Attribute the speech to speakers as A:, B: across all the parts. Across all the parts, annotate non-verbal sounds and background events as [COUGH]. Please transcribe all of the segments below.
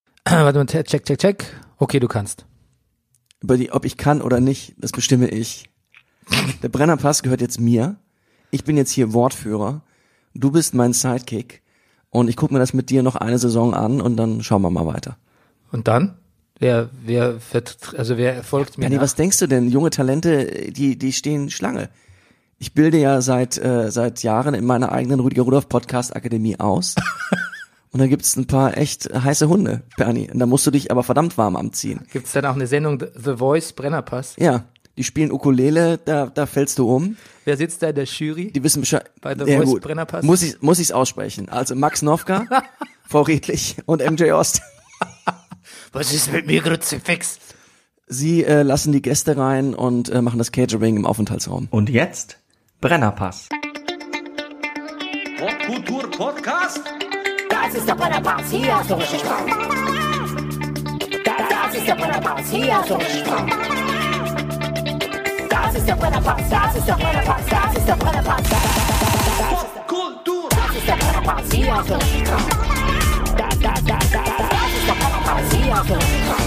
A: [CLEARS THROAT] Warte mal, check, check, check. Okay, du kannst.
B: Über die, ob ich kann oder nicht, das bestimme ich. Der Brennerpass gehört jetzt mir. Ich bin jetzt hier Wortführer. Du bist mein Sidekick. Und ich gucke mir das mit dir noch eine Saison an und dann schauen wir mal weiter.
A: Und dann? Wer, wer, vert- also wer folgt mir?
B: Ja, nee,
A: nach?
B: was denkst du denn? Junge Talente, die, die stehen Schlange. Ich bilde ja seit, äh, seit Jahren in meiner eigenen Rüdiger Rudolph Podcast Akademie aus. Und da gibt's ein paar echt heiße Hunde, Bernie. Und da musst du dich aber verdammt warm anziehen.
A: Gibt es dann auch eine Sendung The Voice Brennerpass?
B: Ja, die spielen Ukulele, da, da fällst du um.
A: Wer sitzt da in der Jury?
B: Die wissen Bescheid.
A: Bei The
B: Ja,
A: Voice
B: gut.
A: Brennerpass?
B: Muss ich muss ich's aussprechen. Also Max Nowka, Frau Redlich und MJ Ost.
A: Was ist mit mir Kruzifix?
B: Sie äh, lassen die Gäste rein und äh, machen das Catering im Aufenthaltsraum.
C: Und jetzt Brennerpass.
D: Popkultur Podcast?
E: Das ist der Brennerpass, hier hast du richtig Spaß. Da- Das ist der Brennerpass, hier hast du richtig Spaß. Das ist der Brennerpass, das ist der Brennerpass, das ist der Brennerpass.
D: Kultur!
E: Das ist der Brennerpass, hier hast du richtig Spaß. Da- da- da- da- da- Das ist der Brennerpass, hier hast du richtig Spaß.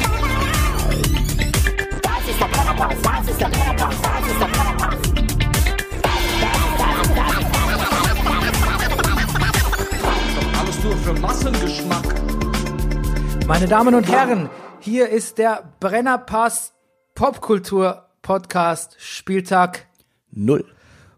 E: Das ist der Brennerpass, das ist der Brennerpass, das ist der Brennerpass.
D: Alles nur für Massengeschmack.
A: Meine Damen und Herren, hier ist der Brennerpass Popkultur Podcast Spieltag
B: Null.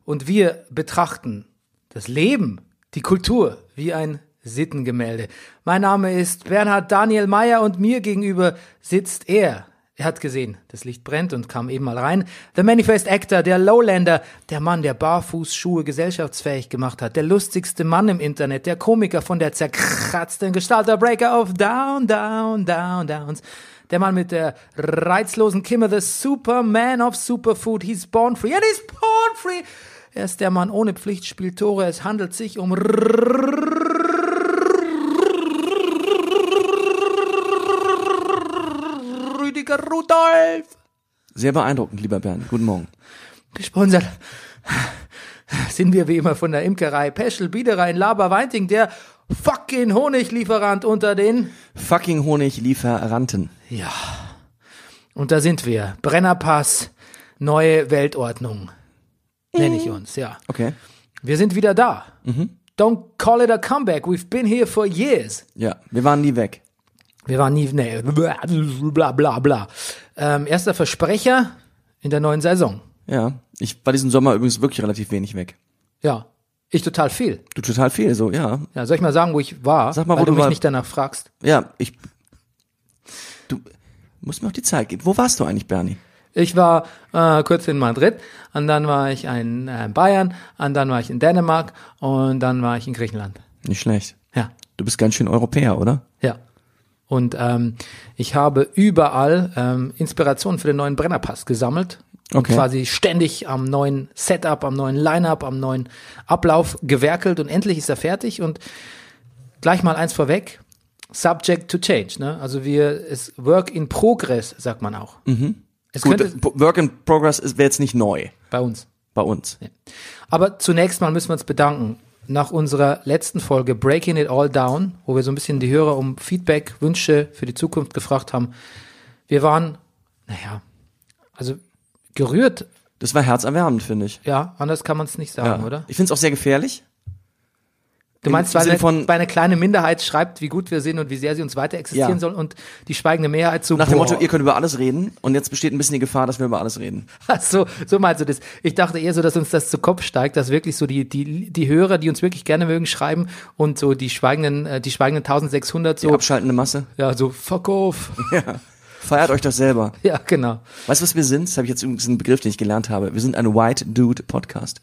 A: und wir betrachten das Leben, die Kultur wie ein Sittengemälde. Mein Name ist Bernhard Daniel Meyer und mir gegenüber sitzt er. Er hat gesehen, das Licht brennt und kam eben mal rein. The Manifest Actor, der Lowlander, der Mann, der Barfußschuhe gesellschaftsfähig gemacht hat, der lustigste Mann im Internet, der Komiker von der zerkratzten Gestalt, der Breaker of Down, Down, Down, Downs. Der Mann mit der reizlosen Kimme, the Superman of Superfood, he's born free and he's born free. Er ist der Mann ohne Pflichtspieltore. Es handelt sich um Rüdiger Rudolf.
B: Sehr beeindruckend, lieber Bernd. Guten Morgen.
A: Gesponsert sind wir wie immer von der Imkerei Peschel Biederer in Laberweinting, der fucking Honiglieferant unter den.
B: Fucking Honig Lieferanten.
A: Ja. Und da sind wir. Brennerpass, neue Weltordnung. Nenne
B: Äh.
A: ich uns, ja.
B: Okay.
A: Wir sind wieder da.
B: Mhm.
A: Don't call it a comeback. We've been here for years.
B: Ja, wir waren nie weg.
A: Wir waren nie, nee, bla bla bla. Ähm, erster Versprecher in der neuen Saison.
B: Ja, ich war diesen Sommer übrigens wirklich relativ wenig weg.
A: Ja, ich total viel.
B: Du total viel, so, ja.
A: Ja, soll ich mal sagen, wo ich war,
B: Sag mal, wo
A: weil du
B: du
A: mich
B: war-
A: nicht danach fragst?
B: Ja, ich. Du musst mir auch die Zeit geben. Wo warst du eigentlich, Bernie?
A: Ich war äh, kurz in Madrid und dann war ich in äh, Bayern und dann war ich in Dänemark und dann war ich in Griechenland.
B: Nicht schlecht.
A: Ja,
B: Du bist ganz schön Europäer, oder?
A: ja. Und ähm, ich habe überall ähm, Inspiration für den neuen Brennerpass gesammelt.
B: Okay.
A: Und quasi ständig am neuen Setup, am neuen Line-up, am neuen Ablauf gewerkelt und endlich ist er fertig. Und gleich mal eins vorweg, subject to change. Ne? Also wir, es work in progress, sagt man auch. Es
B: Mhm. Gut,
A: könnte
B: P- Work in Progress wäre jetzt nicht neu
A: bei uns.
B: bei uns.
A: Aber zunächst mal müssen wir uns bedanken. Nach unserer letzten Folge Breaking It All Down, wo wir so ein bisschen die Hörer um Feedback, Wünsche für die Zukunft gefragt haben. Wir waren, naja, also gerührt,
B: Das war herzerwärmend, finde ich.
A: ja, anders kann man es nicht sagen, oder?
B: Ich finde es auch sehr gefährlich.
A: Du meinst,
B: im
A: weil
B: Sinne
A: eine,
B: von-
A: weil eine kleine Minderheit schreibt, wie gut wir sind und wie sehr sie uns weiter existieren
B: Ja.
A: soll und die schweigende Mehrheit so,
B: Nach dem
A: boah.
B: Motto, ihr könnt über alles reden und jetzt besteht ein bisschen die Gefahr, dass wir über alles reden.
A: Ach [LAUGHS] so, so meinst du das. Ich dachte eher so, dass uns das zu Kopf steigt, dass wirklich so die, die, die Hörer, die uns wirklich gerne mögen, schreiben und so die schweigenden, äh, die schweigenden 1600
B: Die
A: so,
B: abschaltende Masse.
A: ja, so fuck off. [LAUGHS]
B: Feiert euch das selber.
A: ja, genau.
B: Weißt du, was wir sind? Das habe ich jetzt übrigens einen Begriff, den ich gelernt habe. Wir sind ein White Dude Podcast.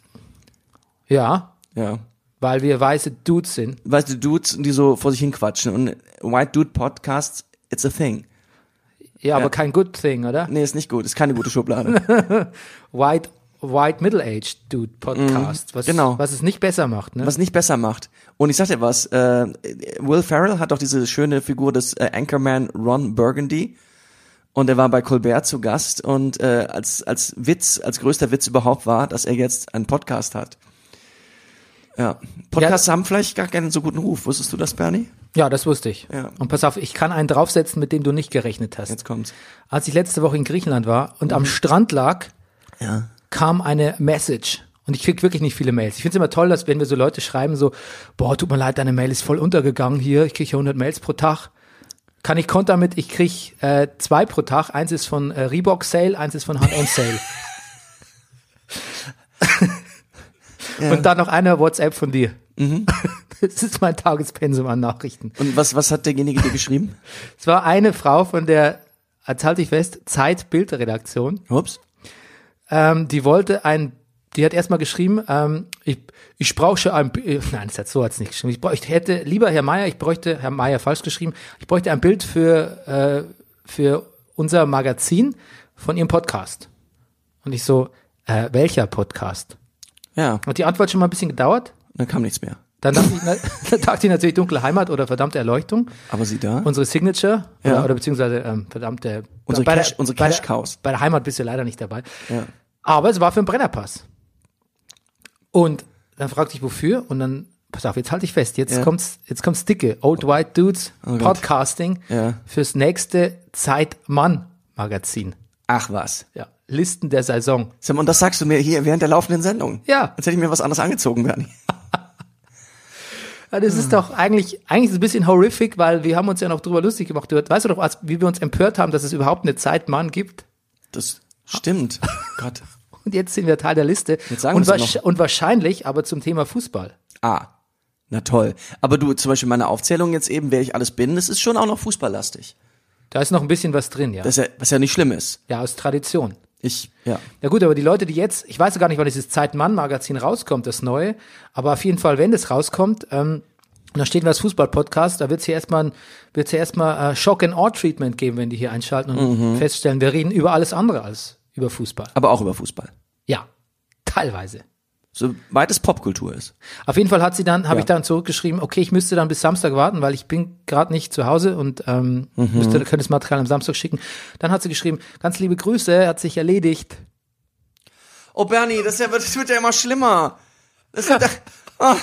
A: Ja,
B: Ja.
A: weil wir weiße Dudes sind.
B: Weißt du, Dudes, die so vor sich hin quatschen. Und White Dude Podcasts, it's a thing.
A: Ja,
B: Ja.
A: aber kein good thing, oder?
B: Nee, ist nicht gut. Ist keine gute Schublade.
A: White, white middle-aged Dude Podcast. was,
B: Mhm. genau.
A: Was es nicht besser macht, ne?
B: was nicht besser macht. Und ich sag dir was, äh, Will Ferrell hat doch diese schöne Figur des äh, Anchorman Ron Burgundy. Und er war bei Colbert zu Gast und äh, als, als Witz, als größter Witz überhaupt war, dass er jetzt einen Podcast hat. Ja. Podcasts haben vielleicht gar keinen so guten Ruf. Wusstest du das, Bernie?
A: Ja, das wusste ich.
B: Ja.
A: Und pass auf, ich kann einen draufsetzen, mit dem du nicht gerechnet hast.
B: Jetzt Mhm. kommt's.
A: Als ich letzte Woche in Griechenland war und am Strand lag,
B: Ja.
A: kam eine Message. Und ich krieg wirklich nicht viele Mails. Ich find's immer toll, dass wenn wir so Leute schreiben, so, boah, tut mir leid, deine Mail ist voll untergegangen hier. Ich krieg ja 100 Mails pro Tag. Kann ich kontern mit, ich krieg äh, zwei pro Tag. Eins ist von äh, Reebok Sale, eins ist von H&M Sale. Und dann noch eine WhatsApp von dir. [LAUGHS] Das ist mein Tagespensum an Nachrichten.
B: Und was, was hat derjenige dir geschrieben?
A: Es war eine Frau von der, jetzt halte ich fest, Zeit-Bild-Redaktion.
B: [LAUGHS] Ups.
A: Ähm, die wollte ein, die hat erstmal geschrieben, ähm, ich, ich brauche ein, Bi- nein, das hat, so hat's nicht geschrieben. Ich, brauch, ich hätte, lieber Herr Meier, ich bräuchte, Herr Meier falsch geschrieben, ich bräuchte ein Bild für, äh, für unser Magazin von Ihrem Podcast. Und ich so, äh, welcher Podcast?
B: Ja,
A: Und die Antwort schon mal ein bisschen gedauert.
B: dann kam nichts mehr.
A: Dann dachte ich, [LAUGHS] na, dann dachte ich natürlich dunkle Heimat oder verdammte Erleuchtung.
B: Aber sie da?
A: Unsere Signature
B: Ja.
A: oder, oder beziehungsweise ähm, verdammte
B: Unsere
A: bei
B: Cash-
A: der,
B: unsere
A: bei der-
B: Cash-Cows.
A: Bei der Heimat bist du leider nicht dabei.
B: ja.
A: Aber es war für einen Brennerpass. Und dann fragte ich, wofür? Und dann, pass auf, jetzt halte ich fest, jetzt
B: Ja.
A: kommt's, jetzt kommt's dicke. Old White Dudes
B: Oh Gott.
A: Podcasting
B: Ja.
A: fürs nächste Zeitmann-Magazin.
B: Ach was.
A: Ja. Listen der Saison.
B: Sag mal, Und das sagst du mir hier während der laufenden Sendung.
A: Ja.
B: Als hätte ich mir was anderes angezogen, Bernie.
A: Ja, Das
B: Ah.
A: ist doch eigentlich, eigentlich ist es ein bisschen horrific, weil wir haben uns ja noch drüber lustig gemacht. Du, weißt du doch, als, wie wir uns empört haben, dass es überhaupt eine Zeitmann gibt?
B: Das stimmt. Gott.
A: Und jetzt sind wir Teil der Liste.
B: Jetzt sagen
A: und,
B: wir's
A: wahrsch-
B: noch.
A: und wahrscheinlich aber zum Thema Fußball.
B: Ah. Na toll. Aber du, zum Beispiel meine Aufzählung jetzt eben, wer ich alles bin, das ist schon auch noch fußballlastig.
A: Da ist noch ein bisschen was drin, ja.
B: Das ist ja, was ja nicht schlimm ist.
A: Ja, aus Tradition.
B: Ich, ja.
A: Ja gut, aber die Leute, die jetzt, ich weiß ja gar nicht, wann dieses Zeitmann-Magazin rauskommt, das neue, aber auf jeden Fall, wenn das rauskommt, ähm, und da steht was Fußball-Podcast, da wird es hier erstmal, ein- wird's hier erstmal äh, Shock-and-Awe-Treatment geben, wenn die hier einschalten
B: Mhm.
A: und feststellen, wir reden über alles andere als über Fußball.
B: Aber auch über Fußball.
A: Ja, teilweise.
B: Soweit es Popkultur ist.
A: Auf jeden Fall hat sie dann, habe
B: Ja.
A: ich dann zurückgeschrieben, okay, ich müsste dann bis Samstag warten, weil ich bin gerade nicht zu Hause und ähm,
B: Mhm.
A: müsste, könnte das Material am Samstag schicken. Dann hat sie geschrieben, ganz liebe Grüße, hat sich erledigt.
B: Oh Bernie, das, ist ja, das wird ja immer schlimmer. Das wird, Ah,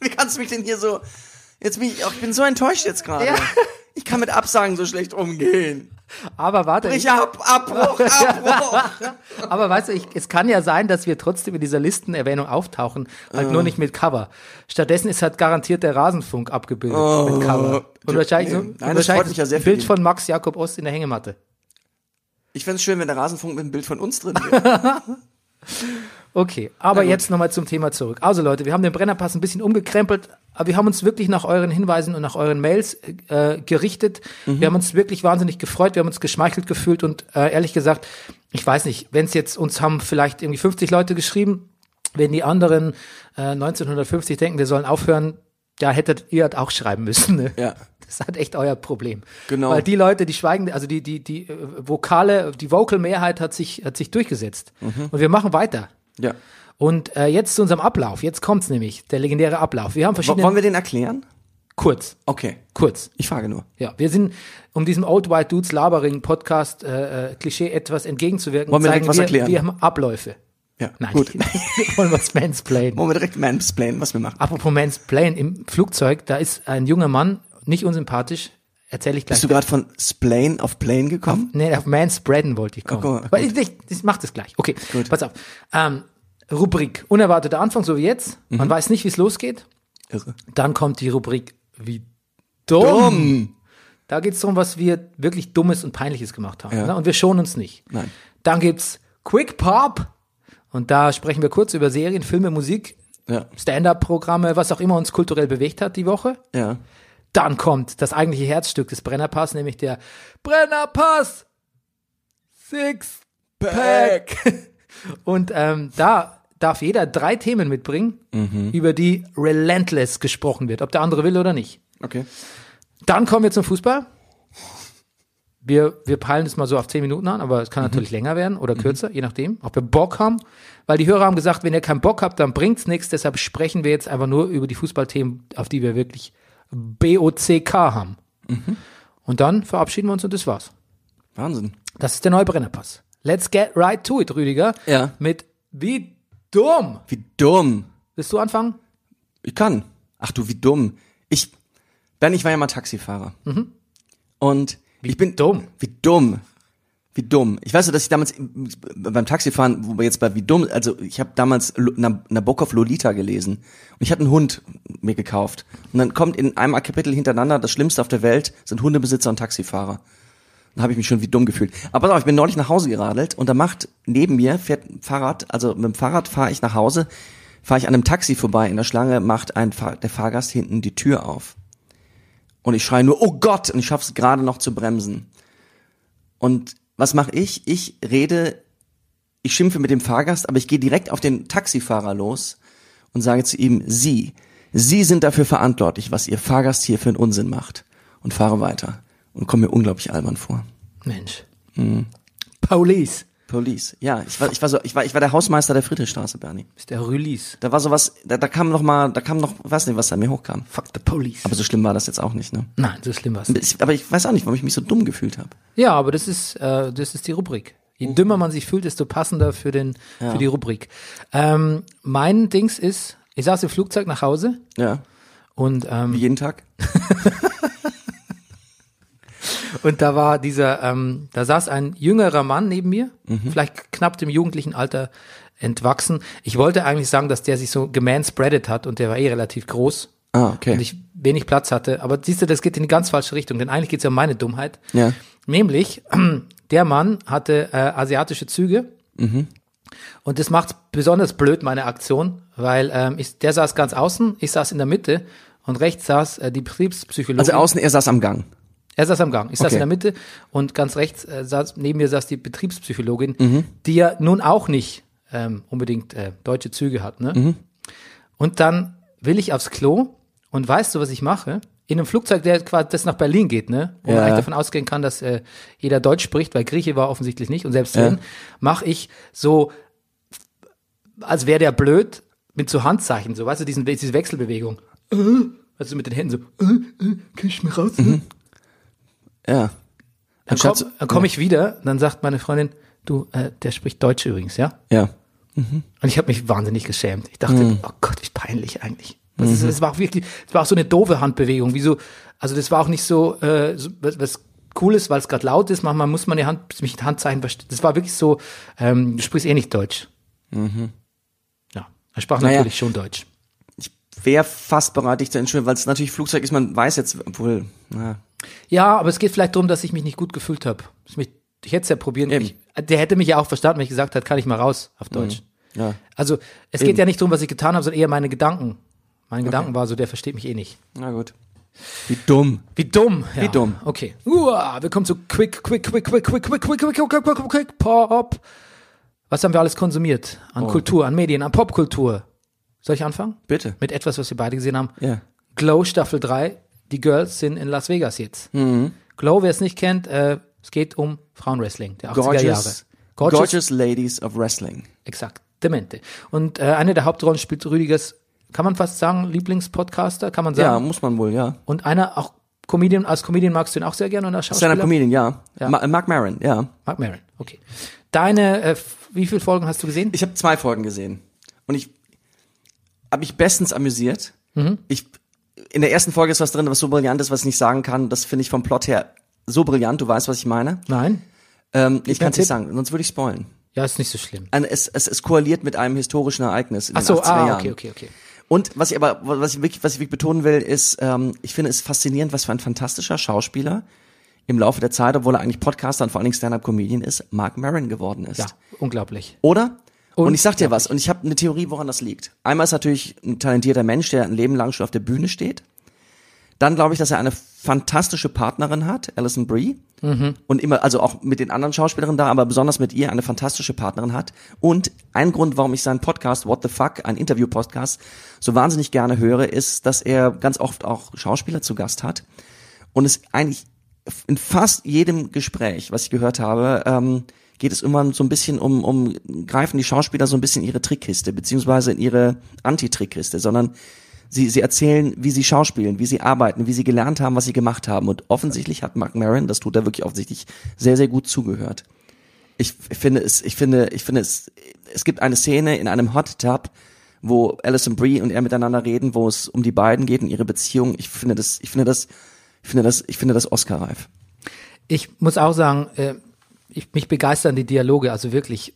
B: wie kannst du mich denn hier so. Jetzt bin ich, ich bin so enttäuscht jetzt gerade.
A: Ja.
B: Ich kann mit Absagen so schlecht umgehen.
A: Aber warte,
B: Ich hab Abbruch, Abbruch.
A: Aber weißt du, ich, es kann ja sein, dass wir trotzdem in dieser Listenerwähnung auftauchen, halt
B: Ah.
A: nur nicht mit Cover. Stattdessen ist halt garantiert der Rasenfunk abgebildet mit Cover. Und wahrscheinlich, so,
B: Oh. äh, Nein,
A: und
B: das freut
A: wahrscheinlich
B: mich ja sehr
A: ein Bild
B: für ihn.
A: von Max Jakob Ost in der Hängematte.
B: Ich fänd's schön, wenn der Rasenfunk mit einem Bild von uns drin wäre.
A: Okay, aber jetzt nochmal zum Thema zurück. Also Leute, wir haben den Brennerpass ein bisschen umgekrempelt, aber wir haben uns wirklich nach euren Hinweisen und nach euren Mails äh, gerichtet.
B: Mhm.
A: Wir haben uns wirklich wahnsinnig gefreut, wir haben uns geschmeichelt gefühlt und äh, ehrlich gesagt, ich weiß nicht, wenn es jetzt uns haben vielleicht irgendwie 50 Leute geschrieben, wenn die anderen äh, 1950 denken, wir sollen aufhören, da hättet ihr halt auch schreiben müssen. Ne?
B: Ja.
A: Das hat echt euer Problem.
B: Genau.
A: Weil die Leute, die schweigen, also die, die, die äh, Vokale, die Vocal-Mehrheit hat sich, hat sich durchgesetzt.
B: Mhm.
A: Und wir machen weiter.
B: ja.
A: Und äh, jetzt zu unserem Ablauf. Jetzt kommt's nämlich, der legendäre Ablauf. Wir haben
B: W
A: verschiedene.
B: wollen wir den erklären?
A: kurz,
B: Okay.
A: kurz.
B: Ich frage nur.
A: Ja, wir sind, um diesem Old White Dudes Labering Podcast äh, äh, Klischee etwas entgegenzuwirken,
B: Wollen wir
A: zeigen
B: direkt was
A: wir,
B: erklären?
A: wir haben Abläufe.
B: Ja.
A: Nein,
B: Gut. [LAUGHS]
A: wir [LAUGHS] wollen was mansplainen.
B: Wollen wir direkt mansplainen, was wir machen?
A: Apropos mansplain, im Flugzeug, da ist ein junger Mann, nicht unsympathisch, erzähle ich gleich.
B: Bist du gerade von Splain auf Plane gekommen?
A: Nee, auf Manspreaden wollte ich kommen.
B: guck mal,
A: Aber ich, ich, ich mach das gleich. Okay, pass auf. Ähm, Rubrik, unerwarteter Anfang, so wie jetzt.
B: Mhm.
A: Man weiß nicht, wie es losgeht.
B: Irre.
A: Dann kommt die Rubrik Wie dumm. Da geht's darum, was wir wirklich Dummes und Peinliches gemacht haben.
B: Ja.
A: Ne? Und wir schonen uns nicht.
B: Nein.
A: Dann gibt's Quick Pop. Und da sprechen wir kurz über Serien, Filme, Musik,
B: Ja.
A: Stand-up-Programme, was auch immer uns kulturell bewegt hat die Woche.
B: Ja.
A: Dann kommt das eigentliche Herzstück des Brennerpass, nämlich der Brennerpass
B: [LAUGHS]
A: Six Pack. Und ähm, da darf jeder drei Themen mitbringen,
B: Mhm.
A: über die relentless gesprochen wird, ob der andere will oder nicht.
B: Okay.
A: Dann kommen wir zum Fußball. Wir, wir peilen es mal so auf zehn Minuten an, aber es
B: Mhm.
A: kann natürlich länger werden oder kürzer, je nachdem, ob wir Bock haben. Weil die Hörer haben gesagt, wenn ihr keinen Bock habt, dann bringt's nichts. Deshalb sprechen wir jetzt einfach nur über die Fußballthemen, auf die wir wirklich BOCK haben.
B: Mhm.
A: Und dann verabschieden wir uns und das war's.
B: Wahnsinn.
A: Das ist der neue Brennerpass. Let's get right to it, Rüdiger.
B: Ja.
A: Mit wie dumm.
B: Wie dumm.
A: Willst du anfangen?
B: Ich kann. Ach du, wie dumm. Ich, Ben, ich war ja mal Taxifahrer. Und ich bin
A: dumm.
B: Wie dumm. Wie dumm. Ich weiß so, dass ich damals im- beim Taxifahren, wo wir jetzt bei wie dumm, also ich habe damals Lo- Na- Nabokov Lolita gelesen und ich hatte einen Hund mir gekauft. Und dann kommt in einem Kapitel hintereinander, das Schlimmste auf der Welt sind Hundebesitzer und Taxifahrer. Dann habe ich mich schon wie dumm gefühlt. Aber pass auf, ich bin neulich nach Hause geradelt und da macht neben mir fährt ein Fahrrad, also mit dem Fahrrad fahre ich nach Hause, fahre ich an einem Taxi vorbei in der Schlange, macht ein Fahr der Fahrgast hinten die Tür auf. Und ich schreie nur, oh Gott, und ich schaff's gerade noch zu bremsen. Und was mache ich? Ich rede, ich schimpfe mit dem Fahrgast, aber ich gehe direkt auf den Taxifahrer los und sage zu ihm, Sie, Sie sind dafür verantwortlich, was Ihr Fahrgast hier für einen Unsinn macht. Und fahre weiter. Und komme mir unglaublich albern vor.
A: Mensch.
B: Mhm.
A: Paulis.
B: Police. Ja, ich war, ich war so, ich war, ich war der Hausmeister der Friedrichstraße, Bernie.
A: Ist der Rülis.
B: Da war sowas, da, da kam noch mal, da kam noch, weiß nicht, was da mir hochkam.
A: Fuck the police.
B: Aber so schlimm war das jetzt auch nicht, ne?
A: Nein, so schlimm war's.
B: Ich, aber ich weiß auch nicht, warum ich mich so dumm gefühlt habe.
A: Ja, aber das ist, äh, das ist die Rubrik. Je dümmer man sich fühlt, desto passender für, den, für die Rubrik. Ähm, mein Dings ist, ich saß im Flugzeug nach Hause
B: Ja.
A: und, ähm,
B: Jeden Tag.
A: und da war dieser, ähm, da saß ein jüngerer Mann neben mir, vielleicht knapp dem jugendlichen Alter entwachsen. Ich wollte eigentlich sagen, dass der sich so gemanspreadet hat und der war eh relativ groß.
B: Ah, okay.
A: Und ich wenig Platz hatte. Aber siehst du, das geht in die ganz falsche Richtung, denn eigentlich geht's ja um meine Dummheit.
B: Ja.
A: Nämlich, [CLEARS THROAT] der Mann hatte äh, asiatische Züge.
B: Mhm.
A: Und das macht besonders blöd, meine Aktion, weil ähm, ich, der saß ganz außen, ich saß in der Mitte und rechts saß äh, die Betriebspsychologin.
B: Also außen, er saß am Gang.
A: Er saß am Gang. Ich saß
B: Okay.
A: in der Mitte und ganz rechts äh, saß, neben mir saß die Betriebspsychologin,
B: Mhm.
A: die ja nun auch nicht ähm, unbedingt äh, deutsche Züge hat. Ne?
B: Mhm.
A: Und dann will ich aufs Klo und weißt du, was ich mache? In einem Flugzeug, der quasi das nach Berlin geht, ne? Wo
B: Ja.
A: man eigentlich davon ausgehen kann, dass äh, jeder Deutsch spricht, weil Grieche war offensichtlich nicht. Und selbst wenn, mache ich so, als wäre der blöd, mit so Handzeichen, so, weißt du, diesen, diese Wechselbewegung. Also mit den Händen so, äh, äh, kann ich mir raus?
B: Ja.
A: Dann
B: Anstatt
A: komme
B: zu-
A: komm ich wieder, dann sagt meine Freundin, du, äh, der spricht Deutsch übrigens, ja?
B: Ja.
A: Und ich habe mich wahnsinnig geschämt. Ich dachte,
B: Mhm.
A: oh Gott, wie peinlich eigentlich. Das, ist, das war auch wirklich, das war auch so eine doofe Handbewegung. Wieso? Also das war auch nicht so, äh, so was, was Cooles, weil es gerade laut ist. Manchmal muss man die Hand, mich Handzeichen verstehen. Das war wirklich so, ähm, du sprichst eh nicht Deutsch. Ja, er sprach
B: Mhm. Naja.
A: natürlich schon Deutsch.
B: Wäre fast bereit, dich zu entschuldigen, weil es natürlich Flugzeug ist, man weiß jetzt, obwohl, na,
A: Ja, aber es geht vielleicht darum, dass ich mich nicht gut gefühlt habe. Ich, mich- ich hätte es ja probieren
B: Eben. Mhm.
A: ich, Der hätte mich ja auch verstanden, wenn ich gesagt hat, kann ich mal raus auf Deutsch.
B: ja.
A: Also es geht ja nicht darum, was ich getan habe, sondern eher meine Gedanken. Mein Gedanken war so, der versteht mich eh nicht.
B: Na gut. Wie dumm.
A: Wie dumm. Ja.
B: Wie dumm.
A: Okay. Uah, wir kommen zu Quick, Quick, Quick, Quick, Quick, Quick, Quick, Quick, Quick, Quick, Quick, Quick, Pop. Was haben wir alles konsumiert? An
B: Oh.
A: Kultur, an Medien, an Popkultur. Soll ich anfangen?
B: Bitte.
A: Mit etwas, was wir beide gesehen haben.
B: Ja.
A: Glow Staffel 3, die Girls sind in Las Vegas jetzt.
B: Mhm.
A: Glow, wer es nicht kennt, äh, es geht um Frauenwrestling der 80er Jahre.
B: Gorgeous,
A: Gorgeous,
B: gorgeous. Ladies of Wrestling.
A: Exaktamente. Und äh, eine der Hauptrollen spielt Rüdigers, kann man fast sagen, Lieblingspodcaster, kann man
B: Ja,
A: sagen.
B: muss man wohl, ja.
A: Und einer auch Comedian, als Comedian magst du ihn auch sehr gerne und als
B: Ist einer
A: Schauspieler.
B: Comedian, ja.
A: Ja.
B: Ma Mark Maron, ja.
A: Mark Maron, okay. Deine, äh, f- wie viele Folgen hast du gesehen?
B: Ich habe zwei Folgen gesehen. Und ich habe mich bestens amüsiert.
A: Mhm.
B: Ich, in der ersten Folge ist was drin, was so brillant ist, was ich nicht sagen kann. Das finde ich vom Plot her so brillant, du weißt, was ich meine.
A: Nein?
B: Ähm, ich
A: mir
B: kann
A: einen
B: es
A: Tipp.
B: nicht sagen, sonst würde ich spoilen.
A: Ja, ist nicht so schlimm.
B: An- Es, es, es koaliert mit einem historischen Ereignis in
A: Ach
B: den
A: so,
B: 80er
A: ah,
B: Jahren.
A: okay, okay, okay.
B: Und was ich aber, was ich wirklich, was ich wirklich betonen will, ist, ähm, ich finde es faszinierend, was für ein fantastischer Schauspieler im Laufe der Zeit, obwohl er eigentlich Podcaster und vor allen Dingen Stand-Up-Comedian ist, Mark Maron geworden ist.
A: Ja, unglaublich.
B: Oder? Und, ich sag dir was, und ich habe eine Theorie, woran das liegt. Einmal ist natürlich ein talentierter Mensch, der ein Leben lang schon auf der Bühne steht. Dann glaube ich, dass er eine fantastische Partnerin hat, Alison Brie. Und immer, also auch mit den anderen Schauspielerinnen da, aber besonders mit ihr eine fantastische Partnerin hat. Und ein Grund, warum ich seinen Podcast, What the Fuck, ein Interview-Podcast, so wahnsinnig gerne höre, ist, dass er ganz oft auch Schauspieler zu Gast hat. Und es eigentlich in fast jedem Gespräch, was ich gehört habe, ähm, geht es immer so ein bisschen um, um, greifen die Schauspieler so ein bisschen in ihre Trickkiste, beziehungsweise in ihre Anti-Trickkiste, sondern sie, sie erzählen, wie sie schauspielen, wie sie arbeiten, wie sie gelernt haben, was sie gemacht haben. Und offensichtlich hat Mark Maron, das tut er wirklich offensichtlich, sehr, sehr gut zugehört. Ich f- finde es, ich finde, ich finde es, es gibt eine Szene in einem Hot Tub, wo Alison Brie und er miteinander reden, wo es um die beiden geht und ihre Beziehung. Ich finde das, ich finde das, ich finde das, ich finde das Oscar-reif.
A: Ich muss auch sagen, äh, ich, mich begeistern die Dialoge, also wirklich.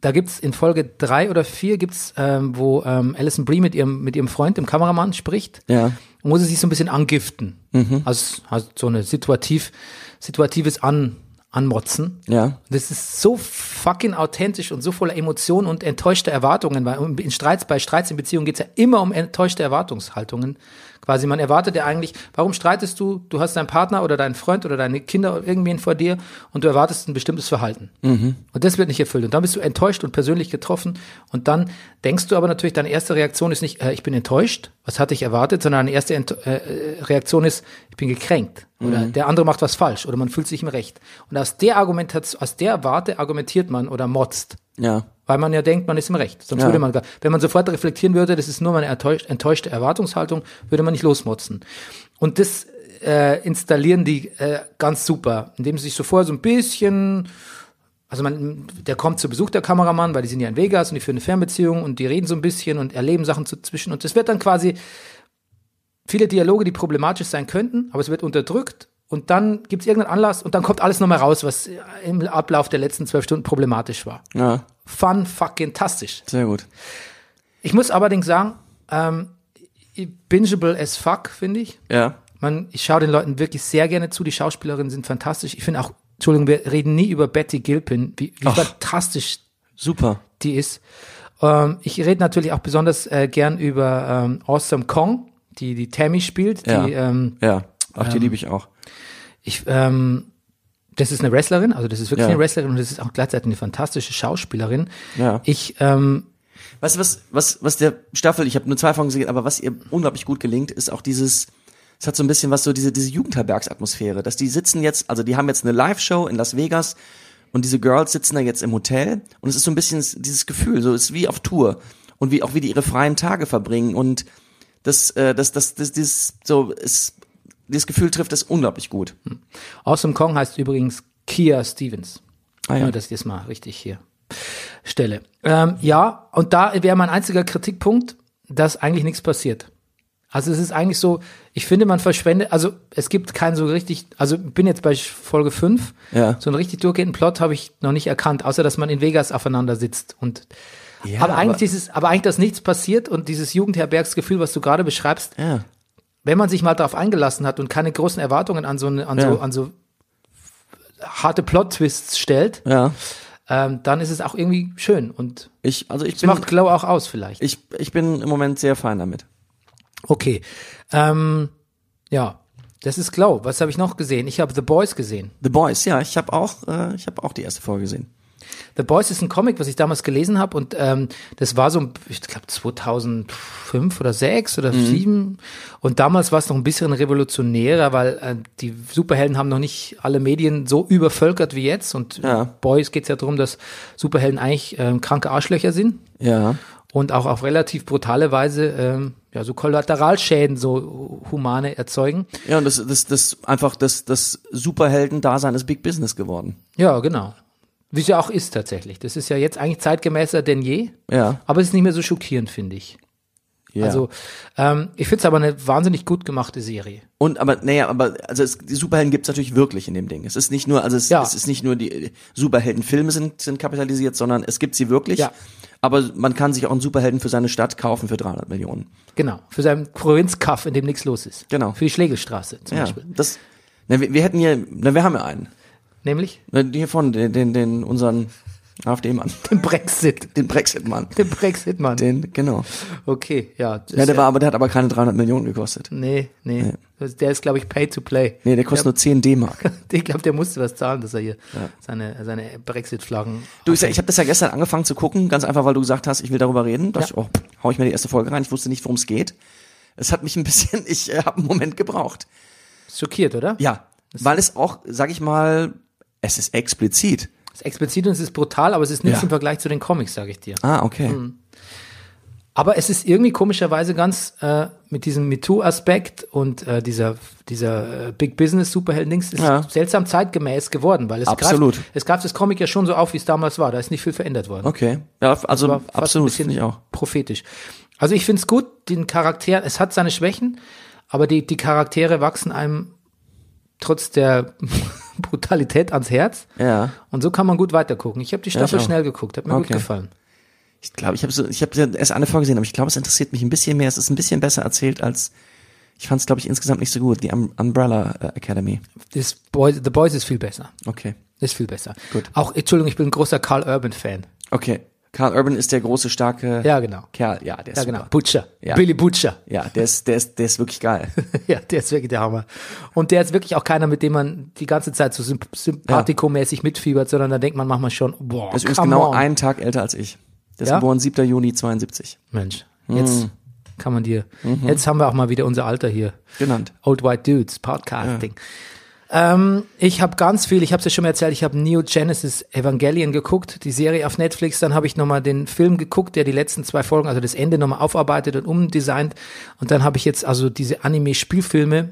A: Da gibt's in Folge drei oder vier gibt's, ähm, wo ähm, Alison Brie mit ihrem, mit ihrem Freund, dem Kameramann, spricht.
B: Ja.
A: Und muss sie sich so ein bisschen angiften. Also, also so eine situativ, situatives An, Anmotzen.
B: Ja.
A: Das ist so fucking authentisch und so voller Emotionen und enttäuschter Erwartungen, weil um, in Streits, bei Streits in Beziehungen geht's ja immer um enttäuschte Erwartungshaltungen. Quasi, man erwartet ja eigentlich, warum streitest du? Du hast deinen Partner oder deinen Freund oder deine Kinder oder irgendwen vor dir und du erwartest ein bestimmtes Verhalten. Und das wird nicht erfüllt. Und dann bist du enttäuscht und persönlich getroffen. Und dann denkst du aber natürlich, deine erste Reaktion ist nicht, äh, ich bin enttäuscht, was hatte ich erwartet, sondern deine erste Ent äh, äh, Reaktion ist, ich bin gekränkt. Oder der andere macht was falsch oder man fühlt sich im Recht. Und aus der Argumentation, aus der Warte argumentiert man oder motzt.
B: Ja.
A: Weil man ja denkt, man ist im Recht. Sonst
B: Ja.
A: würde man, gar- wenn man sofort reflektieren würde, das ist nur meine enttäuscht, enttäuschte Erwartungshaltung, würde man nicht losmotzen. Und das äh, installieren die äh, ganz super, indem sie sich so vorher so ein bisschen, also man, der kommt zu Besuch, der Kameramann, weil die sind ja in Vegas und die führen eine Fernbeziehung und die reden so ein bisschen und erleben Sachen dazwischen. Und das wird dann quasi viele Dialoge, die problematisch sein könnten, aber es wird unterdrückt und dann gibt es irgendeinen Anlass und dann kommt alles nochmal raus, was im Ablauf der letzten zwölf Stunden problematisch war
B: Ja.
A: fun fucking tastisch.
B: Sehr gut.
A: Ich muss allerdings sagen, ähm, bingeable as fuck, finde ich.
B: Ja.
A: Man, ich schaue den Leuten wirklich sehr gerne zu. Die Schauspielerinnen sind fantastisch. Ich finde auch, Entschuldigung, wir reden nie über Betty Gilpin, wie, wie
B: Ach.
A: fantastisch
B: Super.
A: die ist. Ähm, ich rede natürlich auch besonders äh, gern über ähm, Awesome Kong, die die Tammy spielt.
B: Ja.
A: Die, ähm,
B: Ja. Ach, die liebe ich auch.
A: ich, ähm, das ist eine Wrestlerin, also das ist wirklich
B: Ja.
A: eine Wrestlerin und das ist auch gleichzeitig eine fantastische Schauspielerin.
B: Ja.
A: Ich ähm,
B: Weißt du, was, was, was der Staffel, ich habe nur zwei Folgen gesehen, aber was ihr unglaublich gut gelingt, ist auch dieses, es hat so ein bisschen was so, diese, diese Jugendherbergsatmosphäre, dass die sitzen jetzt, also die haben jetzt eine Live-Show in Las Vegas und diese Girls sitzen da jetzt im Hotel und es ist so ein bisschen dieses Gefühl, so es ist wie auf Tour und wie auch wie die ihre freien Tage verbringen und das, äh, das, das, das, dieses, so, es, dieses Gefühl trifft es unglaublich gut.
A: Awesome Kong heißt übrigens Kia Stevens.
B: Ah, ja.
A: Nur, dass ich das mal richtig hier stelle. Ähm, ja, und da wäre mein einziger Kritikpunkt, dass eigentlich nichts passiert. Also es ist eigentlich so, ich finde, man verschwendet, also es gibt keinen so richtig, also ich bin jetzt bei Folge 5,
B: Ja.
A: so einen richtig durchgehenden Plot habe ich noch nicht erkannt, außer dass man in Vegas aufeinander sitzt und aber eigentlich dieses, aber eigentlich, dass nichts passiert und dieses Jugendherbergsgefühl, was du gerade beschreibst,
B: Ja.
A: wenn man sich mal darauf eingelassen hat und keine großen Erwartungen an so, eine- an so,
B: Ja.
A: an so harte Plot-Twists stellt,
B: Ja.
A: ähm, dann ist es auch irgendwie schön und
B: Ich, also ich
A: es
B: bin,
A: macht Glow auch aus vielleicht.
B: ich, ich bin im Moment sehr fein damit.
A: Okay, ähm, ja, das ist Glow. Was habe ich noch gesehen? Ich habe The Boys gesehen.
B: The Boys, ja, ich habe auch, äh, ich habe auch die erste Folge gesehen.
A: The Boys ist ein Comic, was ich damals gelesen habe und ähm, das war so, ein- ich glaube 2005 oder 6 oder 7 und damals war es noch ein bisschen revolutionärer, weil äh, die Superhelden haben noch nicht alle Medien so übervölkert wie jetzt und
B: Ja.
A: Boys geht es ja darum, dass Superhelden eigentlich ähm, kranke Arschlöcher sind
B: Ja.
A: und auch auf relativ brutale Weise ähm, ja, so Kollateralschäden, so humane erzeugen.
B: Ja, und das, das, das einfach das, das Superhelden-Dasein ist Big Business geworden.
A: Ja, genau. Wie es ja auch ist tatsächlich. Das ist ja jetzt eigentlich zeitgemäßer denn je.
B: Ja.
A: Aber es ist nicht mehr so schockierend, finde ich.
B: ja.
A: Also, ähm, ich finde es aber eine wahnsinnig gut gemachte Serie.
B: und aber naja, aber also es, die Superhelden gibt's natürlich wirklich in dem Ding. Es ist nicht nur, also es,
A: Ja.
B: es ist nicht nur die Superheldenfilme sind sind kapitalisiert, sondern es gibt sie wirklich.
A: Ja.
B: Aber man kann sich auch einen Superhelden für seine Stadt kaufen für 300 Millionen.
A: Genau. Für seinen Provinzkaff, in dem nichts los ist.
B: Genau.
A: Für die Schlegelstraße zum
B: Ja,
A: Beispiel.
B: das. Na, wir, wir hätten hier, na, wir haben ja einen.
A: Nämlich [LAUGHS]
B: Na, Hier vorne, den, den, den unseren AfD-Mann, [LAUGHS]
A: den Brexit.
B: den Brexit-Mann,
A: Den Brexit, Mann.
B: den genau.
A: Okay, ja. das-
B: Ja, der war, aber der hat aber keine 300 Millionen gekostet.
A: nee, nee, Das- Der ist, glaube ich, pay to play.
B: Nee, der kostet nur 10 D-Mark.
A: [LAUGHS] Ich glaube, der musste was zahlen, dass er hier seine, seine Brexit-Flaggen.
B: Du, ich, sag- ich habe das ja gestern angefangen zu gucken, ganz einfach, weil du gesagt hast, ich will darüber reden. Da dachte
A: Ja.
B: ich, oh, hau ich mir die erste Folge rein. Ich wusste nicht, worum es geht. Es hat mich ein bisschen, [LAUGHS] ich äh, habe einen Moment gebraucht.
A: Schockiert, oder?
B: Ja, weil es auch, sag ich mal, es ist explizit.
A: Es ist explizit und es ist brutal, aber es ist nichts
B: Ja.
A: im Vergleich zu den Comics, sage ich dir.
B: Ah, okay.
A: Mhm. Aber es ist irgendwie komischerweise ganz äh, mit diesem MeToo-Aspekt und äh, dieser, dieser äh, Big Business-Superhelden-Dings ist
B: Ja.
A: seltsam zeitgemäß geworden, weil es
B: Absolut.
A: Greift, es greift das Comic ja schon so auf, wie es damals war. Da ist nicht viel verändert worden.
B: Okay. Ja, also
A: War fast ein
B: absolut,
A: bisschen
B: finde ich auch.
A: Prophetisch. Also ich finde es gut, den Charakter, es hat seine Schwächen, aber die, die Charaktere wachsen einem trotz der [LAUGHS] Brutalität ans Herz.
B: Ja.
A: Und so kann man gut weitergucken. Ich habe die Staffel
B: ich auch.
A: schnell geguckt, hat mir gut
B: Okay.
A: gefallen.
B: Ich glaube, ich habe so, ich habe ja erst eine Folge gesehen, aber ich glaube, es interessiert mich ein bisschen mehr. Es ist ein bisschen besser erzählt als ich fand es, glaube ich, insgesamt nicht so gut. Die um Umbrella äh, Academy.
A: Das Boys, The Boys ist viel besser.
B: Okay,
A: Ist viel besser.
B: Gut.
A: Auch, Entschuldigung, ich bin ein großer Carl Urban-Fan.
B: okay. Carl Urban ist der große starke
A: Ja, genau.
B: Kerl. Ja, der ist
A: Ja, genau.
B: super.
A: Butcher.
B: Ja.
A: Billy Butcher.
B: Ja, der ist, der ist, der ist wirklich geil.
A: [LAUGHS] Ja, der ist wirklich der Hammer. Und der ist wirklich auch keiner, mit dem man die ganze Zeit so symp sympathikomäßig mitfiebert, sondern da denkt man manchmal schon, boah,
B: Er ist übrigens
A: come
B: genau
A: on.
B: einen Tag älter als ich. Der ist
A: Ja?
B: geboren 7. Juni 72.
A: Mensch, jetzt kann man dir, jetzt haben wir auch mal wieder unser Alter hier.
B: Genannt.
A: Old White Dudes, Podcasting. Ähm, ich habe ganz viel, ich habe es ja schon mal erzählt, ich habe Neo Genesis Evangelion geguckt, die Serie auf Netflix, dann habe ich nochmal den Film geguckt, der die letzten zwei Folgen, also das Ende nochmal aufarbeitet und umdesignt und dann habe ich jetzt also diese Anime-Spielfilme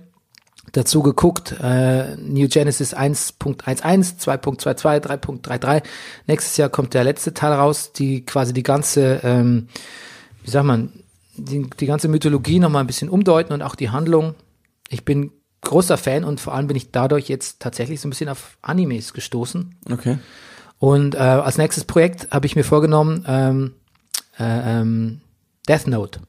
A: dazu geguckt, äh, New Genesis 1.11, 2.22, 3.33, nächstes Jahr kommt der letzte Teil raus, die quasi die ganze, ähm, wie sagt man, die, die ganze Mythologie nochmal ein bisschen umdeuten und auch die Handlung. Ich bin großer Fan und vor allem bin ich dadurch jetzt tatsächlich so ein bisschen auf Animes gestoßen.
B: Okay.
A: Und äh, als nächstes Projekt habe ich mir vorgenommen, ähm, äh, ähm, Death Note.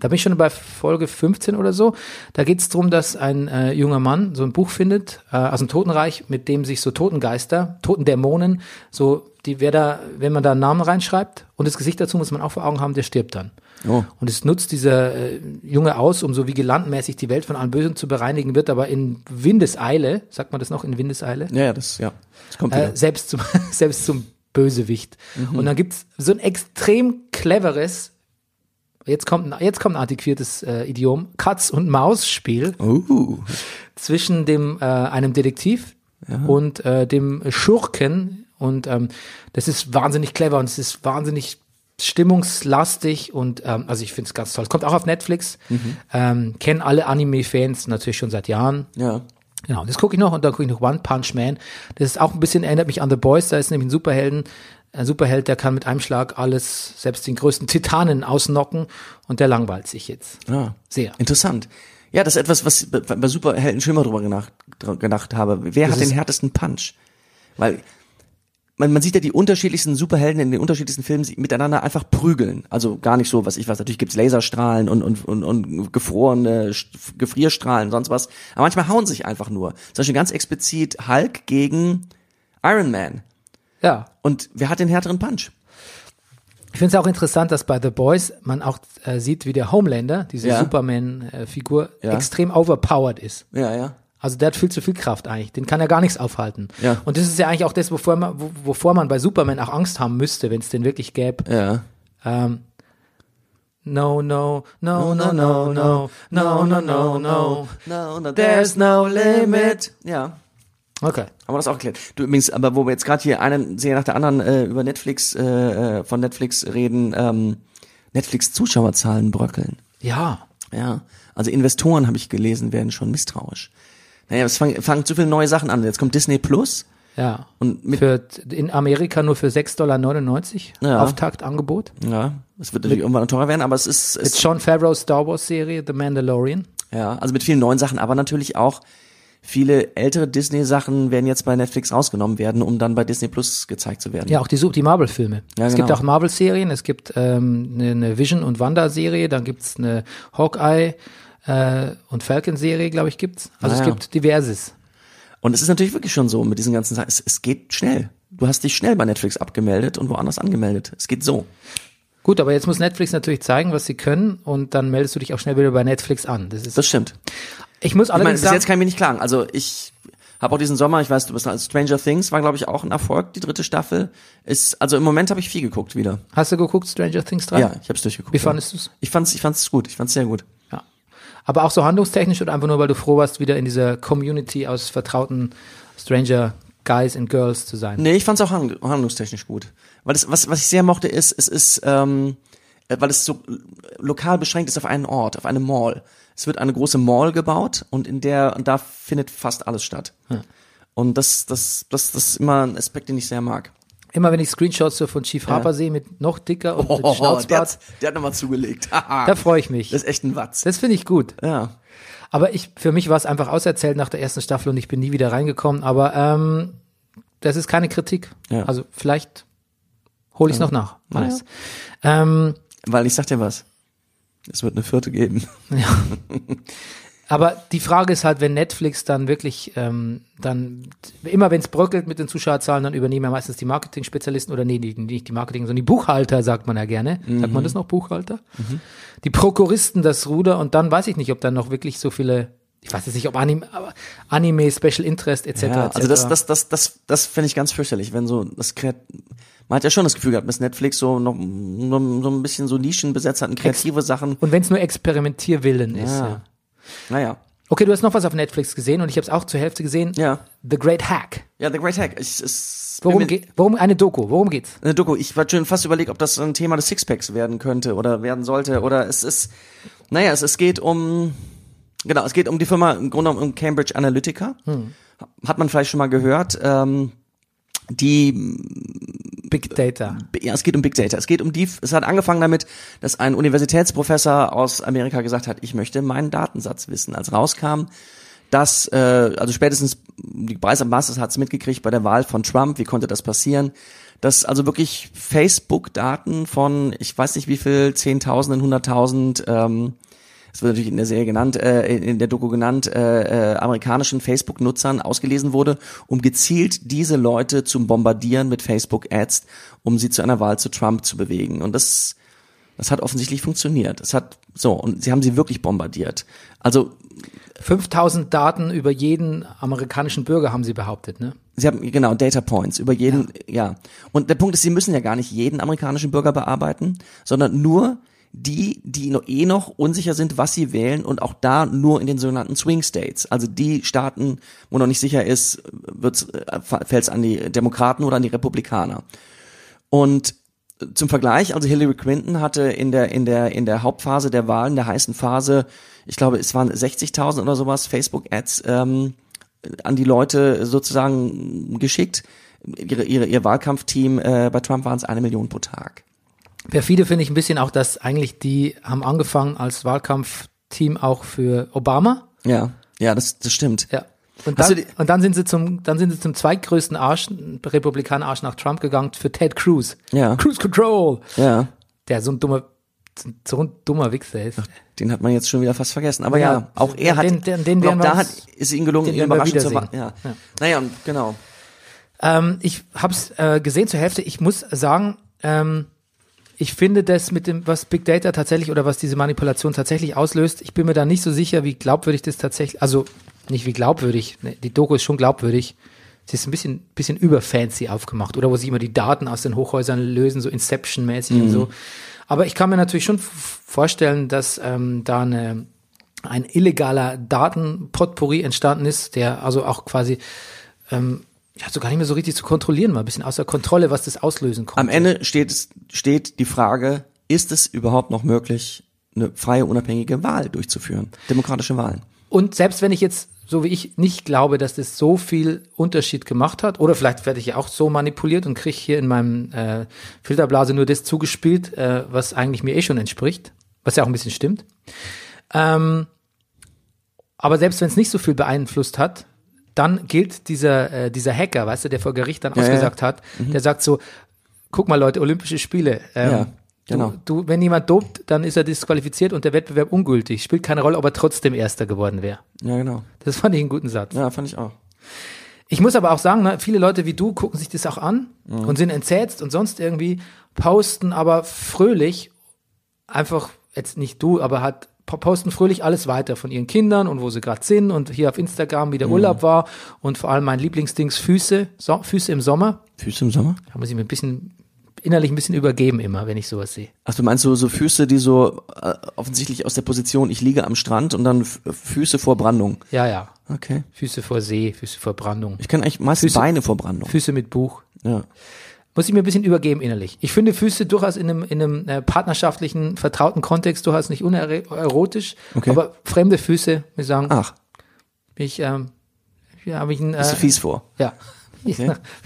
A: Da bin ich schon bei Folge 15 oder so. Da geht es darum, dass ein äh, junger Mann so ein Buch findet äh, aus dem Totenreich, mit dem sich so Totengeister, Totendämonen, so die, wer da, wenn man da einen Namen reinschreibt und das Gesicht dazu muss man auch vor Augen haben, der stirbt dann.
B: Oh.
A: Und es nutzt dieser äh, Junge aus, um so vigilantmäßig die Welt von allen Bösen zu bereinigen, wird aber in Windeseile, sagt man das noch, in Windeseile?
B: Ja, ja, das, ja. Das kommt wieder.
A: äh, selbst zum, [LAUGHS] selbst zum Bösewicht. Und dann gibt's so ein extrem cleveres, jetzt kommt ein, jetzt kommt ein antiquiertes äh, Idiom, Katz- und Maus-Spiel
B: Uh,
A: zwischen dem, äh, einem Detektiv und äh, dem Schurken. Und ähm, das ist wahnsinnig clever und es ist wahnsinnig stimmungslastig und ähm, also ich finde es ganz toll. Es kommt auch auf Netflix. Ähm, kennen alle Anime-Fans natürlich schon seit Jahren.
B: ja.
A: Genau, und das gucke ich noch und dann gucke ich noch One Punch Man. Das ist auch ein bisschen, erinnert mich an The Boys, da ist nämlich ein Superhelden, ein Superheld, der kann mit einem Schlag alles, selbst den größten Titanen ausnocken und der langweilt sich jetzt.
B: Ah.
A: Sehr.
B: Interessant. Ja, das ist etwas, was ich bei- bei Superhelden schon immer drüber gedacht, dr- gedacht habe. Wer hat den härtesten Punch? Weil man, man sieht ja die unterschiedlichsten Superhelden in den unterschiedlichsten Filmen sich miteinander einfach prügeln. Also gar nicht so, was ich weiß. Natürlich gibt's Laserstrahlen und, und, und, und gefrorene Sch- Gefrierstrahlen, sonst was. Aber manchmal hauen sich einfach nur. Zum Beispiel ganz explizit Hulk gegen Iron Man.
A: Ja.
B: Und wer hat den härteren Punch?
A: Ich finde es auch interessant, dass bei The Boys man auch äh, sieht, wie der Homelander, diese
B: Ja.
A: Superman-Figur,
B: Ja.
A: extrem overpowered ist.
B: Ja, ja.
A: Also der hat viel zu viel Kraft eigentlich. Den kann ja gar nichts aufhalten.
B: Ja.
A: Und das ist ja eigentlich auch das, wovor man, wo- wovor man bei Superman auch Angst haben müsste, wenn es den wirklich gäbe.
B: Ja.
A: Ähm, no, no, no, no, no, no, no, no, no, no.
B: no, no,
A: there's no limit.
B: Ja.
A: Okay.
B: Haben wir das auch geklärt. Du übrigens, aber wo wir jetzt gerade hier eine Serie nach der anderen äh, über Netflix, äh, äh, von Netflix reden, ähm, Netflix-Zuschauerzahlen bröckeln.
A: Ja.
B: Ja. Also Investoren, habe ich gelesen, werden schon misstrauisch. Naja, es fangen fangen zu viele neue Sachen an. Jetzt kommt Disney Plus.
A: Ja.
B: Und mit-
A: für, in Amerika nur für 6,99 Dollar
B: Ja.
A: Auftaktangebot.
B: Ja. Es wird natürlich irgendwann teurer werden, aber es ist,
A: Mit
B: es,
A: Sean Favreau's Star Wars Serie, The Mandalorian.
B: ja, also mit vielen neuen Sachen, aber natürlich auch viele ältere Disney-Sachen werden jetzt bei Netflix rausgenommen werden, um dann bei Disney Plus gezeigt zu werden.
A: Ja, auch die, Sub- die Marvel-Filme.
B: Ja,
A: es gibt
B: genau.
A: auch Marvel-Serien, es gibt ähm, eine, eine Vision- und Wanda-Serie, dann gibt's eine Hawkeye- äh, und Falcon-Serie, glaube ich, gibt's. Also
B: Ah,
A: es
B: ja.
A: gibt diverses.
B: Und es ist natürlich wirklich schon so mit diesen ganzen Sachen. Es, es geht schnell. Du hast dich schnell bei Netflix abgemeldet und woanders angemeldet. Es geht so.
A: Gut, aber jetzt muss Netflix natürlich zeigen, was sie können und dann meldest du dich auch schnell wieder bei Netflix an. Das ist,
B: Das stimmt.
A: ich muss
B: Ich meine,
A: allerdings
B: bis jetzt
A: sagen,
B: kann ich mir nicht klagen. Also ich habe auch diesen Sommer, ich weiß, du bist also Stranger Things war glaube ich auch ein Erfolg, die dritte Staffel ist also im Moment habe ich viel geguckt wieder.
A: hast du geguckt Stranger Things 3?
B: Ja, ich habe es durchgeguckt.
A: Wie
B: ja.
A: fandest du's?
B: Ich fand's ich fand's gut, ich fand's sehr gut.
A: Ja. Aber auch so handlungstechnisch oder einfach nur, weil du froh warst, wieder in dieser Community aus vertrauten Stranger Guys and Girls zu sein.
B: Nee, ich fand's auch hand handlungstechnisch gut. Weil das, was, was ich sehr mochte, ist, es ist, ähm, äh, weil es so lo- lokal beschränkt ist auf einen Ort, auf eine Mall. Es wird eine große Mall gebaut und in der, und da findet fast alles statt. Und das, das, das, das ist immer ein Aspekt, den ich sehr mag.
A: Immer wenn ich Screenshots so von Chief Harper sehe, mit noch dicker
B: [LAUGHS]
A: und mit
B: Oh, der
A: Schnauzbart,
B: hat, der hat nochmal zugelegt. [LAUGHS]
A: da
B: das
A: freue ich mich.
B: ist echt ein Watz.
A: Das finde ich gut.
B: Ja.
A: Aber ich, für mich war es einfach auserzählt nach der ersten Staffel und ich bin nie wieder reingekommen. Aber ähm, das ist keine Kritik.
B: Ja.
A: Also vielleicht hole ich es noch nach. Nice. Ähm,
B: Weil ich sag dir was. Es wird eine vierte geben.
A: aber die Frage ist halt, wenn Netflix dann wirklich ähm, dann immer wenn es bröckelt mit den Zuschauerzahlen, dann übernehmen ja meistens die Marketing-Spezialisten oder nee, die, nicht die Marketing, sondern die Buchhalter, sagt man ja gerne. Sagt
B: Mhm.
A: man das noch Buchhalter? Die Prokuristen das Ruder und dann weiß ich nicht, ob dann noch wirklich so viele, ich weiß jetzt nicht, ob Anime, aber Anime, Special Interest etc.
B: Ja, also das,
A: etc..
B: das, das, das, das finde ich ganz fürchterlich, wenn so das Kreat man hat ja schon das Gefühl gehabt, dass Netflix so noch so, so ein bisschen so Nischen besetzt hat und kreative Sachen.
A: Und wenn es nur Experimentierwillen ist.
B: Ja.
A: Ja.
B: Naja,
A: Okay, du hast noch was auf Netflix gesehen und ich habe es auch zur Hälfte gesehen.
B: ja,
A: The Great Hack.
B: ja, The Great Hack. Ich, es,
A: Worum
B: mir-
A: geht? Worum eine Doku? Worum geht's?
B: Eine Doku. Ich war schon fast überlegt, ob das ein Thema des Sixpacks werden könnte oder werden sollte. Oder es ist, naja, es, es geht um, genau, es geht um die Firma, im Grunde genommen um Cambridge Analytica.
A: Hm.
B: Hat man vielleicht schon mal gehört. Ähm, die
A: Big
B: Äh,
A: Data.
B: ja, es geht um Big Data. Es geht um die, es hat angefangen damit, dass ein Universitätsprofessor aus Amerika gesagt hat, ich möchte meinen Datensatz wissen. Als rauskam, dass, äh, also spätestens die Preis am Masters hat es mitgekriegt bei der Wahl von Trump, wie konnte das passieren? Dass also wirklich Facebook-Daten von, ich weiß nicht wie viel, Zehntausenden, Hunderttausend, ähm, das wird natürlich in der Serie genannt, äh, in- in der Doku genannt, äh, äh, amerikanischen Facebook-Nutzern ausgelesen wurde, um gezielt diese Leute zu bombardieren mit Facebook-Ads, um sie zu einer Wahl zu Trump zu bewegen. Und das, das hat offensichtlich funktioniert. Es hat so und sie haben sie wirklich bombardiert. Also
A: 5000 Daten über jeden amerikanischen Bürger haben sie behauptet, ne?
B: Sie haben, genau, Data Points über jeden, ja. Und der Punkt ist, sie müssen ja gar nicht jeden amerikanischen Bürger bearbeiten, sondern nur die, die noch, eh noch unsicher sind, was sie wählen und auch da nur in den sogenannten Swing States. Also die Staaten, wo noch nicht sicher ist, wird's, äh, fällt's an die Demokraten oder an die Republikaner. Und zum Vergleich, also Hillary Clinton hatte in der, in der, in der Hauptphase der Wahl, in der heißen Phase, ich glaube, es waren 60.000 oder sowas Facebook-Ads, ähm, an die Leute sozusagen geschickt. Ihre, ihre, ihr Wahlkampfteam, äh, bei Trump waren es eine Million pro Tag.
A: Perfide finde ich ein bisschen auch, dass eigentlich die haben angefangen als Wahlkampfteam auch für Obama.
B: Ja, ja, das, das stimmt.
A: Ja. Und
B: Hast
A: dann,
B: du die-
A: und dann sind sie zum, dann sind sie zum zweitgrößten Arsch, Republikaner Arsch nach Trump gegangen für Ted Cruz.
B: Ja.
A: Cruise Control.
B: Ja,
A: Der so ein dummer, so ein dummer Wichser ist.
B: den hat man jetzt schon wieder fast vergessen. Aber ja,
A: Ja,
B: auch er hat,
A: den- den- den
B: und auch
A: werden wir
B: da hat,
A: uns-
B: ist ihm gelungen,
A: den
B: ihn
A: werden wir
B: überraschend zu wa-
A: wiedersehen.
B: ja. ja. Naja, und genau.
A: Ähm, ich habe es äh, gesehen zur Hälfte. Ich muss sagen, ähm, ich finde das mit dem, was Big Data tatsächlich oder was diese Manipulation tatsächlich auslöst, ich bin mir da nicht so sicher, wie glaubwürdig das tatsächlich, also nicht wie glaubwürdig, ne, die Doku ist schon glaubwürdig. Sie ist ein bisschen, bisschen überfancy aufgemacht oder wo sie immer die Daten aus den Hochhäusern lösen, so Inception-mäßig und so. Aber ich kann mir natürlich schon f- vorstellen, dass ähm, da eine, ein illegaler Datenpotpourri entstanden ist, der also auch quasi ähm, ja, so gar nicht mehr so richtig zu kontrollieren war, ein bisschen außer Kontrolle, was das auslösen konnte.
B: Am Ende steht, es- steht die Frage, ist es überhaupt noch möglich, eine freie, unabhängige Wahl durchzuführen? Demokratische Wahlen.
A: Und selbst wenn ich jetzt, so wie ich, nicht glaube, dass das so viel Unterschied gemacht hat, oder vielleicht werde ich ja auch so manipuliert und kriege hier in meinem äh, Filterblase nur das zugespielt, äh, was eigentlich mir eh schon entspricht, was ja auch ein bisschen stimmt. Ähm, aber selbst wenn es nicht so viel beeinflusst hat, dann gilt dieser, äh, dieser Hacker, weißt du, der vor Gericht dann
B: ja. Mhm.
A: ausgesagt hat, der sagt so, guck mal Leute, Olympische Spiele. Ähm,
B: Ja, genau.
A: du, du, wenn jemand dopt, dann ist er disqualifiziert und der Wettbewerb ungültig. Spielt keine Rolle, ob er trotzdem Erster geworden wäre.
B: Ja, genau.
A: Das fand ich einen guten Satz.
B: Ja, fand ich auch.
A: Ich muss aber auch sagen, ne, viele Leute wie du gucken sich das auch an
B: Mhm.
A: und sind entsetzt und sonst irgendwie, posten aber fröhlich, einfach, jetzt nicht du, aber hat po- posten fröhlich alles weiter von ihren Kindern und wo sie gerade sind und hier auf Instagram, wie der
B: Mhm.
A: Urlaub war und vor allem mein Lieblingsdings Füße, so, Füße im Sommer.
B: Füße im Sommer?
A: Da muss ich mir ein bisschen, innerlich ein bisschen übergeben immer, wenn ich sowas sehe.
B: Ach, du meinst so, so Füße, die so äh, offensichtlich aus der Position, ich liege am Strand und dann F- Füße vor Brandung.
A: Ja, ja.
B: Okay.
A: Füße vor See, Füße vor Brandung,
B: Ich kann eigentlich meistens Beine vor Brandung.
A: Füße mit Buch.
B: Ja.
A: Muss ich mir ein bisschen übergeben innerlich. Ich finde Füße durchaus in einem, in einem äh, partnerschaftlichen, vertrauten Kontext durchaus nicht unerotisch,
B: Okay. Ah.
A: aber fremde Füße, wir sagen,
B: Ach,
A: ich, ähm, ja, habe ich ein, äh,
B: bist du fies vor?
A: ja, [LAUGHS] Ja,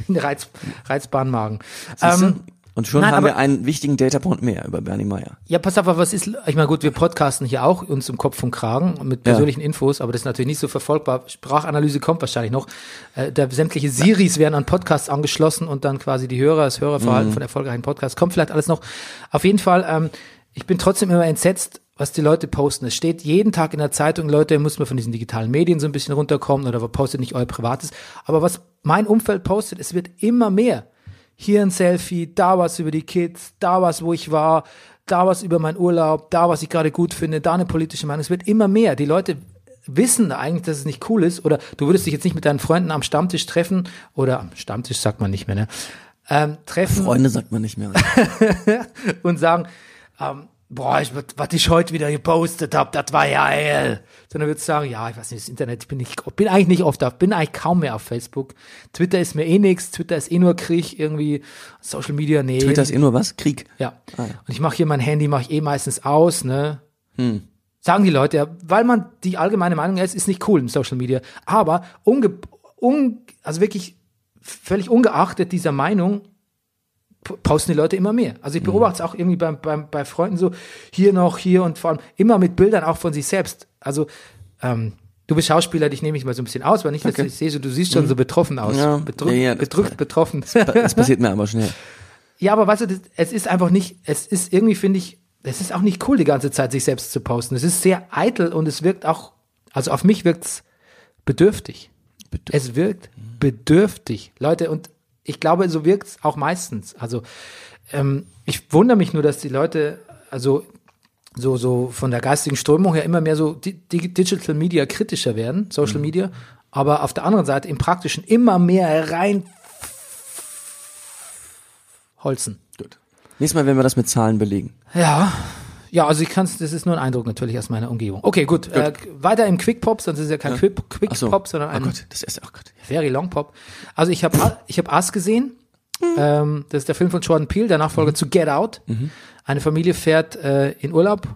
A: wie ein Reiz, reizbaren Magen.
B: Siehst du?
A: Ähm,
B: und schon
A: nein,
B: haben wir
A: aber-
B: einen wichtigen Data Point mehr über Bernie Meyer.
A: ja, pass auf, aber was ist, ich meine, gut, wir podcasten hier auch uns im Kopf und Kragen mit persönlichen Infos, aber das ist natürlich nicht so verfolgbar. Sprachanalyse kommt wahrscheinlich noch. Äh, da sämtliche Siris werden an Podcasts angeschlossen und dann quasi die Hörer, das Hörerverhalten von erfolgreichen Podcasts. Kommt vielleicht alles noch. Auf jeden Fall, ähm, ich bin trotzdem immer entsetzt, was die Leute posten. Es steht jeden Tag in der Zeitung, Leute, ihr müsst mal von diesen digitalen Medien so ein bisschen runterkommen oder postet nicht euer Privates. Aber was mein Umfeld postet, es wird immer mehr. Hier ein Selfie, da was über die Kids, da was, wo ich war, da was über meinen Urlaub, da was ich gerade gut finde, da eine politische Meinung. Es wird immer mehr. Die Leute wissen eigentlich, dass es nicht cool ist oder du würdest dich jetzt nicht mit deinen Freunden am Stammtisch treffen oder am Stammtisch sagt man nicht mehr, ne? Ähm, treffen
B: Freunde sagt man
A: [LAUGHS]
B: nicht mehr.
A: und sagen, ähm, boah, ich, wat- was ich heute wieder gepostet hab, das war ja hell. Sondern würdest sagen, ja, ich weiß nicht, das Internet, ich bin, nicht, bin eigentlich nicht oft auf, bin eigentlich kaum mehr auf Facebook. Twitter ist mir eh nix, Twitter ist eh nur Krieg, irgendwie Social Media, nee.
B: Twitter ist eh nur was? Krieg.
A: Ja.
B: Ah,
A: Und ich mache hier mein Handy, mache ich eh meistens aus, ne?
B: Hm.
A: Sagen die Leute, ja, weil man die allgemeine Meinung ist, ist nicht cool im Social Media. Aber unge un also wirklich völlig ungeachtet dieser Meinung p- posten die Leute immer mehr. Also
B: Hm.
A: ich beobachte es auch irgendwie beim, beim, bei Freunden so, hier noch, hier und vor allem immer mit Bildern auch von sich selbst. Also ähm, du bist Schauspieler, dich nehme ich mal so ein bisschen aus, weil nicht, dass ich sehe, so, du siehst schon so betroffen aus.
B: Hm. Ja.
A: Bedrückt,
B: Ja, ja, das-
A: bedrückt, betroffen. [LAUGHS]
B: Das passiert mir aber schnell.
A: Ja, aber weißt du, das, es ist einfach nicht, es ist irgendwie, finde ich, es ist auch nicht cool, die ganze Zeit sich selbst zu posten. Es ist sehr eitel und es wirkt auch, also auf mich wirkt's bedürftig. Es wirkt bedürftig. Leute, und ich glaube, so wirkt's auch meistens. Also ähm, ich wundere mich nur, dass die Leute, also so, so von der geistigen Strömung her immer mehr so di di Digital Media kritischer werden, Social Media, aber auf der anderen Seite im Praktischen immer mehr rein holzen.
B: Nächstes Mal werden wir das mit Zahlen belegen.
A: Ja. Ja, also ich kann es, das ist nur ein Eindruck natürlich aus meiner Umgebung. Okay, gut. Äh, weiter im Quick Pop, sonst ist es ja kein Quick, Quick
B: Ach so.
A: Pop, sondern
B: oh
A: ein
B: Gott, das erste, oh Gott.
A: Very Long Pop. Also ich habe ich hab Us gesehen. Ähm, das ist der Film von Jordan Peele, der
B: Mhm.
A: Nachfolger zu Get Out. Eine Familie fährt äh, in Urlaub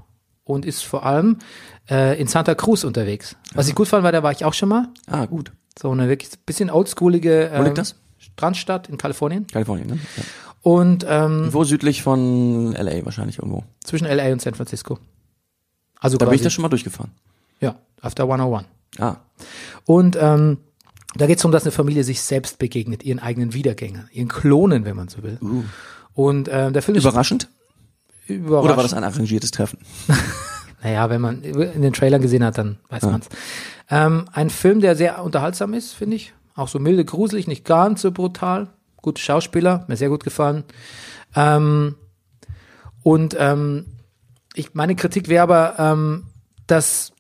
A: und ist vor allem äh, in Santa Cruz unterwegs. Was ich gut fand, weil da war ich auch schon mal.
B: Ah, gut.
A: So eine wirklich bisschen oldschoolige
B: liegt
A: ähm,
B: das?
A: Strandstadt in Kalifornien.
B: Kalifornien, ne? Ja.
A: Und ähm,
B: Wo südlich von LA wahrscheinlich irgendwo.
A: zwischen LA und San Francisco. Also
B: Da bin ich
A: quasi-
B: da schon mal durchgefahren.
A: Ja, oh auf der 101.
B: Ah,
A: Und ähm, da geht es darum, dass eine Familie sich selbst begegnet, ihren eigenen Wiedergängern, ihren Klonen, wenn man so will.
B: Uh.
A: Und ähm, der Film ist
B: überraschend?
A: überraschend.
B: Oder war das ein arrangiertes Treffen?
A: Naja, wenn man in den Trailern gesehen hat, dann weiß man's. Ähm, ein Film, der sehr unterhaltsam ist, finde ich. Auch so milde, gruselig, nicht ganz so brutal. Gute Schauspieler, mir sehr gut gefallen. Ähm, und ähm, ich, meine Kritik wäre aber, ähm, dass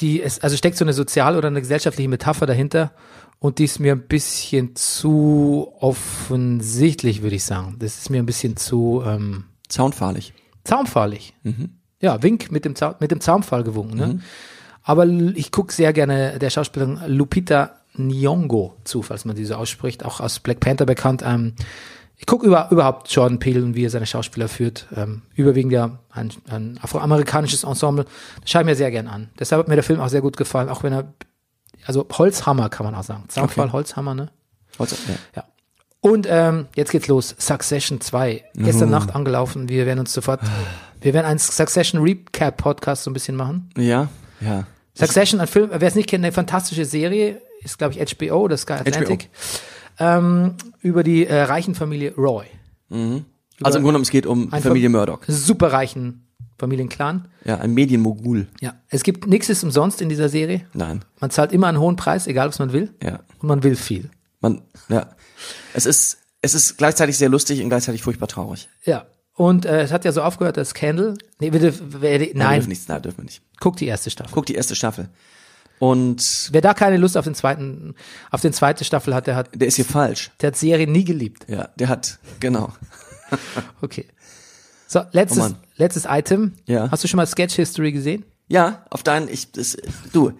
A: die, es, also steckt so eine soziale oder eine gesellschaftliche Metapher dahinter und die ist mir ein bisschen zu offensichtlich, würde ich sagen. Das ist mir ein bisschen zu ähm,
B: Zaunfahrig.
A: zaumfahlig. Ja, Wink mit dem, Zau mit dem Zaumfall gewunken. Ne? Aber l- ich gucke sehr gerne der Schauspielerin Lupita Nyong'o zu, falls man sie so ausspricht, auch aus Black Panther bekannt. Ähm, ich gucke über, überhaupt Jordan Peele und wie er seine Schauspieler führt. Ähm, überwiegend ja ein, ein afroamerikanisches Ensemble. Das schaue ich mir sehr gern an. Deshalb hat mir der Film auch sehr gut gefallen, auch wenn er, also Holzhammer kann man auch sagen. Zaumfall, Holzhammer, ne?
B: Holz- Also, Ja.
A: Ja. Und ähm, jetzt geht's los. Succession 2.
B: Oh.
A: Gestern Nacht angelaufen. Wir werden uns sofort. Wir werden einen Succession Recap Podcast so ein bisschen machen.
B: ja, ja.
A: Succession, ein Film, wer es nicht kennt, eine fantastische Serie, ist, glaube ich, HBO oder Sky Atlantic. Ähm, über die äh, reichen Familie Roy.
B: Also im Grunde genommen, es geht um die
A: Ein
B: Familie
A: Fam-
B: Murdoch.
A: Superreichen Familienclan.
B: Ja, ein Medienmogul.
A: Ja. Es gibt nichts umsonst in dieser Serie.
B: Nein,
A: Man zahlt immer einen hohen Preis, egal was man will.
B: ja.
A: Und man will viel.
B: Man, ja. Es ist, es ist gleichzeitig sehr lustig und gleichzeitig furchtbar traurig.
A: Ja. Und äh, es hat ja so aufgehört, dass Candle. Nee, wir dürfen- wir-
B: Wir
A: nein,
B: dürfen nichts, nein, dürfen wir nicht.
A: guck die erste Staffel.
B: Guck die erste Staffel. Und
A: Wer da keine Lust auf den zweiten, auf den zweite Staffel hat, der hat,
B: der ist hier falsch.
A: der hat Serie nie geliebt.
B: Ja, der hat, genau.
A: Okay. So, letztes,
B: Oh Mann.
A: letztes Item.
B: Ja.
A: Hast du schon mal Sketch History gesehen?
B: Ja, auf deinen, ich, das, du,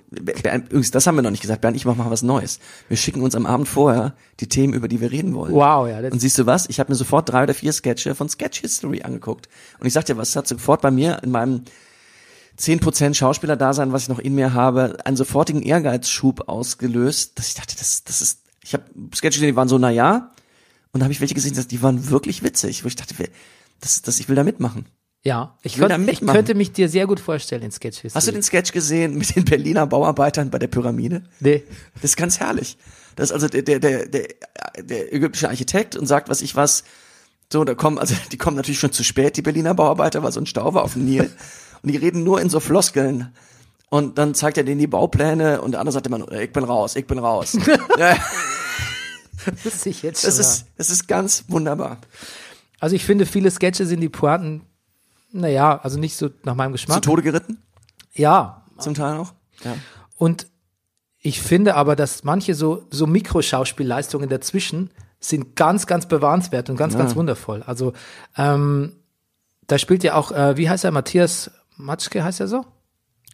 B: Bernd, übrigens, das haben wir noch nicht gesagt. Bernd, ich mach mal was Neues. Wir schicken uns am Abend vorher die Themen, über die wir reden wollen.
A: Wow, ja, das-
B: und siehst du was? Ich habe mir sofort drei oder vier Sketche von Sketch History angeguckt. Und ich sag dir was, es hat sofort bei mir in meinem 10% Schauspielerdasein, was ich noch in mir habe, einen sofortigen Ehrgeizschub ausgelöst, dass ich dachte, das, das ist, Ich habe Sketche gesehen, die waren so, na ja. Und da habe ich welche gesehen, dass die waren wirklich witzig, wo ich dachte, wer- das, das, ich will da mitmachen.
A: Ja, ich,
B: will da
A: könnt, ich
B: mitmachen.
A: könnte mich dir sehr gut vorstellen in Sketch History.
B: Hast du den Sketch gesehen mit den Berliner Bauarbeitern bei der Pyramide?
A: Nee.
B: Das ist ganz herrlich. Das ist also der, der, der, der, der ägyptische Architekt und sagt, was ich was. So, da kommen, also die kommen natürlich schon zu spät, die Berliner Bauarbeiter, weil so ein Stau war auf dem Nil. Und die reden nur in so Floskeln. Und dann zeigt er denen die Baupläne und der andere sagt immer, "Äh, ich bin raus, ich bin raus. ja,
A: Wusste ich jetzt schon.
B: das ist, das ist ganz wunderbar.
A: also ich finde, viele Sketche sind die Pointen, naja, also nicht so nach meinem
B: Zu
A: Geschmack.
B: Tode geritten,
A: ja,
B: zum Teil noch. Ja.
A: Und ich finde aber, dass manche so, so Mikroschauspielleistungen dazwischen sind ganz, ganz bewahrenswert und ganz, ganz wundervoll. Also ähm, da spielt ja auch, äh, wie heißt er, Matthias Matschke heißt er so?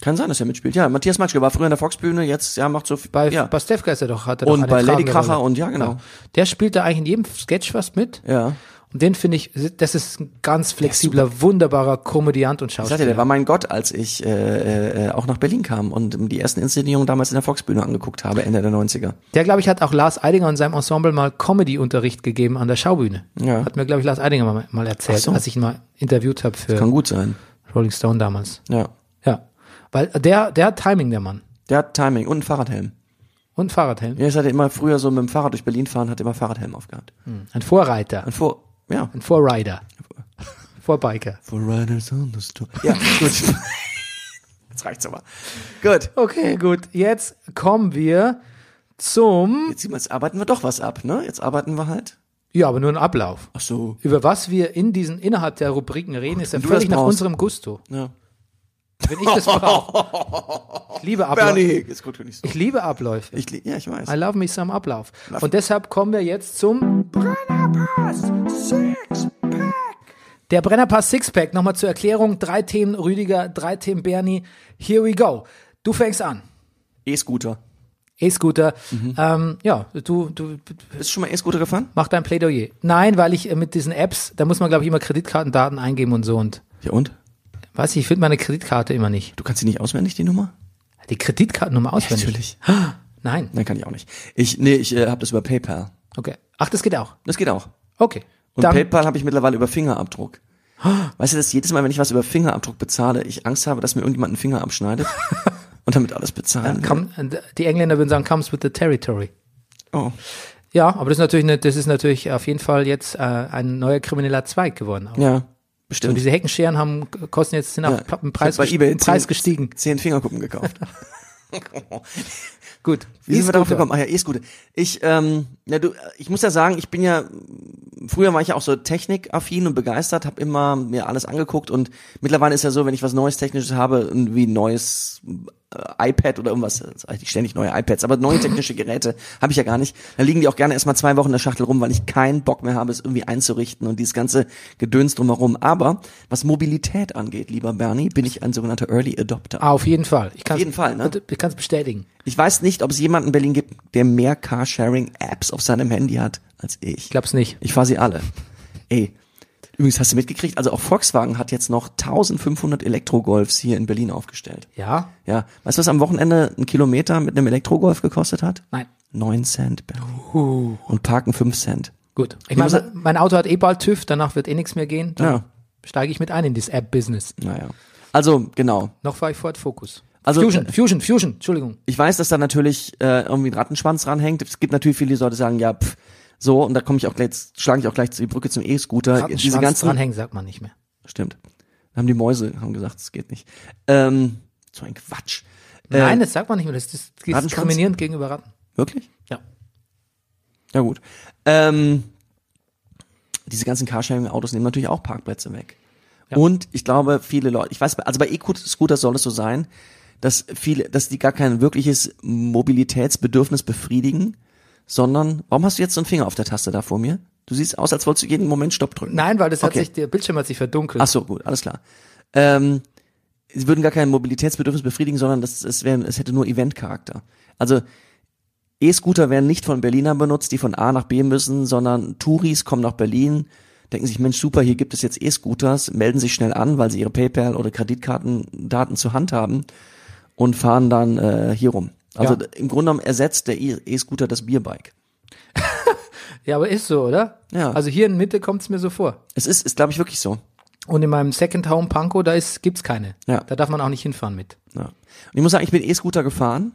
B: Kann sein, dass er mitspielt. Ja, Matthias Matschke war früher in der Volksbühne, jetzt, ja, macht so viel.
A: Bei,
B: ja.
A: bei Stefka ist er doch, hat er doch
B: Und
A: eine
B: bei Lady
A: tragende
B: Kracher
A: Rolle.
B: und ja, genau.
A: Der spielt da eigentlich in jedem Sketch was mit.
B: Ja.
A: Und den finde ich, das ist ein ganz flexibler, wunderbarer Komödiant und
B: Ich sagte,
A: Schauspieler.
B: der war mein Gott, als ich äh, äh, auch nach Berlin kam und die ersten Inszenierungen damals in der Volksbühne angeguckt habe, Ende der 90er.
A: Der, glaube ich, hat auch Lars Eidinger und seinem Ensemble mal Comedy-Unterricht gegeben an der Schaubühne.
B: Ja.
A: Hat mir, glaube ich, Lars Eidinger mal, mal erzählt,
B: Ach so.
A: als ich ihn mal interviewt habe
B: Kann
A: für
B: gut sein.
A: Rolling Stone damals.
B: Ja.
A: Ja. Weil der, der hat Timing, der Mann.
B: Der hat Timing und einen Fahrradhelm.
A: Und Fahrradhelm.
B: Ja, ich hatte immer früher so mit dem Fahrrad durch Berlin fahren, hat immer Fahrradhelm aufgehabt.
A: Ein Vorreiter.
B: Und vor, ja.
A: Ein Vorrider. Vorbiker.
B: For riders on the storm. Ja, gut. [LAUGHS] Jetzt reicht's aber. Gut.
A: [LAUGHS] Okay, gut. Jetzt kommen wir zum.
B: Jetzt, sieht man, jetzt arbeiten wir doch was ab, ne? Jetzt arbeiten wir halt.
A: Ja, aber nur ein Ablauf.
B: Ach so.
A: Über was wir in diesen, innerhalb der Rubriken reden, ist ja
B: wenn du das
A: völlig nach
B: brauchst.
A: unserem Gusto.
B: Ja.
A: Wenn ich [LAUGHS] das brauche. Ich liebe Abläufe.
B: Bernie, jetzt guckt nicht so.
A: Ich liebe Abläufe.
B: Ich, ja, ich weiß.
A: I love me some Ablauf. Und deshalb kommen wir jetzt zum Der Brennerpass Sixpack. Nochmal zur Erklärung. Drei Themen Rüdiger, drei Themen Bernie. Here we go. Du fängst an.
B: E-Scooter.
A: E-Scooter.
B: Mhm.
A: Ähm, ja, du, du
B: Bist du schon mal E-Scooter gefahren?
A: mach dein Plädoyer. Nein, weil ich äh, mit diesen Apps, da muss man, glaube ich, immer Kreditkartendaten eingeben und so. Und
B: Ja und?
A: weiß ich, ich finde meine Kreditkarte immer nicht.
B: Du kannst sie nicht auswendig, die Nummer?
A: Die Kreditkartennummer auswendig. [GASPS] Nein.
B: Nein, kann ich auch nicht. Ich, nee, ich äh, habe das über PayPal.
A: Okay. Ach, das geht auch.
B: Das geht auch.
A: Okay.
B: Und
A: Dann-
B: PayPal habe ich mittlerweile über Fingerabdruck. Weißt du, dass jedes Mal, wenn ich was über Fingerabdruck bezahle, ich Angst habe, dass mir irgendjemand einen Finger [LAUGHS] abschneidet und damit alles bezahlen kann.
A: Come, die Engländer würden sagen, comes with the territory.
B: Oh.
A: Ja, aber das ist natürlich, eine, das ist natürlich auf jeden Fall jetzt äh, ein neuer krimineller Zweig geworden. auch.
B: Ja,
A: Und
B: bestimmt.
A: diese Heckenscheren haben kosten jetzt sind auch
B: ja.
A: im
B: Ich
A: Preis,
B: hab bei eBay
A: im Preis
B: zehn-
A: gestiegen.
B: Zehn Fingerkuppen gekauft.
A: Gut.
B: Wie sind wir darauf
A: E-Scooter.
B: gekommen? Ach ja, E-Scooter. Ich, ähm, ja, du, ich muss ja sagen, ich bin ja, früher war ich ja auch so technikaffin und begeistert, habe immer mir alles angeguckt und mittlerweile ist ja so, wenn ich was Neues Technisches habe, irgendwie ein neues äh, iPad oder irgendwas, das ist eigentlich ständig neue iPads, aber neue technische Geräte habe ich ja gar nicht. Da liegen die auch gerne erstmal zwei Wochen in der Schachtel rum, weil ich keinen Bock mehr habe, es irgendwie einzurichten und dieses ganze Gedöns drumherum. Aber was Mobilität angeht, lieber Bernie, bin ich ein sogenannter Early Adopter.
A: Ah, auf jeden Fall. Ich kann's,
B: Auf jeden Fall, ne?
A: und Ich kann es bestätigen.
B: Ich weiß nicht, ob es jemanden in Berlin gibt, der mehr Carsharing-Apps auf seinem Handy hat als ich.
A: Ich glaube es nicht.
B: Ich fahre sie alle. Ey. Übrigens hast du mitgekriegt, also auch Volkswagen hat jetzt noch 1500 Elektrogolfs hier in Berlin aufgestellt.
A: Ja?
B: Ja. Weißt du, was am Wochenende ein Kilometer mit einem Elektrogolf gekostet hat?
A: Nein.
B: 9 Cent. Berlin. Und Parken 5 Cent.
A: Gut. Ich
B: Wie muss
A: meine,
B: er-
A: mein Auto hat eh bald TÜV, danach wird eh nichts mehr gehen. Dann
B: Ja.
A: steige ich mit ein in dieses App-Business.
B: Naja. Also, genau.
A: Noch fahre ich Ford Focus.
B: Also-
A: Fusion, Fusion, Fusion, Entschuldigung.
B: ich weiß, dass da natürlich äh, irgendwie ein Rattenschwanz dranhängt. Es gibt natürlich viele, die Leute sagen, ja, pff, so, und da komme ich auch gleich, schlage ich auch gleich die Brücke zum E-Scooter. Diese
A: Rattenschwanz
B: ganzen
A: dranhängen sagt man nicht mehr.
B: Stimmt. Da haben die Mäuse haben gesagt, es geht nicht. Ähm, so ein Quatsch. Äh,
A: Nein, das sagt man nicht mehr. Das ist
B: Rattenschwanz?
A: diskriminierend gegenüber Ratten.
B: Wirklich?
A: Ja.
B: Ja gut. Ähm, diese ganzen Carsharing-Autos nehmen natürlich auch Parkplätze weg. Und ich glaube, viele Leute, ich weiß, also bei E-Scooters soll es so sein, dass viele, dass die gar kein wirkliches Mobilitätsbedürfnis befriedigen, sondern, warum hast du jetzt so einen Finger auf der Taste da vor mir? Du siehst aus, als wolltest du jeden Moment Stopp drücken.
A: Nein, weil das
B: Okay.
A: hat sich, der Bildschirm hat sich verdunkelt.
B: Ach so, gut, alles klar. Ähm, sie würden gar kein Mobilitätsbedürfnis befriedigen, sondern das, es, wären, es hätte nur Eventcharakter. Also E-Scooter werden nicht von Berlinern benutzt, die von A nach B müssen, sondern Touris kommen nach Berlin, denken sich, Mensch, super, hier gibt es jetzt E-Scooters, melden sich schnell an, weil sie ihre PayPal oder Kreditkartendaten zur Hand haben und fahren dann äh, hier rum. Also
A: Ja.
B: im Grunde genommen ersetzt der E- E-Scooter das Bierbike.
A: Ja, aber ist so, oder?
B: Ja.
A: Also hier in Mitte kommt es mir so vor.
B: Es ist, ist glaube ich, wirklich so.
A: Und in meinem Second Home Pankow, da ist, gibt's keine.
B: Ja.
A: Da darf man auch nicht hinfahren mit.
B: Ja. Und ich muss sagen, ich bin E-Scooter gefahren.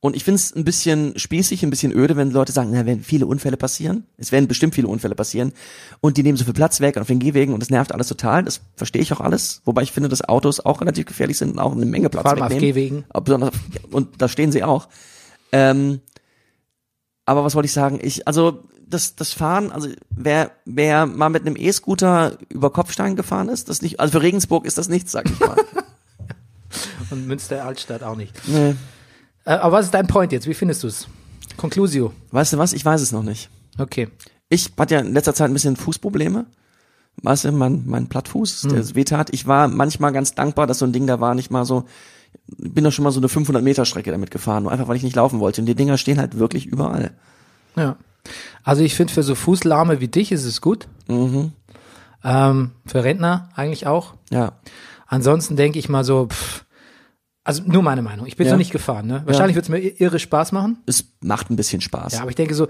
B: Und ich find's ein bisschen spießig, ein bisschen öde, wenn Leute sagen, na, werden viele Unfälle passieren. Es werden bestimmt viele Unfälle passieren. Und die nehmen so viel Platz weg auf den Gehwegen und das nervt alles total. Das verstehe ich auch alles. Wobei ich finde, dass Autos auch relativ gefährlich sind und auch eine Menge Platz
A: Vor allem auf
B: wegnehmen.
A: Gehwegen.
B: Auch Besonders, ja, und da stehen sie auch. Ähm, aber was wollte ich sagen? Ich, also, das, das Fahren, also, wer, wer mal mit einem E-Scooter über Kopfstein gefahren ist, das nicht, also für Regensburg ist das nichts, sag
A: [LAUGHS]
B: ich mal.
A: Und Münster Altstadt auch nicht.
B: nee.
A: Äh, aber was ist dein Point jetzt? Wie findest du's? Conclusio.
B: Weißt du was? Ich weiß es noch nicht.
A: Okay.
B: Ich hatte ja in letzter Zeit ein bisschen Fußprobleme. Weißt du, mein, mein Plattfuß,
A: Hm.
B: der es wehtat. Ich war manchmal ganz dankbar, dass so ein Ding da war, nicht mal so, bin doch schon mal so eine 500 Meter Strecke damit gefahren, nur einfach, weil ich nicht laufen wollte. Und die Dinger stehen halt wirklich überall.
A: Ja. Also ich finde, für so Fußlahme wie dich ist es gut.
B: Mhm.
A: Ähm, für Rentner eigentlich auch.
B: Ja.
A: Ansonsten denke ich mal so, pff, also nur meine Meinung. Ich bin
B: Ja.
A: so nicht gefahren. Ne? Wahrscheinlich wird's mir irre Spaß machen.
B: Es macht ein bisschen Spaß.
A: Ja, aber ich denke so,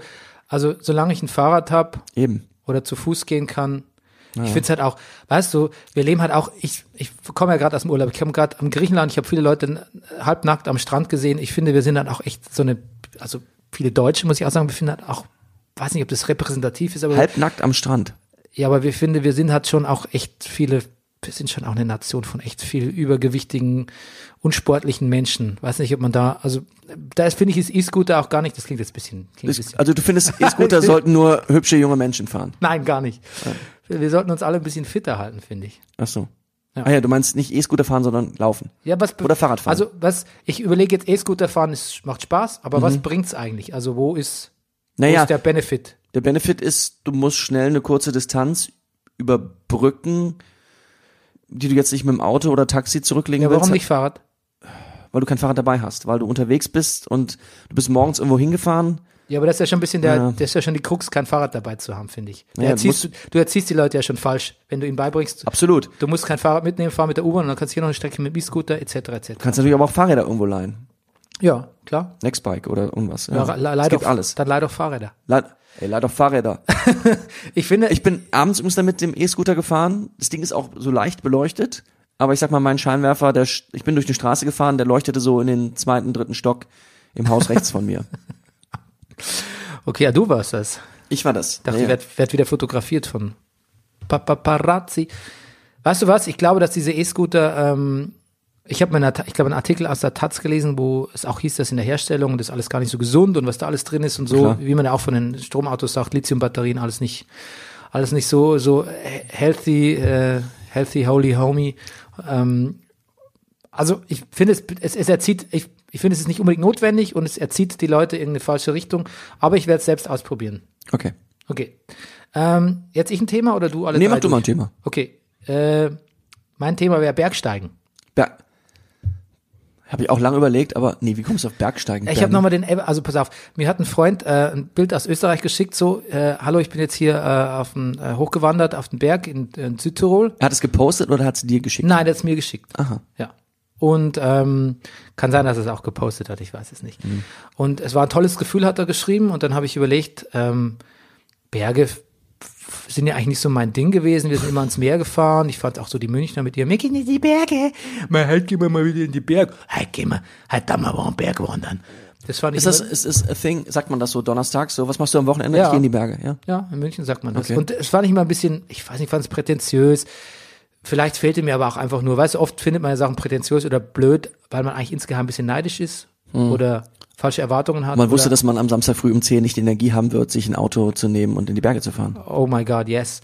A: also solange ich ein Fahrrad habe
B: Eben.
A: oder zu Fuß gehen kann, ich find's halt auch, weißt du, wir leben halt auch, ich, ich komme ja gerade aus dem Urlaub, ich komme gerade am Griechenland, ich habe viele Leute äh, halbnackt am Strand gesehen. Ich finde, wir sind dann auch echt so eine, also viele Deutsche, muss ich auch sagen, wir finden halt auch, weiß nicht, ob das repräsentativ ist, aber
B: Halbnackt am Strand.
A: ja, aber wir finde, wir sind halt schon auch echt viele, wir sind schon auch eine Nation von echt viel übergewichtigen, unsportlichen Menschen. Weiß nicht, ob man da, also da ist, finde ich, ist E-Scooter auch gar nicht, das klingt jetzt ein bisschen, klingt ein
B: Es-
A: bisschen
B: Also du findest,
A: [LAUGHS]
B: E-Scooter sollten nur hübsche junge Menschen fahren.
A: nein, gar nicht. Wir sollten uns alle ein bisschen fitter halten, finde ich.
B: Ach so.
A: Ja.
B: Ah ja, du meinst nicht E-Scooter fahren, sondern laufen.
A: Ja, was be-
B: Oder Fahrrad fahren.
A: Also was, ich überlege jetzt E-Scooter fahren, es macht Spaß, aber
B: Mhm.
A: was bringt's eigentlich? Also wo ist, wo
B: naja,
A: ist der Benefit?
B: Der Benefit ist, du musst schnell eine kurze Distanz überbrücken, die du jetzt nicht mit dem Auto oder Taxi zurücklegen
A: Ja, warum
B: willst,
A: nicht Fahrrad?
B: weil du kein Fahrrad dabei hast, weil du unterwegs bist und du bist morgens irgendwo hingefahren.
A: Ja, aber das ist ja schon ein bisschen der,
B: Ja.
A: das ist ja schon die Krux, kein Fahrrad dabei zu haben, finde ich. Du,
B: Ja,
A: erziehst, du, erziehst die Leute ja schon falsch, wenn du ihnen beibringst,
B: Absolut. Du
A: du musst kein Fahrrad mitnehmen, fahr mit der U-Bahn und dann kannst du hier noch eine Strecke mit dem E-Scooter etc. etc.
B: kannst natürlich aber auch Fahrräder irgendwo leihen.
A: Ja, klar.
B: Nextbike oder irgendwas.
A: Ja,
B: Ja.
A: le- leih
B: es gibt
A: doch-
B: alles.
A: Dann leih doch Fahrräder.
B: Leid, ey, leid doch Fahrräder. [LAUGHS]
A: Ich finde,
B: Ich bin abends übrigens dann mit dem E-Scooter gefahren. Das Ding ist auch so leicht beleuchtet. Aber ich sag mal, mein Scheinwerfer, der, sch- ich bin durch eine Straße gefahren, der leuchtete so in den zweiten, dritten Stock im Haus rechts
A: [LAUGHS]
B: von mir.
A: okay, ja, du warst das.
B: Ich war das.
A: dachte, ich
B: Ja, ja.
A: werd, werd wieder fotografiert von Paparazzi. Weißt du was? Ich glaube, dass diese E-Scooter, ähm, ich habe mir, eine- ich glaube, einen Artikel aus der Taz gelesen, wo es auch hieß, dass in der Herstellung das alles gar nicht so gesund und was da alles drin ist und so,
B: Klar.
A: wie man ja auch von den Stromautos sagt, Lithiumbatterien, alles nicht, alles nicht so so he- healthy, äh, healthy, holy, homie. Ähm, also ich finde es, es, es erzieht, ich, ich finde es ist nicht unbedingt notwendig und es erzieht die Leute in eine falsche Richtung, aber ich werde es selbst ausprobieren.
B: Okay.
A: Okay. Ähm, jetzt ich ein Thema oder du alle
B: Nee,
A: drei
B: mach du
A: durch?
B: mal ein Thema.
A: Okay. Äh, mein Thema wäre Bergsteigen.
B: Berg. Habe ich auch lange überlegt, aber nee, wie kommst du auf Bergsteigen?
A: Ich habe nochmal den, Elbe- also pass auf, mir hat ein Freund äh, ein Bild aus Österreich geschickt, so, äh, hallo, ich bin jetzt hier äh, auf den, äh, hochgewandert auf den Berg in, in Südtirol.
B: Er hat es gepostet oder hat es dir geschickt?
A: Nein, der hat's mir geschickt.
B: Aha.
A: Ja. Und ähm, kann sein, dass er es auch gepostet hat, ich weiß es nicht.
B: Mhm.
A: Und es war ein tolles Gefühl, hat er geschrieben. Und dann habe ich überlegt, ähm, Berge f- f- sind ja eigentlich nicht so mein Ding gewesen. Wir sind immer ans Meer gefahren. Ich fand auch so die Münchner mit ihrem, wir gehen in die Berge. Mal, halt gehen wir mal wieder in die Berge. Halt gehen wir, halt da mal auf den Berg wandern. Das fand ich
B: Ist das
A: immer-
B: ist, ist a thing, sagt man das so donnerstags so, was machst du am Wochenende?
A: Ja.
B: Ich gehe in die Berge, ja.
A: ja, in München sagt man das.
B: Okay.
A: Und es fand ich immer ein bisschen, ich weiß nicht, fand es prätentiös. Vielleicht fehlte mir aber auch einfach nur, weißt du, oft findet man ja Sachen prätentiös oder blöd, weil man eigentlich insgeheim ein bisschen neidisch ist oder falsche Erwartungen hat.
B: Hm. Man wusste,
A: oder,
B: dass man am Samstag früh um 10 nicht die Energie haben wird, sich ein Auto zu nehmen und in die Berge zu fahren.
A: Oh my God, yes.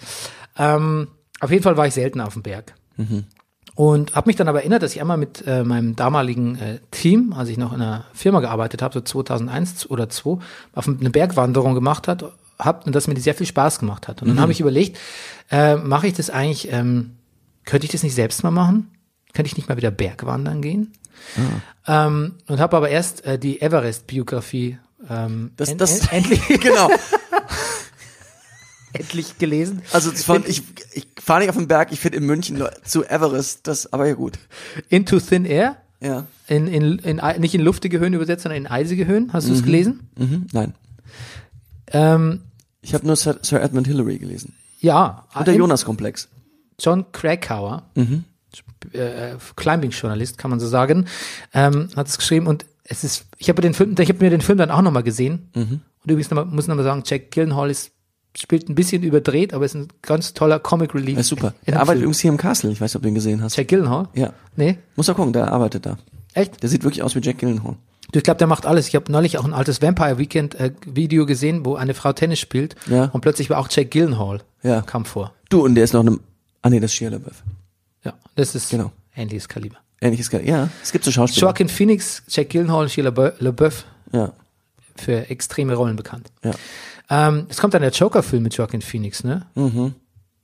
A: Ähm, auf jeden Fall war ich selten auf dem Berg. Und habe mich dann aber erinnert, dass ich einmal mit äh, meinem damaligen äh, Team, als ich noch in einer Firma gearbeitet habe, so 2001 oder 2, auf eine Bergwanderung gemacht hat, hab, und dass mir die sehr viel Spaß gemacht hat. Und dann habe ich überlegt, äh, mache ich das eigentlich, ähm, könnte ich das nicht selbst mal machen? Könnte ich nicht mal wieder Bergwandern gehen? Ähm, und habe aber erst äh, die Everest-Biografie ähm,
B: Das-
A: en-
B: das- [LAUGHS]
A: en- endlich,
B: genau.
A: endlich gelesen. [LAUGHS]
B: Also von, ich, ich fahre nicht auf den Berg, ich finde in München nur zu Everest, das aber ja gut.
A: Into Thin Air.
B: Ja.
A: In, in, in, ei- nicht in luftige Höhen übersetzt, sondern in eisige Höhen. Hast du es gelesen?
B: Mhm. Nein.
A: Ähm,
B: Ich habe nur Sir Sir Edmund Hillary gelesen.
A: Ja,
B: Und der Mhm.
A: im-
B: Jonas-Komplex.
A: John Krakauer, Sp- äh, Climbing-Journalist, kann man so sagen, ähm, hat es geschrieben und es ist, ich habe den Film, ich habe mir den Film dann auch nochmal gesehen
B: Mhm.
A: und übrigens noch mal, muss nochmal sagen, Jack Gyllenhaal ist, spielt ein bisschen überdreht, aber ist ein ganz toller Comic Relief.
B: Er ist super.
A: in
B: Er
A: dem
B: arbeitet
A: Film.
B: übrigens hier im Castle. Ich weiß, ob du ihn gesehen hast.
A: Jack Gyllenhaal?
B: Ja.
A: Nee,
B: Muss er gucken, der arbeitet da.
A: echt?
B: Der sieht wirklich aus wie Jack Gyllenhaal.
A: Du, ich glaube, der macht alles. Ich habe neulich auch ein altes Vampire Weekend äh, Video gesehen, wo eine Frau Tennis spielt
B: Ja.
A: und plötzlich war auch Jack Gyllenhaal
B: Ja.
A: kam vor.
B: Du, und der ist noch einem... Ah nee, das ist Shia LaBeouf.
A: Ja, das ist
B: Genau.
A: ähnliches Kaliber.
B: Ähnliches Ge Ja, es gibt so Schauspieler.
A: Joaquin Phoenix, Jack Gyllenhaal, Sheila LeBeouf
B: Ja,
A: für extreme Rollen bekannt.
B: ja.
A: Ähm, es kommt dann der Joker-Film mit Joaquin Phoenix, ne?
B: Mhm.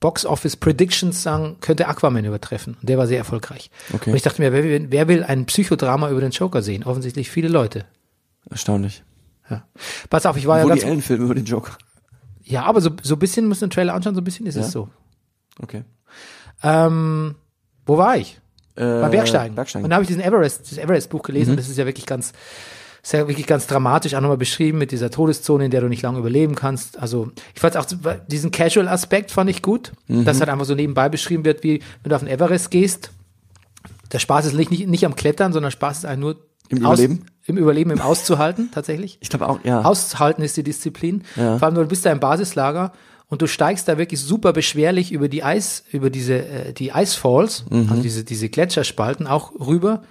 A: Box Office Predictions sagen, könnte Aquaman übertreffen. Und der war sehr erfolgreich.
B: Okay.
A: Und ich dachte mir, wer, will- wer will ein Psychodrama über den Joker sehen? Offensichtlich viele Leute.
B: Erstaunlich.
A: Ja. Pass auf, ich war ja
B: Woody
A: ganz.
B: Allen Film über den Joker.
A: Ja, aber so, so ein bisschen muss den Trailer anschauen, so ein bisschen ist es so.
B: Okay.
A: Ähm, wo war ich?
B: Äh,
A: Bei Bergsteigen.
B: Bergsteigen. Mhm.
A: Und da habe ich diesen Everest, dieses Everest-Buch gelesen und das ist ja wirklich ganz, ist ja wirklich ganz dramatisch auch nochmal beschrieben mit dieser Todeszone, in der du nicht lange überleben kannst. Also ich fand auch diesen Casual-Aspekt fand ich gut,
B: Mhm.
A: dass halt einfach so nebenbei beschrieben wird, wie wenn du auf den Everest gehst. Der Spaß ist nicht, nicht, nicht am Klettern, sondern Spaß ist eigentlich nur
B: Im
A: aus-
B: Überleben?
A: im Überleben, im Auszuhalten tatsächlich.
B: ich glaube auch, ja.
A: Aushalten ist die Disziplin. Vor allem, du bist da im Basislager und du steigst da wirklich super beschwerlich über die Eis, über diese, äh, die Eisfalls,
B: Mhm.
A: also diese, diese Gletscherspalten auch rüber,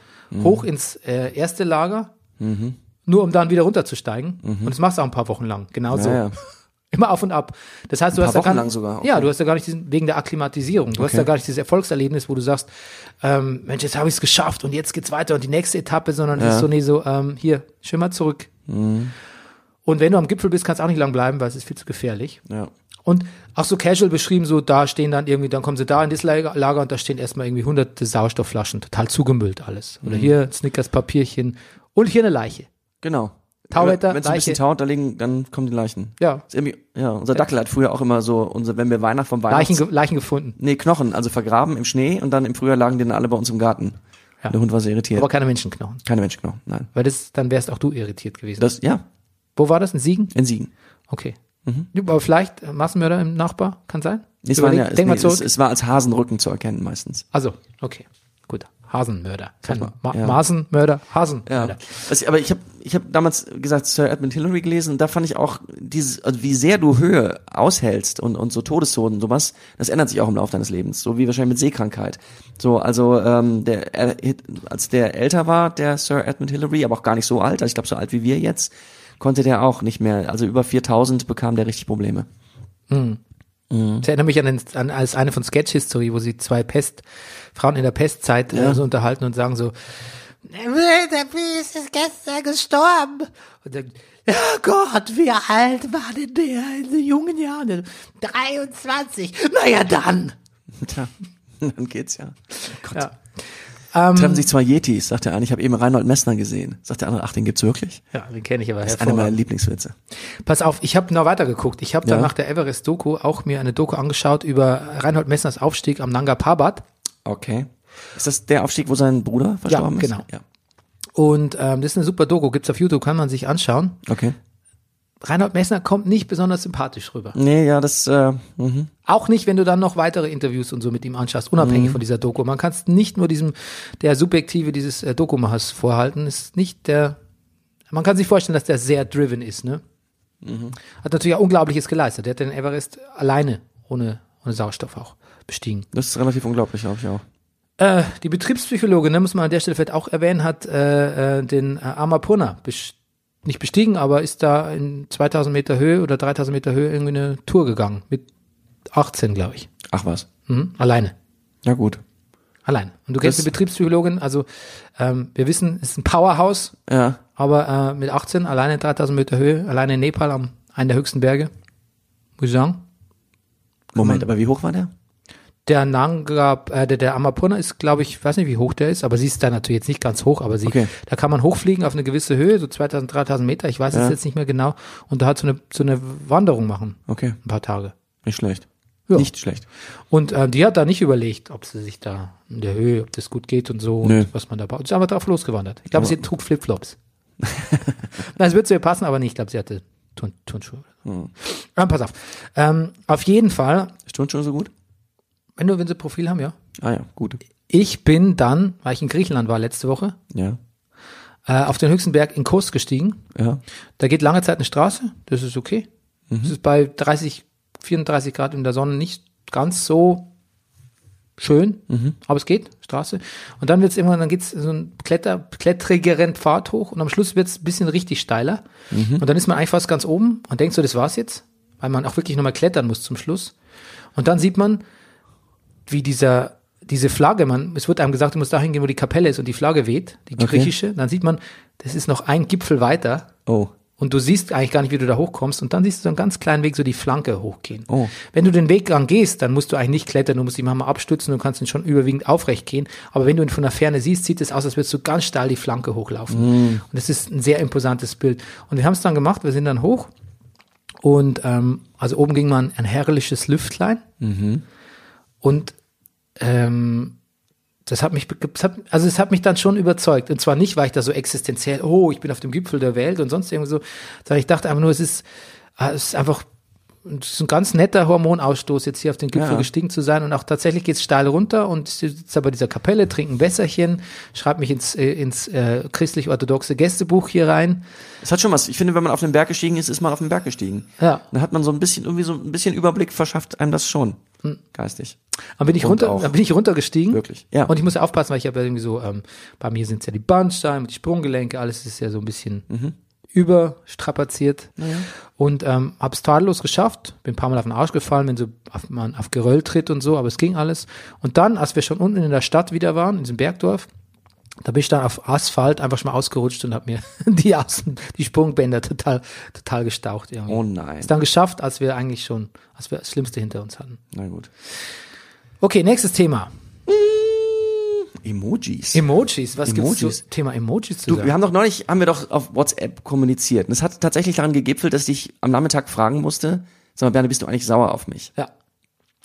A: hoch ins äh, erste Lager,
B: Mhm.
A: nur um dann wieder runterzusteigen. Und das machst du auch ein paar Wochen lang, genau so.
B: Ja, ja.
A: Immer auf und ab. Das heißt, du hast
B: paar
A: da gar
B: Wochen lang sogar,
A: Ja,
B: okay.
A: du hast da gar nicht diesen, wegen der Akklimatisierung. Du hast da gar nicht dieses Erfolgserlebnis, wo du sagst, ähm, Mensch, jetzt habe ich es geschafft und jetzt geht's weiter und die nächste Etappe, sondern es ist so nee, so, ähm, hier, schimmer zurück.
B: Mhm.
A: Und wenn du am Gipfel bist, kannst du auch nicht lang bleiben, weil es ist viel zu gefährlich.
B: ja.
A: Und auch so casual beschrieben, so da stehen dann irgendwie, dann kommen sie da in das Lager, Lager und da stehen erstmal irgendwie hunderte Sauerstoffflaschen, total zugemüllt alles.
B: Mhm.
A: Oder hier Snickers Papierchen und hier eine Leiche.
B: Genau.
A: Tauwetter,
B: Wenn es ein bisschen
A: Leiche.
B: taut, da liegen, dann kommen die Leichen.
A: Ja.
B: Ist irgendwie, ja, unser Dackel hat früher auch immer so, unser, wenn wir Weihnachten vom Weihnachts...
A: Leichen, ge- Leichen gefunden,
B: Nee, Knochen, also vergraben im Schnee und dann im Frühjahr lagen die dann alle bei uns im Garten.
A: Ja.
B: Der Hund war sehr irritiert.
A: aber keine Menschenknochen.
B: Keine Menschenknochen, nein.
A: Weil das, dann wärst auch du irritiert gewesen.
B: Das, ja,
A: Wo war das? In Siegen?
B: in Siegen.
A: Okay. Ja, Aber vielleicht äh, Massenmörder im Nachbar, kann sein?
B: Es, waren
A: Überleg-
B: ja, es,
A: Denk mal
B: nee,
A: zurück.
B: es, es war als Hasenrücken zu erkennen meistens.
A: also, okay. Gut. Hasenmörder. Kein
B: mal,
A: Ma
B: ja.
A: Masenmörder, Hasenmörder.
B: Was ich, aber ich habe ich hab damals gesagt, Sir Edmund Hillary gelesen und da fand ich auch, dieses, also wie sehr du Höhe aushältst und, und so Todeszonen, sowas, das ändert sich auch im Laufe deines Lebens, so wie wahrscheinlich mit Seekrankheit. So, also ähm, der, er, als der älter war, der Sir Edmund Hillary, aber auch gar nicht so alt, also ich glaube so alt wie wir jetzt, konnte der auch nicht mehr, also über 4000 bekam der richtig Probleme.
A: Ich erinnere mich an, den, an als eine von Sketch History, wo sie zwei Pest, Frauen in der Pestzeit äh, so unterhalten und sagen so, "Äh, der Biest ist gestern gestorben. Und dann, oh Gott, wie alt war denn der in den jungen Jahren? Und dann, 23. Naja, dann.
B: Tja, [LAUGHS] dann geht's ja.
A: Ja.
B: Treffen sich zwei Yetis, sagt der eine, ich habe eben Reinhold Messner gesehen. Sagt der andere, ach, den gibt's wirklich?
A: Ja, den kenne ich aber
B: Das ist einer meiner Lieblingswitze.
A: Pass auf, ich habe noch weitergeguckt. Ich habe dann
B: Ja.
A: nach der Everest-Doku auch mir eine Doku angeschaut über Reinhold Messners Aufstieg am Nanga Parbat.
B: Okay. Ist das der Aufstieg, wo sein Bruder verstorben ist?
A: genau.
B: Ja.
A: Und ähm, das ist eine super Doku, gibt's auf YouTube, kann man sich anschauen.
B: Okay.
A: Reinhold Messner kommt nicht besonders sympathisch rüber.
B: Nee, ja, das, äh, mhm.
A: Auch nicht, wenn du dann noch weitere Interviews und so mit ihm anschaust, unabhängig von dieser Doku. Man kann es nicht nur diesem, der Subjektive dieses äh, Dokumachers vorhalten, ist nicht der, man kann sich vorstellen, dass der sehr driven ist, ne? Hat natürlich auch Unglaubliches geleistet. Der hat den Everest alleine, ohne, ohne Sauerstoff auch, bestiegen.
B: das ist relativ unglaublich, glaube ich auch.
A: Äh, die Betriebspsychologe, ne, muss man an der Stelle vielleicht auch erwähnen, hat äh, äh, den äh, Annapurna bes- nicht bestiegen, aber ist da in 2000 Meter Höhe oder 3000 Meter Höhe irgendwie eine Tour gegangen. Mit 18, glaube ich.
B: Ach was.
A: Mhm. Alleine.
B: Ja, gut.
A: Allein. Und du kennst
B: Das-
A: die Betriebspsychologin, also ähm, wir wissen, es ist ein Powerhouse,
B: Ja.
A: aber äh, mit 18, alleine 3000 Meter Höhe, alleine in Nepal am einen der höchsten Berge, muss ich sagen.
B: Moment, aber wie hoch war der?
A: Der Nanga, äh, der, der Annapurna ist, glaube ich, weiß nicht, wie hoch der ist, aber sie ist da natürlich jetzt nicht ganz hoch, aber sie,
B: Okay.
A: da kann man hochfliegen auf eine gewisse Höhe, so 2000, 3000 Meter, ich weiß es jetzt nicht mehr genau, und da halt so eine, so eine Wanderung machen,
B: Okay.
A: ein paar Tage.
B: Nicht schlecht.
A: Ja.
B: Nicht schlecht.
A: Und äh, die hat da nicht überlegt, ob sie sich da in der Höhe, ob das gut geht und so
B: Nö.
A: und was man da baut. Sie ist
B: [LAUGHS]
A: einfach drauf losgewandert. Ich glaube, sie trug Flipflops. Nein, es würde zu ihr passen, aber nicht. Ich glaube, sie hatte Turn, Turnschuhe.
B: Hm.
A: Ähm, pass auf. Ähm, auf jeden Fall,
B: Ist schon so gut?
A: wenn du, wenn sie Profil haben, ja.
B: Ah ja, gut.
A: Ich bin dann, weil ich in Griechenland war letzte Woche,
B: Ja,
A: äh, auf den höchsten Berg in Kos gestiegen.
B: ja.
A: Da geht lange Zeit eine Straße, das ist okay. Das ist bei 30, 34 Grad in der Sonne nicht ganz so schön, aber es geht, Straße. Und dann wird es irgendwann, dann geht es so einen Kletter, klettrigeren Pfad hoch und am Schluss wird es ein bisschen richtig steiler. Und dann ist man eigentlich fast ganz oben und denkt so, das war's jetzt, weil man auch wirklich nochmal klettern muss zum Schluss. Und dann sieht man, wie dieser diese Flagge, man, es wird einem gesagt, du musst dahin gehen, wo die Kapelle ist und die Flagge weht, die griechische, dann sieht man, das ist noch ein Gipfel weiter
B: Oh.
A: und du siehst eigentlich gar nicht, wie du da hochkommst. Und dann siehst du so einen ganz kleinen Weg, so die Flanke hochgehen.
B: Oh.
A: Wenn du den Weg lang gehst, dann musst du eigentlich nicht klettern, du musst ihn manchmal abstützen, du kannst ihn schon überwiegend aufrecht gehen. Aber wenn du ihn von der Ferne siehst, sieht es aus, als würdest du ganz steil die Flanke hochlaufen. Und das ist ein sehr imposantes Bild. Und wir haben es dann gemacht, wir sind dann hoch. Und ähm, also oben ging man ein herrliches Lüftlein. Und ähm, das hat mich, be- das hat, also es hat mich dann schon überzeugt. Und zwar nicht, weil ich da so existenziell, oh, ich bin auf dem Gipfel der Welt und sonst irgendwie so, sondern ich dachte einfach nur, es ist, ah, es ist einfach es ist ein ganz netter Hormonausstoß, jetzt hier auf den Gipfel
B: Ja.
A: gestiegen zu sein. Und auch tatsächlich geht's steil runter und ich sitze bei dieser Kapelle, trinke ein Wässerchen, schreibe mich ins, äh, ins äh, christlich-orthodoxe Gästebuch hier rein.
B: Es hat schon was. Ich finde, wenn man auf den Berg gestiegen ist, ist man auf den Berg gestiegen.
A: Ja.
B: Dann hat man so ein bisschen, irgendwie so ein bisschen Überblick verschafft einem das schon.
A: Hm.
B: Geistig.
A: Dann bin ich
B: Und
A: runter,
B: auch-
A: dann bin ich runtergestiegen.
B: Wirklich, ja.
A: Und ich muss ja aufpassen, weil ich habe ja irgendwie so, ähm, bei mir sind es ja die Bandscheiben, die Sprunggelenke, alles ist ja so ein bisschen
B: Mhm.
A: überstrapaziert. Und ähm, habe es tadellos geschafft. Bin ein paar Mal auf den Arsch gefallen, wenn so auf, man auf Geröll tritt und so, aber es ging alles. Und dann, als wir schon unten in der Stadt wieder waren, in diesem Bergdorf, da bin ich dann auf Asphalt einfach schon mal ausgerutscht und habe mir [LAUGHS] die Außen, die Sprungbänder total, total gestaucht. Irgendwie.
B: Oh nein.
A: Ist dann geschafft, als wir eigentlich schon, als wir das Schlimmste hinter uns hatten.
B: Na gut.
A: Okay, nächstes Thema.
B: Emojis.
A: Emojis, was gibt's
B: Emojis?
A: zu Thema Emojis zu
B: Du,
A: sagen?
B: wir haben doch neulich, haben wir doch auf WhatsApp kommuniziert. Und es hat tatsächlich daran gegipfelt, dass ich am Nachmittag fragen musste, sag mal, Bernd, bist du eigentlich sauer auf mich?
A: ja.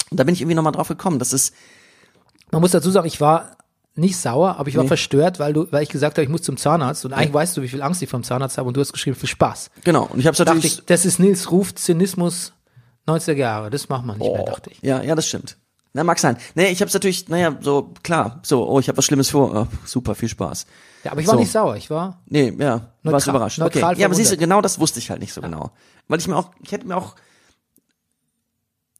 B: Und da bin ich irgendwie nochmal drauf gekommen. Das ist,
A: Man muss dazu sagen, ich war nicht sauer, aber ich war verstört, weil du, weil ich gesagt habe, ich muss zum Zahnarzt und eigentlich weißt du, wie viel Angst ich vom Zahnarzt habe und du hast geschrieben für Spaß.
B: genau. Und ich habe
A: Dachte
B: natürlich,
A: ich, das ist Nils Ruf, Zynismus 90er Jahre, das macht man nicht mehr, dachte ich.
B: Oh. ja, ja, das stimmt. Na, mag sein. Nee, ich habe es natürlich, naja, so, klar, so, oh, ich habe was Schlimmes vor. Ah, super, viel Spaß.
A: Ja, aber ich war
B: So.
A: nicht sauer, ich war
B: Nee, ja, du warst
A: Neutral-
B: überrascht. Okay.
A: neutral
B: Ja, aber siehst du,
A: verwundert.
B: genau das wusste ich halt nicht so genau. Weil ich mir auch, ich hätte mir auch,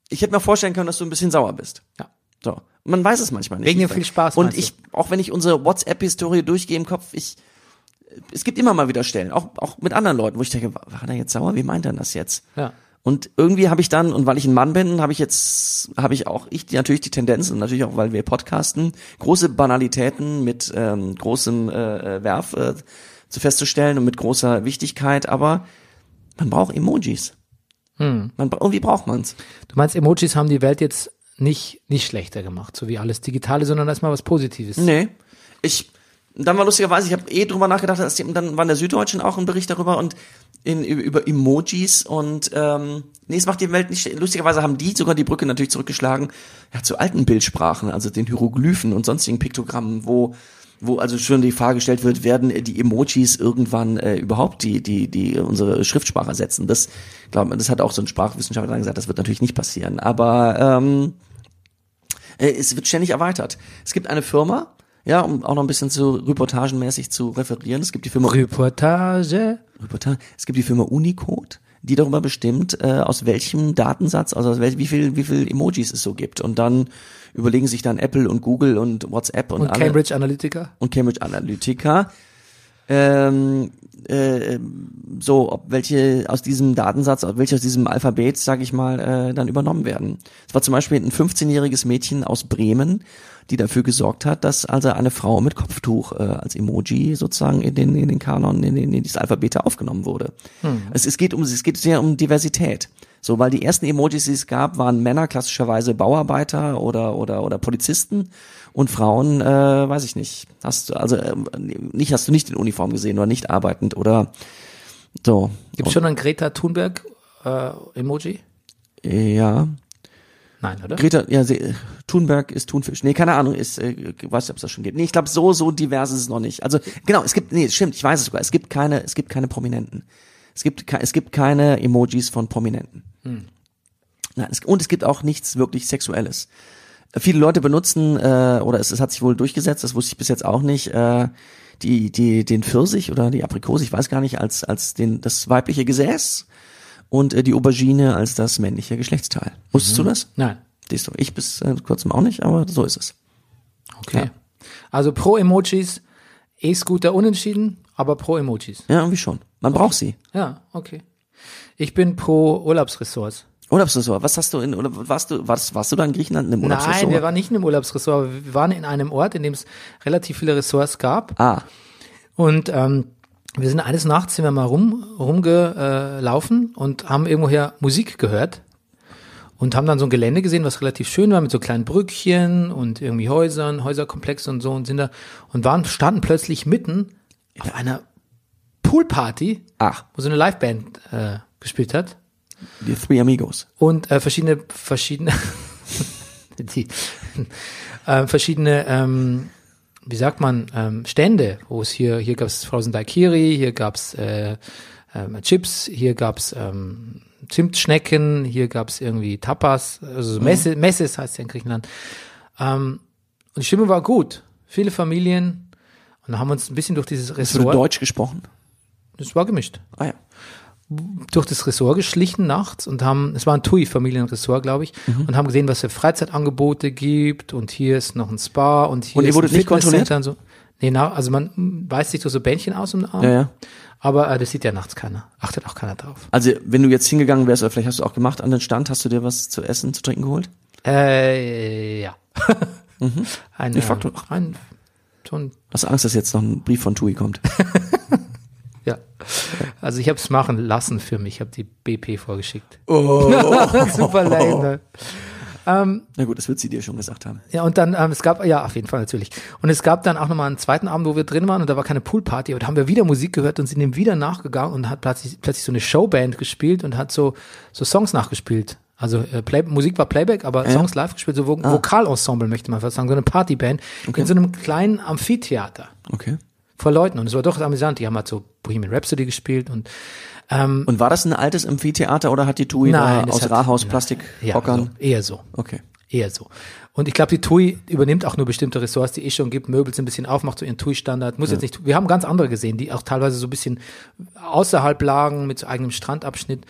B: ich hätte mir vorstellen können, dass du ein bisschen sauer bist.
A: Ja.
B: So. Man weiß es manchmal nicht.
A: Wegen dem
B: Ich-
A: viel Spaß,
B: Und
A: meinst
B: ich, auch wenn ich unsere WhatsApp-Historie durchgehe im Kopf, ich, es gibt immer mal wieder Stellen, auch, auch mit anderen Leuten, wo ich denke, wa- war der jetzt sauer? Wie meint er das jetzt?
A: Ja.
B: Und irgendwie habe ich dann, und weil ich ein Mann bin, habe ich jetzt, habe ich auch, ich die- natürlich die Tendenz, und natürlich auch, weil wir podcasten, große Banalitäten mit ähm, großem äh, äh, Werf äh, zu festzustellen und mit großer Wichtigkeit, aber man braucht Emojis.
A: Hm.
B: Man, bra- irgendwie braucht man's.
A: Du meinst, Emojis haben die Welt jetzt nicht, nicht schlechter gemacht, so wie alles Digitale, sondern erstmal was Positives.
B: Nee. Ich, dann war lustigerweise, ich habe eh drüber nachgedacht, dass die, dann war in der Süddeutschen auch ein Bericht darüber und in, über Emojis und ähm, nee, es macht die Welt nicht. Lustigerweise haben die sogar die Brücke natürlich zurückgeschlagen, ja, zu alten Bildsprachen, also den Hieroglyphen und sonstigen Piktogrammen, wo wo also schon die Frage gestellt wird, werden die Emojis irgendwann äh, überhaupt die die die unsere Schriftsprache ersetzen? Das glaube das hat auch so ein Sprachwissenschaftler dann gesagt, das wird natürlich nicht passieren. Aber ähm, äh, es wird ständig erweitert. Es gibt eine Firma, ja, um auch noch ein bisschen zu reportagenmäßig zu referieren. Es gibt die Firma
A: Reportage.
B: Reportage. Es gibt die Firma Unicode, die darüber bestimmt, äh, aus welchem Datensatz, also aus wel wie viel, wie viel Emojis es so gibt. Und dann überlegen sich dann Apple und Google und WhatsApp und,
A: Und
B: alle
A: Cambridge Analytica.
B: und Cambridge Analytica. Ähm, äh, so, ob welche aus diesem Datensatz, ob welche aus diesem Alphabet, sage ich mal, äh, dann übernommen werden. Es war zum Beispiel ein 15-jähriges Mädchen aus Bremen, die dafür gesorgt hat, dass also eine Frau mit Kopftuch äh, als Emoji sozusagen in den in den Kanon, in, den, in dieses Alphabet da aufgenommen wurde. Es, es geht um es geht sehr um Diversität. So, weil die ersten Emojis, die es gab, waren Männer klassischerweise Bauarbeiter oder oder oder Polizisten und Frauen, äh, weiß ich nicht, hast du also ähm, nicht hast du nicht in Uniform gesehen oder nicht arbeitend oder so.
A: Gibt's schon ein Greta Thunberg äh, Emoji?
B: Ja,
A: Nein, oder?
B: Greta, ja, sie, äh, Thunberg ist Thunfisch. Nee, keine Ahnung, ist, äh, weiß nicht, ob es das schon gibt. Nee, ich glaube, so, so divers ist es noch nicht. Also, genau, es gibt, nee, stimmt, ich weiß es sogar, es gibt keine, es gibt keine Prominenten. Es gibt, ke- es gibt keine Emojis von Prominenten. Nein, es, und es gibt auch nichts wirklich Sexuelles. Äh, Viele Leute benutzen, äh, oder es, es hat sich wohl durchgesetzt, das wusste ich bis jetzt auch nicht, äh, die, die, den Pfirsich oder die Aprikose, ich weiß gar nicht, als, als den, das weibliche Gesäß und äh, die Aubergine als das männliche Geschlechtsteil. Wusstest du das?
A: Nein.
B: Siehst du, ich bis äh, kurzem auch nicht, aber so ist es.
A: Okay. Also pro Emojis, E-Scooter unentschieden, aber pro Emojis.
B: Ja, irgendwie schon. Man braucht sie.
A: Ja, okay. Ich bin pro Urlaubsressorts.
B: Urlaubsressort, was hast du in, oder warst du, warst, warst du da in Griechenland in einem Urlaubsressort?
A: Nein, wir waren nicht in einem Urlaubsressort, aber wir waren in einem Ort, in dem es relativ viele Ressorts gab.
B: ah,
A: Und ähm, wir sind eines Nachts sind wir mal rum, rumgelaufen und haben irgendwoher Musik gehört und haben dann so ein Gelände gesehen, was relativ schön war mit so kleinen Brückchen und irgendwie Häusern, Häuserkomplex und so und sind da und waren standen plötzlich mitten auf einer Poolparty,
B: Ach.
A: wo so eine Liveband äh, gespielt hat
B: die Three Amigos.
A: und äh, verschiedene verschiedene [LAUGHS] die, äh, verschiedene ähm, wie sagt man ähm, Stände, wo es hier hier gab's Frozen Daiquiri, hier gab's äh, ähm, Chips, hier gab's ähm, Zimtschnecken, hier gab's irgendwie Tapas, also so Messe, Messes heißt ja in Griechenland. Ähm, und die Stimmung war gut, viele Familien und dann haben wir uns ein bisschen durch dieses
B: Hast du
A: Ressort,
B: Deutsch gesprochen?
A: das war gemischt
B: Ah ja.
A: durch das Ressort geschlichen nachts und haben, es war ein TUI-Familienressort, glaube ich,
B: Mhm.
A: und haben gesehen, was für Freizeitangebote gibt und hier ist noch ein Spa und hier
B: Und ihr
A: ist
B: wurdet
A: ein
B: nicht kontrolliert?
A: Fitnesscenter und so. Nee, na, also man mm, weiß sich so, so Bändchen aus dem Arm,
B: Ja, ja.
A: aber äh, das sieht ja nachts keiner, achtet auch keiner drauf.
B: Also, wenn du jetzt hingegangen wärst, oder vielleicht hast du auch gemacht an den Stand, hast du dir was zu essen, zu trinken geholt?
A: Äh, ja. [LAUGHS] Ein,
B: Mhm. Ich
A: äh,
B: frag doch.
A: ein, so ein,
B: Hast du Angst, dass jetzt noch ein Brief von
A: [LAUGHS]
B: Tui kommt?
A: ja. Also ich habe es machen lassen für mich, ich habe die BP vorgeschickt.
B: Oh.
A: [LAUGHS] Super lame. Ähm,
B: Na gut, das wird sie dir schon gesagt haben.
A: Ja, und dann, ähm, es gab, ja, auf jeden Fall natürlich. Und es gab dann auch nochmal einen zweiten Abend, wo wir drin waren und da war keine Poolparty. Und da haben wir wieder Musik gehört und sind dem wieder nachgegangen und hat plötzlich, plötzlich so eine Showband gespielt und hat so, so Songs nachgespielt. Also äh, Play, Musik war Playback, aber Songs live gespielt, so Vo Vokalensemble möchte man fast sagen, so eine Partyband in so einem kleinen Amphitheater
B: Okay.
A: vor Leuten. Und es war doch amüsant. Die haben halt so Bohemian Rhapsody gespielt und
B: Und war das ein altes Amphitheater oder hat die Tui
A: Nein,
B: da
A: das
B: aus
A: hat-
B: Rahaus
A: nein.
B: Plastik
A: ja, so, eher so.
B: Okay.
A: Eher so. Und ich glaube, die TUI übernimmt auch nur bestimmte Ressorts, die es schon gibt, Möbels ein bisschen aufmacht zu ihren TUI-Standard. Muss jetzt nicht, wir haben ganz andere gesehen, die auch teilweise so ein bisschen außerhalb lagen mit so eigenem Strandabschnitt.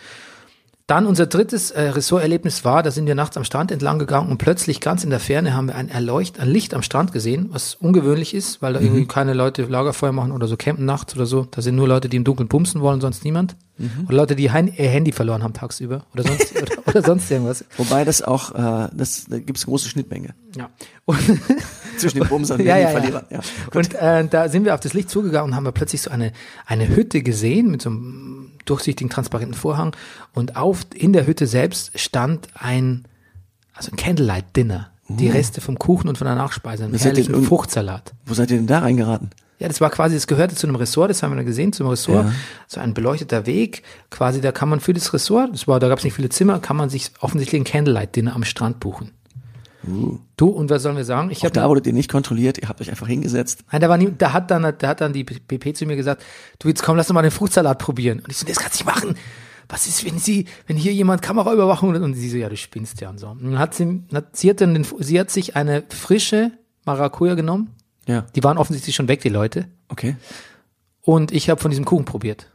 A: Dann unser drittes äh, Ressorterlebnis war, da sind wir nachts am Strand entlang gegangen und plötzlich ganz in der Ferne haben wir ein Erleucht, ein Licht am Strand gesehen, was ungewöhnlich ist, weil da irgendwie keine Leute Lagerfeuer machen oder so campen nachts oder so. Da sind nur Leute, die im Dunkeln pumsen wollen, sonst niemand. Oder Leute, die hein- ihr Handy verloren haben tagsüber oder sonst, [LAUGHS] oder, oder sonst irgendwas.
B: Wobei das auch, äh, das, da gibt's
A: [LAUGHS]
B: große Schnittmenge.
A: Ja. Und
B: Zwischen dem Bums und dem
A: ja, ja, ja.
B: Verlierer. Ja.
A: Und äh, da sind wir auf das Licht zugegangen und haben wir plötzlich so eine, eine Hütte gesehen mit so einem durchsichtigen, transparenten Vorhang. Und auf, in der Hütte selbst stand ein, also ein Candlelight-Dinner. Die Reste vom Kuchen und von der Nachspeise, einem
B: Hm. Das hätte
A: herrlichen
B: irgend-
A: Fruchtsalat.
B: Wo seid ihr denn da reingeraten?
A: Ja, das war quasi, das gehörte zu einem Ressort, das haben wir dann gesehen, zum Ressort. So ein beleuchteter Weg, quasi, da kann man für das Ressort, das war, da gab es nicht viele Zimmer, kann man sich offensichtlich ein Candlelight-Dinner am Strand buchen. Du, und was sollen wir sagen? Ich
B: Uh. Auch
A: habe
B: da wurdet ihr nicht kontrolliert, ihr habt euch einfach hingesetzt.
A: Nein, da war nie, da hat dann, da hat dann die BP zu mir gesagt, du jetzt komm, lass doch mal den Fruchtsalat probieren. Und ich so, das kannst du nicht machen. Was ist, wenn sie, wenn hier jemand Kameraüberwachung und sie so, ja, du spinnst ja und so. Und dann hat sie, hat, sie hat dann den, sie hat sich eine frische Maracuja genommen.
B: Ja.
A: Die waren offensichtlich schon weg, die Leute.
B: Okay.
A: Und ich habe von diesem Kuchen probiert.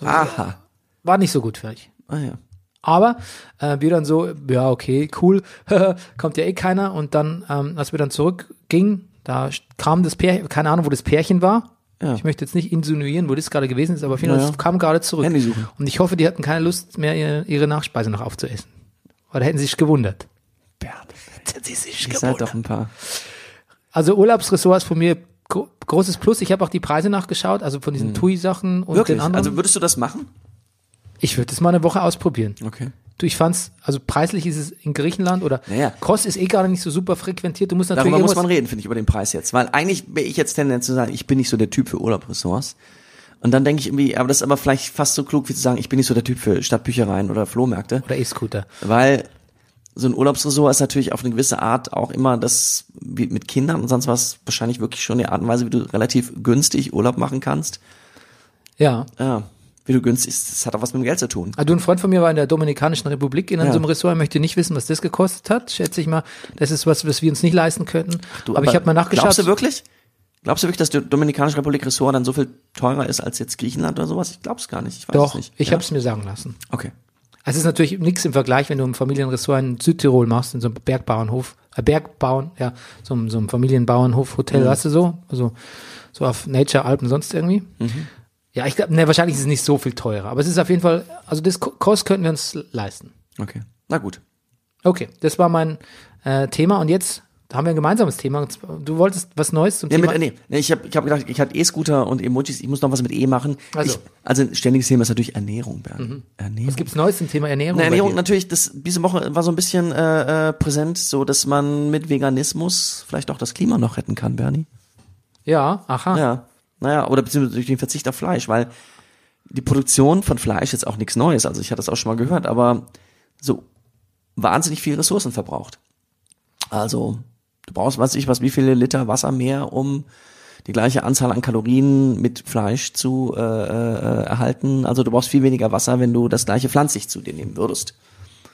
B: Aha.
A: War nicht so gut für mich.
B: Ah ja.
A: Aber äh, wir dann so, ja, okay, cool, [LAUGHS] kommt ja eh keiner. Und dann, ähm, als wir dann zurückgingen, da st- kam das Pärchen, keine Ahnung, wo das Pärchen war.
B: Ja.
A: Ich möchte jetzt nicht insinuieren, wo das gerade gewesen ist, aber auf jeden Fall,
B: Naja.
A: es kam gerade zurück.
B: Handy suchen.
A: Und ich hoffe, die hatten keine Lust mehr, ihre, ihre Nachspeise noch aufzuessen. Oder hätten sie sich gewundert.
B: Bernd,
A: Hätten sie sich
B: ihr seid doch ein paar.
A: Also Urlaubsressorts von mir, gro großes Plus. Ich habe auch die Preise nachgeschaut, also von diesen TUI-Sachen und den anderen.
B: Mhm. Also würdest du das machen?
A: ich würde das mal eine Woche ausprobieren.
B: Okay.
A: Du, ich fand's, also preislich ist es in Griechenland oder
B: Naja.
A: Kos ist eh gerade nicht so super frequentiert. Du musst natürlich eh
B: Darüber muss man
A: irgendwas-
B: reden, finde ich, über den Preis jetzt. Weil eigentlich bin ich jetzt tendenziell zu sagen, ich bin nicht so der Typ für Urlaubressorts. Und dann denke ich irgendwie, aber das ist aber vielleicht fast so klug, wie zu sagen, ich bin nicht so der Typ für Stadtbüchereien oder Flohmärkte.
A: oder E-Scooter.
B: Weil so ein Urlaubsresort ist natürlich auf eine gewisse Art auch immer das, wie mit Kindern und sonst was, wahrscheinlich wirklich schon die Art und Weise, wie du relativ günstig Urlaub machen kannst.
A: Ja.
B: Ja. wie du günstigst. Das hat auch was mit dem Geld zu tun.
A: Ah, du, ein Freund von mir war in der Dominikanischen Republik in
B: Ja.
A: so einem Ressort. Er möchte nicht wissen, was das gekostet hat. Schätze ich mal, das ist was, was wir uns nicht leisten könnten.
B: Du,
A: aber, ich habe mal nachgeschaut.
B: Glaubst du wirklich? Glaubst du wirklich, dass die Dominikanische Republik Ressort dann so viel teurer ist als jetzt Griechenland oder sowas? Ich glaub's gar nicht. Ich weiß
A: Doch,
B: es nicht.
A: ich
B: ja?
A: habe es mir sagen lassen.
B: Okay.
A: Also Es ist natürlich nichts im Vergleich, wenn du im Familienressort in Südtirol machst, in so einem Bergbauernhof, äh Bergbauern, ja, so, einem- so einem Familienbauernhof,
B: Mhm.
A: Hotel, hast du so? Also so auf Nature, Alpen, sonst irgendwie.
B: Mhm.
A: Ja, ich glaube, ne, wahrscheinlich ist es nicht so viel teurer, aber es ist auf jeden Fall, also das Ko- Kost könnten wir uns leisten.
B: Okay. Na gut.
A: Okay, das war mein äh, Thema und jetzt haben wir ein gemeinsames Thema. Und zwar- Du wolltest was Neues zum
B: Nee,
A: Thema.
B: mit, nee, nee ich habe ich hab gedacht, ich hatte E-Scooter und Emojis, ich muss noch was mit E machen.
A: Also.
B: ich, also ein ständiges Thema ist natürlich Ernährung, Bernd. Ernährung.
A: Was gibt's Neues zum Thema Ernährung?
B: Na,
A: bei
B: Ernährung
A: dir?
B: natürlich, das, diese Woche war so ein bisschen äh, äh, präsent, so dass man mit Veganismus vielleicht auch das Klima noch retten kann, Bernie.
A: Ja, aha.
B: Ja, naja, oder beziehungsweise durch den Verzicht auf Fleisch, weil die Produktion von Fleisch ist auch nichts Neues. Also ich hatte das auch schon mal gehört, aber so wahnsinnig viel Ressourcen verbraucht. Also du brauchst, weiß ich was, wie viele Liter Wasser mehr, um die gleiche Anzahl an Kalorien mit Fleisch zu äh, äh, erhalten. Also du brauchst viel weniger Wasser, wenn du das gleiche pflanzlich zu dir nehmen würdest.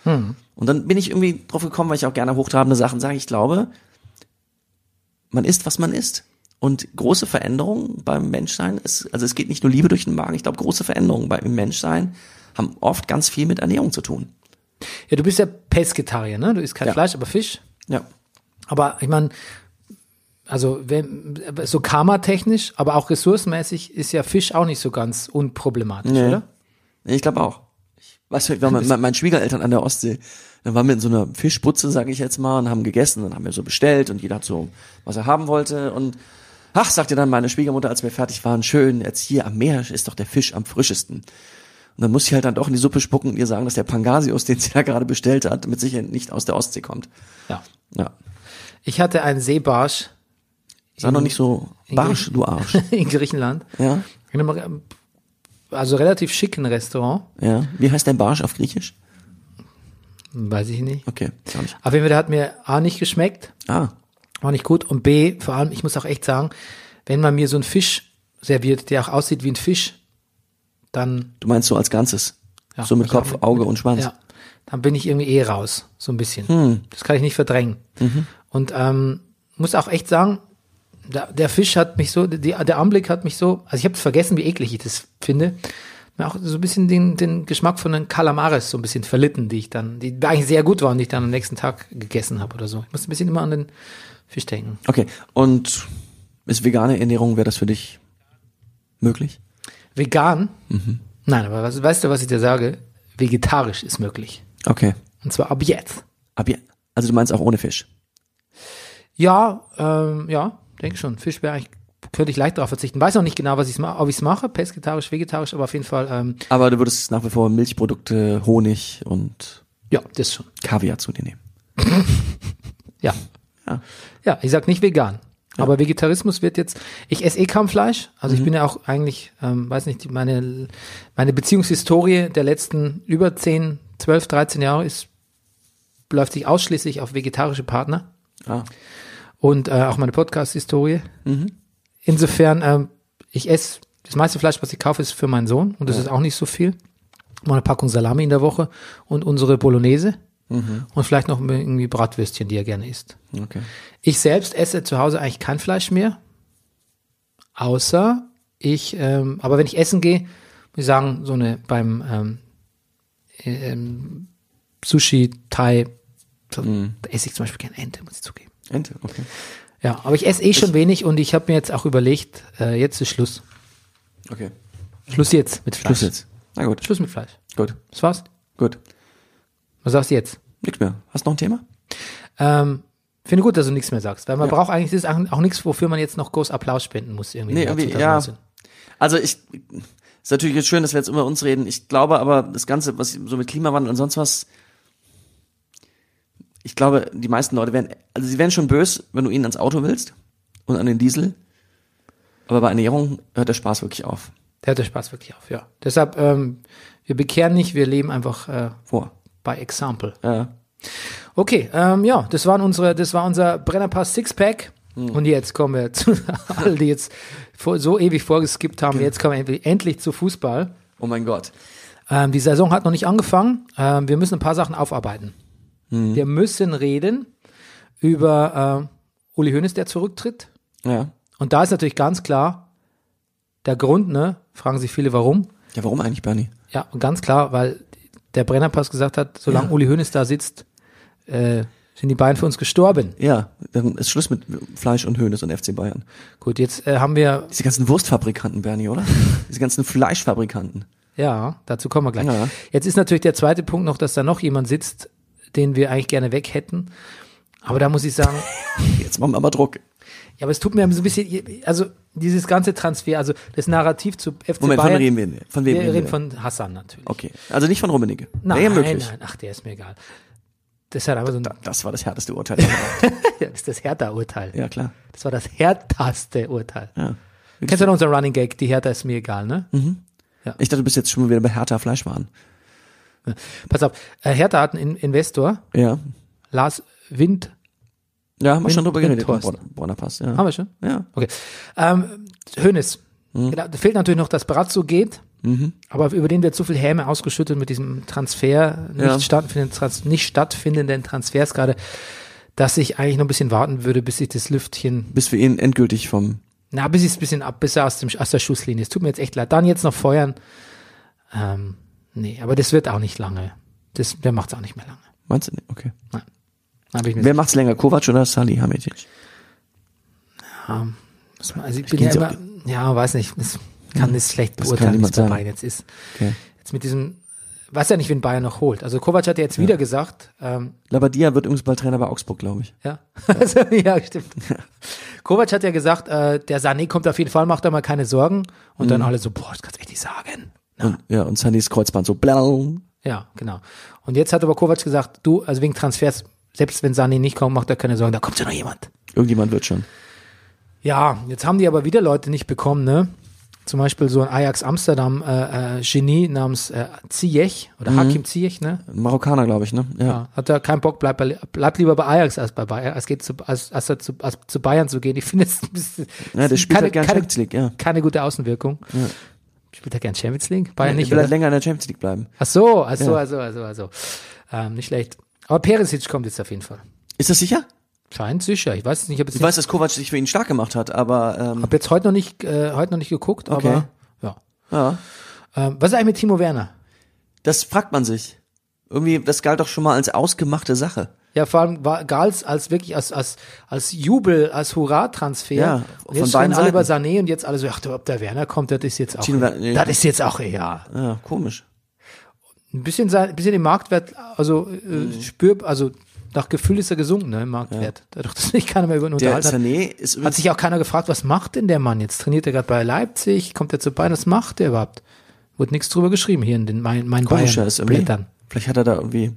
B: Und dann bin ich irgendwie drauf gekommen, weil ich auch gerne hochtrabende Sachen sage. Ich glaube, man isst, was man isst. Und große Veränderungen beim Menschsein ist, also es geht nicht nur Liebe durch den Magen, ich glaube, große Veränderungen beim Menschsein haben oft ganz viel mit Ernährung zu tun.
A: Ja, du bist ja Pesketarier, ne? Du isst kein
B: Ja.
A: Fleisch, aber Fisch.
B: Ja.
A: Aber ich meine, also wenn, so karmatechnisch, aber auch ressourcenmäßig ist ja Fisch auch nicht so ganz unproblematisch,
B: Nee.
A: oder?
B: Nee, Ich glaube auch. Ich weiß nicht, wir waren mit mit meinen Schwiegereltern an der Ostsee, dann waren wir in so einer Fischbutze, sage ich jetzt mal, und haben gegessen, dann haben wir so bestellt und jeder hat so, was er haben wollte und ach, sagte dann meine Schwiegermutter, als wir fertig waren, schön, jetzt hier am Meer ist doch der Fisch am frischesten. Und dann muss ich halt dann doch in die Suppe spucken und ihr sagen, dass der Pangasius, [LAUGHS] den sie da gerade bestellt hat, mit Sicherheit nicht aus der Ostsee kommt.
A: Ja.
B: Ja.
A: Ich hatte einen Seebarsch [LAUGHS]
B: Sei noch nicht so barsch, du Arsch.
A: in Griechenland.
B: Ja,
A: In einem, also relativ schicken Restaurant,
B: ja. Wie heißt der Barsch auf Griechisch?
A: weiß ich nicht.
B: Okay, gar nicht.
A: Auf jeden Fall der hat mir A nicht geschmeckt,
B: Ah,
A: war nicht gut. Und B, vor allem, ich muss auch echt sagen, wenn man mir so einen Fisch serviert, der auch aussieht wie ein Fisch, dann
B: du meinst so als Ganzes.
A: Ja,
B: so mit
A: ich
B: Kopf,
A: hab-
B: Auge und Schwanz. Hm.
A: Ja, dann bin ich irgendwie eh raus, so ein bisschen. Das kann ich nicht verdrängen.
B: Mhm.
A: Und ähm, muss auch echt sagen, der, der Fisch hat mich so, die, der Anblick hat mich so, also ich habe vergessen, wie eklig ich das finde. Mir auch so ein bisschen den, den Geschmack von den Calamares so ein bisschen verlitten, die ich dann, die eigentlich sehr gut waren, die ich dann am nächsten Tag gegessen habe oder so. Ich muss ein bisschen immer an den Fisch denken.
B: Okay, und ist vegane Ernährung, wäre das für dich möglich?
A: Vegan?
B: Mhm.
A: Nein, aber was, weißt du, was ich dir sage? Vegetarisch ist möglich.
B: Okay.
A: Und zwar ab jetzt.
B: Ab je- also du meinst auch ohne Fisch?
A: Ja, ähm, ja, denke schon. Fisch wäre eigentlich, könnte ich leicht darauf verzichten. Weiß noch nicht genau, was ich's ma ob ich es mache, pesketarisch, vegetarisch, aber auf jeden Fall, ähm,
B: Aber du würdest nach wie vor Milchprodukte, Honig und
A: ja, das schon.
B: Kaviar zu dir nehmen.
A: Ja.
B: Ja.
A: Ja, ich sag nicht vegan. Aber Vegetarismus wird jetzt, ich esse eh kaum Fleisch, also ich bin ja auch eigentlich, ähm, weiß nicht, die- meine, meine Beziehungshistorie der letzten über 10, 12, 13 Jahre ist, läuft sich ausschließlich auf vegetarische Partner.
B: Ah.
A: und äh, auch meine Podcast-Historie. Insofern, ähm, ich esse das meiste Fleisch, was ich kaufe, ist für meinen Sohn und das ist auch nicht so viel. Mal eine Packung Salami in der Woche und unsere Bolognese und vielleicht noch irgendwie Bratwürstchen, die er gerne isst.
B: Okay.
A: Ich selbst esse zu Hause eigentlich kein Fleisch mehr. Außer ich, ähm, aber wenn ich essen gehe, muss ich sagen, so eine beim ähm, ähm, Sushi, Thai, so, da esse ich zum Beispiel gerne Ente, muss ich zugeben.
B: Ente, okay.
A: Ja, aber ich esse eh schon wenig und ich habe mir jetzt auch überlegt, äh, jetzt ist Schluss.
B: Okay.
A: Schluss jetzt mit Fleisch.
B: Schluss jetzt. Na gut.
A: Schluss mit Fleisch.
B: Gut.
A: Das war's.
B: Gut.
A: Was sagst du jetzt?
B: Nix mehr. Hast noch ein Thema?
A: Ähm, finde gut, dass du nichts mehr sagst, weil man
B: Ja.
A: braucht eigentlich, das ist auch auch nichts, wofür man jetzt noch groß Applaus spenden muss irgendwie. im
B: Nee,
A: Jahr
B: irgendwie, ja.
A: 2019.
B: Also ich ist natürlich jetzt schön, dass wir jetzt über uns reden. Ich glaube aber, das Ganze, was so mit Klimawandel und sonst was, ich glaube, die meisten Leute werden, also sie werden schon böse, wenn du ihnen ans Auto willst und an den Diesel. Aber bei Ernährung hört der Spaß wirklich auf.
A: Da hört der Spaß wirklich auf, ja. Deshalb, ähm, wir bekehren nicht, wir leben einfach äh,
B: Vor.
A: by example.
B: Äh,
A: Okay, ähm, ja, das waren unsere, das war unser Brennerpass Sixpack.
B: Hm.
A: Und jetzt kommen [LAUGHS] wir zu all die jetzt vor, so ewig vorgeskippt haben. Jetzt kommen wir endlich, endlich zu Fußball.
B: Oh mein Gott.
A: Ähm, die Saison hat noch nicht angefangen. Ähm, wir müssen ein paar Sachen aufarbeiten. Wir müssen reden über äh, Uli Hoeneß, der zurücktritt.
B: Ja.
A: Und da ist natürlich ganz klar der Grund, ne? Fragen sich viele, warum.
B: Ja, warum eigentlich, Bernie?
A: Ja, und ganz klar, weil der Brennerpass gesagt hat, solange Uli Hoeneß da sitzt, äh, sind die beiden für uns gestorben.
B: Ja, dann ist Schluss mit Fleisch und Hönes und FC Bayern.
A: Gut, jetzt äh, haben wir,
B: Diese ganzen Wurstfabrikanten, Bernie, oder? Diese ganzen Fleischfabrikanten.
A: ja, dazu kommen wir gleich.
B: Ja.
A: Jetzt ist natürlich der zweite Punkt noch, dass da noch jemand sitzt, den wir eigentlich gerne weg hätten. Aber da muss ich sagen,
B: Jetzt machen wir aber Druck.
A: ja, aber es tut mir so ein bisschen, also dieses ganze Transfer, also das Narrativ zu FC
B: Moment,
A: Bayern.
B: von reden wir? denn? Von wem
A: wir
B: reden
A: reden
B: wir?
A: von Hassan natürlich.
B: okay, also nicht von Rummenigge.
A: Nein,
B: Wäre ja möglich.
A: nein, ach, der ist mir egal. Das ist halt einfach so ein,
B: Das war das härteste Urteil. [LAUGHS] überhaupt.
A: [LAUGHS] das ist das Hertha-Urteil.
B: ja, klar.
A: Das war das härteste Urteil.
B: Ja. Hm.
A: Kennst du noch unseren Running Gag, die Hertha ist mir egal, ne?
B: Ich dachte, du bist jetzt schon wieder bei Hertha Fleischwaren.
A: Pass auf, äh, Hertha hat einen In- Investor,
B: Ja.
A: Lars Wind,
B: Ja, haben wir
A: Wind-
B: schon drüber geredet.
A: Windhorst.
B: Bronner- Bronner Pass, ja.
A: haben wir schon?
B: Ja.
A: Okay. Ähm, Hönes.
B: Hm?
A: Da fehlt natürlich noch, dass Brazzo geht,
B: Mhm.
A: aber über den wird so viel Häme ausgeschüttet mit diesem Transfer, nicht,
B: Ja.
A: stattfindenden, Trans nicht stattfindenden Transfers gerade, dass ich eigentlich noch ein bisschen warten würde, bis sich das Lüftchen
B: Bis wir ihn endgültig vom
A: Na, bis ist ein bisschen ab, bis er aus, dem, aus der Schusslinie ist. Tut mir jetzt echt leid. Dann jetzt noch feuern. Ähm, nee, aber das wird auch nicht lange. Das, der macht's auch nicht mehr lange.
B: Meinst du nicht? Okay.
A: Hab ich mir
B: Wer macht's länger, Kovac oder Salihamidzic?
A: muss man- also ich
B: Ich
A: bin ja
B: geht's
A: immer, ja, weiß nicht, es kann das schlecht
B: Hm. Das kann
A: beurteilen, was
B: niemand
A: bei
B: sagen.
A: Bayern jetzt ist.
B: Okay.
A: Jetzt mit diesem, weiß ja nicht, wen Bayern noch holt. Also Kovac hat ja jetzt wieder gesagt, ähm,
B: Labadia wird übrigens bald Trainer bei Augsburg, glaube ich.
A: ja, [LAUGHS] also, ja, stimmt. Kovac hat ja gesagt, äh, der Sané kommt auf jeden Fall, macht da mal keine Sorgen. Und dann alle so, boah, das kannst du echt nicht sagen.
B: Und, ja, und Sandys Kreuzband so blau.
A: Ja, genau. Und jetzt hat aber Kovac gesagt, du, also wegen Transfers, selbst wenn Sani nicht kommt, macht er keine Sorgen, da kommt ja noch jemand.
B: Irgendjemand wird schon.
A: Ja, jetzt haben die aber wieder Leute nicht bekommen, ne? Zum Beispiel so ein Ajax Amsterdam äh, äh, Genie namens äh, Ziyech oder Hakim Ziyech, ne?
B: Ein Marokkaner, glaube ich, ne? Ja.
A: Ja, hat er keinen Bock, bleibt bei- bleibt lieber bei Ajax als bei Bayern, als geht zu, als, als, er zu, als zu Bayern zu gehen. Ich finde es ein bisschen-
B: Ja, der spielt
A: keine,
B: halt gern
A: keine,
B: Champions League, ja.
A: keine gute Außenwirkung. Spielt er gern Champions League? Bayern nicht,
B: will
A: oder?
B: halt länger in der Champions League bleiben.
A: Ach so, ach so, ach so, ach so, ach so. Ähm, nicht schlecht. Aber Perisic kommt jetzt auf jeden Fall.
B: Ist das sicher?
A: Scheint sicher. Ich weiß es nicht, ich habe jetzt,
B: Ich
A: nicht-
B: weiß, dass Kovac sich für ihn stark gemacht hat, aber ähm,
A: hab jetzt heute noch nicht, äh, heute noch nicht geguckt,
B: Okay.
A: aber ja.
B: ja,
A: Ähm, was ist eigentlich mit Timo Werner?
B: das fragt man sich. Irgendwie, das galt doch schon mal als ausgemachte Sache.
A: Ja, vor allem war Gals als wirklich als, als, als Jubel, als Hurra-Transfer.
B: Ja,
A: und
B: von
A: jetzt stehen
B: beiden
A: alle über
B: Seiten.
A: Sané und jetzt alle so, ach, ob der Werner kommt, das ist jetzt auch,
B: Timo Werner, nee.
A: das ist jetzt auch egal.
B: Ja, komisch.
A: Ein bisschen sein, ein bisschen im Marktwert, also, äh,
B: Mhm.
A: spür, also, nach Gefühl ist er gesunken, ne, im Marktwert. Dadurch, dass sich keiner mehr über ihn
B: Der
A: unterhalten hat.
B: Sané ist
A: Hat
B: übrigens,
A: sich auch keiner gefragt, was macht denn der Mann jetzt? Trainiert er gerade bei Leipzig? Kommt er zu Bayern? Was macht der überhaupt? Wurde nichts drüber geschrieben hier in den mein, mein
B: komischer
A: Bayern
B: ist irgendwie.
A: Blättern.
B: Vielleicht hat er da irgendwie,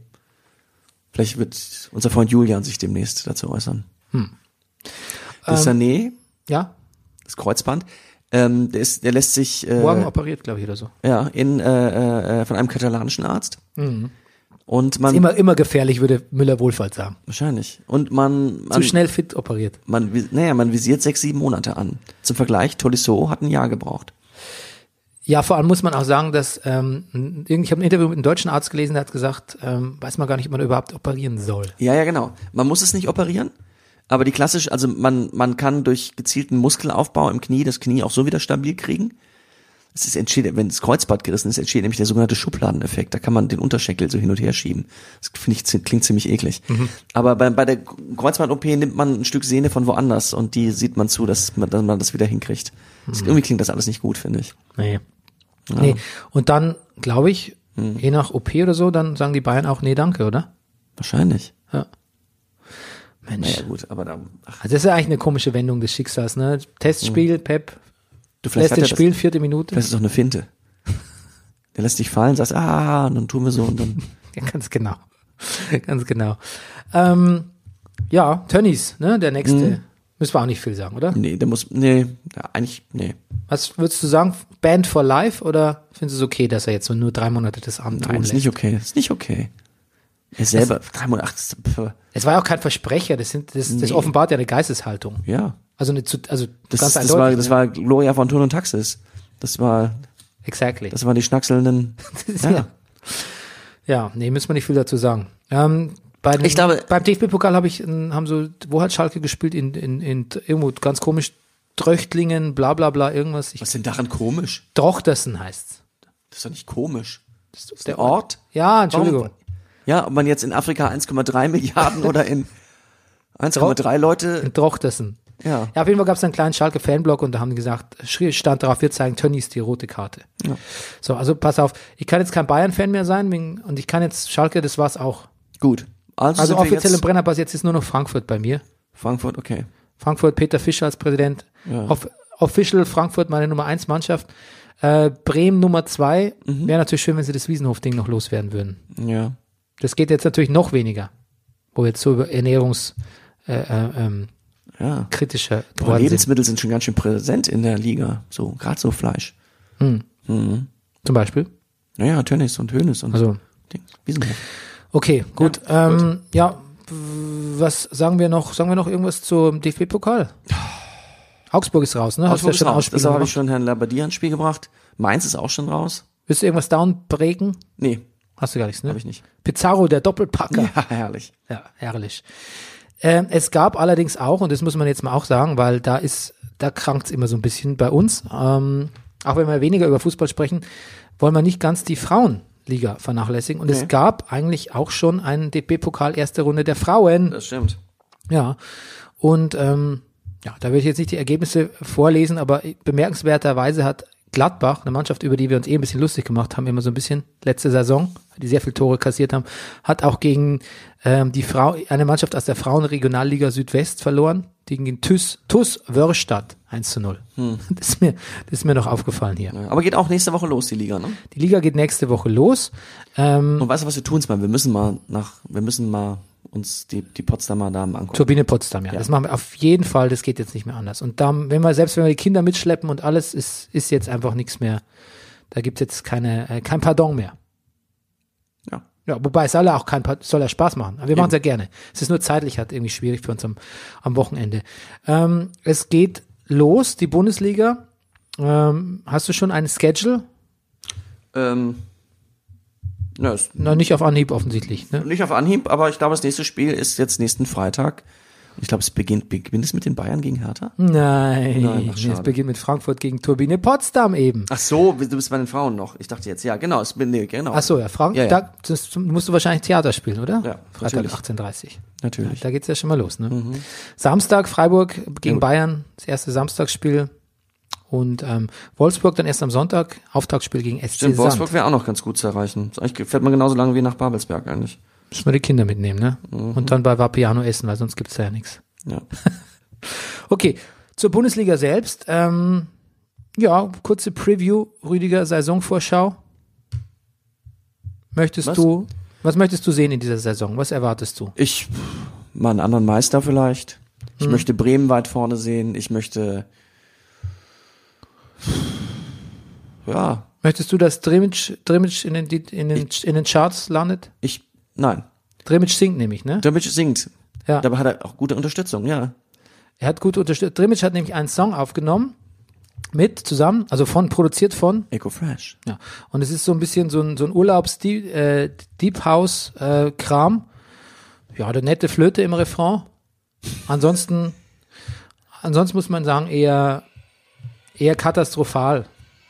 B: vielleicht wird unser Freund Julian sich demnächst dazu äußern. Hm.
A: Ähm.
B: Der Sané,
A: Ja,
B: das Kreuzband, ähm, der, ist, der lässt sich äh,
A: morgen operiert, glaube ich, oder so.
B: ja, in, äh, äh, von einem katalanischen Arzt. Und man
A: Mhm. Immer, immer gefährlich, würde Müller Wohlfahrt sagen.
B: wahrscheinlich. Und man,
A: Zu
B: man
A: schnell fit operiert.
B: Man, vis- naja, man visiert sechs, sieben Monate an. Zum Vergleich, Tolisso hat ein Jahr gebraucht.
A: Ja, vor allem muss man auch sagen, dass ähm, irgend- ich habe ein Interview mit einem deutschen Arzt gelesen, der hat gesagt, ähm, weiß man gar nicht, ob man überhaupt operieren soll.
B: Ja, ja, genau. Man muss es nicht operieren, aber die klassisch, also man, man kann durch gezielten Muskelaufbau im Knie das Knie auch so wieder stabil kriegen. Es ist entsteht, wenn das Kreuzband gerissen ist, entsteht nämlich der sogenannte Schubladeneffekt. Da kann man den Unterschenkel so hin und her schieben. Das finde ich, zi- klingt ziemlich eklig.
A: Mhm.
B: Aber bei, bei der Kreuzband-OP nimmt man ein Stück Sehne von woanders und die sieht man zu, dass man, dass man das wieder hinkriegt. Das,
A: Mhm.
B: irgendwie klingt das alles nicht gut, finde ich.
A: Nee. nee. Und dann, glaube ich,
B: Hm.
A: je nach OP oder so, dann sagen die Bayern auch, nee, danke, oder?
B: Wahrscheinlich.
A: Ja. Mensch.
B: Naja, gut, aber da, ach,
A: Also das ist ja eigentlich eine komische Wendung des Schicksals, ne? Testspiel, Pep
B: du Hm. vielleicht
A: lässt
B: hat
A: den
B: er das-
A: spielen, vierte Minute.
B: Das ist doch eine Finte. Der lässt dich fallen, sagst, ah, und dann tun wir so und dann.
A: Ja, ganz genau. [LAUGHS] ganz genau. Ähm, ja, Tönnies, ne? Der nächste.
B: Hm.
A: Müssen wir auch nicht viel sagen, oder?
B: Nee, der muss. Nee, ja, eigentlich, nee.
A: Was würdest du sagen? Band for life oder findest du es okay, dass er jetzt so nur drei Monate das Amt tun
B: Nein, ist
A: lässt?
B: nicht okay. Ist nicht okay. Er selber, 380, pf,
A: Es war ja auch kein Versprecher, das, sind, das, das offenbart ja eine Geisteshaltung.
B: ja.
A: Also, eine, zu- also
B: Das,
A: ganz
B: das,
A: eindeutig. ne?
B: war, das war Gloria von Ton und Taxis. Das war,
A: Exactly.
B: Das waren die schnackselnden.
A: [LAUGHS] ja. ja. nee, müssen wir nicht viel dazu sagen. Ähm, bei den,
B: Ich glaube-
A: beim DFB-Pokal habe ich, ähm, haben so, wo hat Schalke gespielt? In, in, in irgendwo ganz komisch, Tröchtlingen, bla bla bla, irgendwas. Ich,
B: Was ist denn daran komisch?
A: Drochtersen heißt's.
B: Das ist doch nicht komisch.
A: Das
B: ist der Ort.
A: Ja, Entschuldigung.
B: Warum- Ja, ob man jetzt in Afrika 1,3 Milliarden oder in 1,3 Leute.
A: In Drochtersen.
B: Ja.
A: Ja, auf jeden Fall gab es einen kleinen Schalke Fanblock und da haben die gesagt, schrie- stand drauf, wir zeigen Tönnies die rote Karte. So, also pass auf, ich kann jetzt kein Bayern-Fan mehr sein wegen, und ich kann jetzt Schalke, das war's auch.
B: Gut. Also,
A: Also
B: sind wir
A: offiziell im
B: jetzt
A: Brennerpass, jetzt ist nur noch Frankfurt bei mir.
B: Frankfurt, okay.
A: Frankfurt, Peter Fischer als Präsident. Off Official Frankfurt, meine Nummer 1 Mannschaft. Äh, Bremen Nummer 2.
B: Mhm.
A: Wäre natürlich schön, wenn sie das Wiesenhof-Ding noch loswerden würden.
B: Ja.
A: Das geht jetzt natürlich noch weniger, wo wir jetzt so über ernährungs äh, äh, ähm,
B: Ja.
A: kritischer
B: Boah,
A: geworden sind.
B: Lebensmittel sind schon ganz schön präsent in der Liga. So, gerade so Fleisch.
A: Zum Beispiel.
B: Naja, Tönnies und Hönes und
A: Also,
B: Dings. Wiesenhof.
A: okay, gut. Ja, ähm, ja w- was sagen wir noch? Sagen wir noch irgendwas zum DFB-Pokal? Augsburg ist raus, ne? Hast du ja
B: Augsburg ist
A: schon
B: raus.
A: Ausspiel
B: Das habe ich
A: gemacht.
B: schon Herrn Labbadia ins Spiel gebracht. Mainz ist auch schon raus.
A: Willst du irgendwas downbreaken?
B: Nee,
A: Hast du gar nichts, ne?
B: habe ich nicht.
A: Pizarro, der Doppelpacker.
B: [LAUGHS] Ja, herrlich.
A: Ja, herrlich. Ähm, es gab allerdings auch, und das muss man jetzt mal auch sagen, weil da ist, da krankt's immer so ein bisschen bei uns. Ähm, auch wenn wir weniger über Fußball sprechen, wollen wir nicht ganz die Frauenliga vernachlässigen. Und es gab eigentlich auch schon einen DP-Pokal erste Runde der Frauen.
B: Das stimmt.
A: Ja. Und ähm, ja, da will ich jetzt nicht die Ergebnisse vorlesen, aber bemerkenswerterweise hat Gladbach, eine Mannschaft, über die wir uns eh ein bisschen lustig gemacht haben, immer so ein bisschen letzte Saison, die sehr viele Tore kassiert haben, hat auch gegen ähm, die Frau, eine Mannschaft aus der Frauenregionalliga Südwest verloren, gegen den TUS, TUS Wörstadt 1 zu 0. [LAUGHS] Das, ist mir, das ist mir noch aufgefallen hier.
B: Aber geht auch nächste Woche los, die Liga, ne?
A: Die Liga geht nächste Woche los. Ähm,
B: Und weißt du, was wir tun mal? Wir müssen mal nach, wir müssen mal uns die, die Potsdamer Damen angucken.
A: Turbine Potsdam, ja. Das machen wir auf jeden Fall, das geht jetzt nicht mehr anders. Und da, wenn wir, selbst wenn wir die Kinder mitschleppen und alles, ist, ist jetzt einfach nichts mehr. Da gibt's jetzt keine, äh, kein Pardon mehr.
B: Ja.
A: Ja, wobei es soll ja auch kein Pa- soll ja Spaß machen. Aber wir machen es ja gerne. Es ist nur zeitlich halt irgendwie schwierig für uns am, am Wochenende. Ähm, es geht los, die Bundesliga. Ähm, hast du schon einen Schedule?
B: Ähm, na, ist
A: Na, nicht auf Anhieb offensichtlich. Ne?
B: nicht auf Anhieb, aber ich glaube, das nächste Spiel ist jetzt nächsten Freitag. Ich glaube, es beginnt, beginnt es mit den Bayern gegen Hertha?
A: Nein,
B: Nein, ach,
A: es
B: schade.
A: beginnt mit Frankfurt gegen Turbine Potsdam eben.
B: Ach so, du bist bei den Frauen noch. Ich dachte jetzt, ja, genau, es bin, nee, genau.
A: Ach so, ja, Frank,
B: Ja, ja.
A: Da, das musst du wahrscheinlich Theater spielen, oder?
B: Ja,
A: Freitag
B: natürlich.
A: 18.30
B: Natürlich. Mhm.
A: Da geht's ja schon mal los, ne? Samstag Freiburg gegen Bayern, das erste Samstagsspiel. Und ähm, Wolfsburg dann erst am Sonntag, Auftaktspiel gegen SC
B: Stimmt, Wolfsburg
A: Sand.
B: wäre auch noch ganz gut zu erreichen. Ist Eigentlich fährt man genauso lange wie nach Babelsberg eigentlich.
A: Müssen wir die Kinder mitnehmen, ne?
B: Mhm.
A: Und dann bei Vapiano essen, weil sonst gibt's da ja nichts.
B: Ja.
A: Okay, zur Bundesliga selbst. Ähm, ja, kurze Preview, Rüdiger, Saisonvorschau. Möchtest
B: Was?
A: du, was möchtest du sehen in dieser Saison? Was erwartest du?
B: Ich pff, mal einen anderen Meister vielleicht. Ich
A: Hm.
B: möchte Bremen weit vorne sehen. Ich möchte ja,
A: Möchtest du, dass Dremic, Dremic in, den, in, den, in den Charts landet?
B: ich nein.
A: Dremic singt nämlich, ne?
B: Damit singt.
A: Ja.
B: Dabei hat er auch gute Unterstützung, ja.
A: Er hat gut unterstützt. Dremic hat nämlich einen Song aufgenommen mit zusammen, also von produziert von.
B: Eco Fresh.
A: Ja. Und es ist so ein bisschen so ein, so ein Urlaubs äh, Deep House äh, Kram. Ja, eine nette Flöte im Refrain. Ansonsten, ansonsten muss man sagen eher eher katastrophal.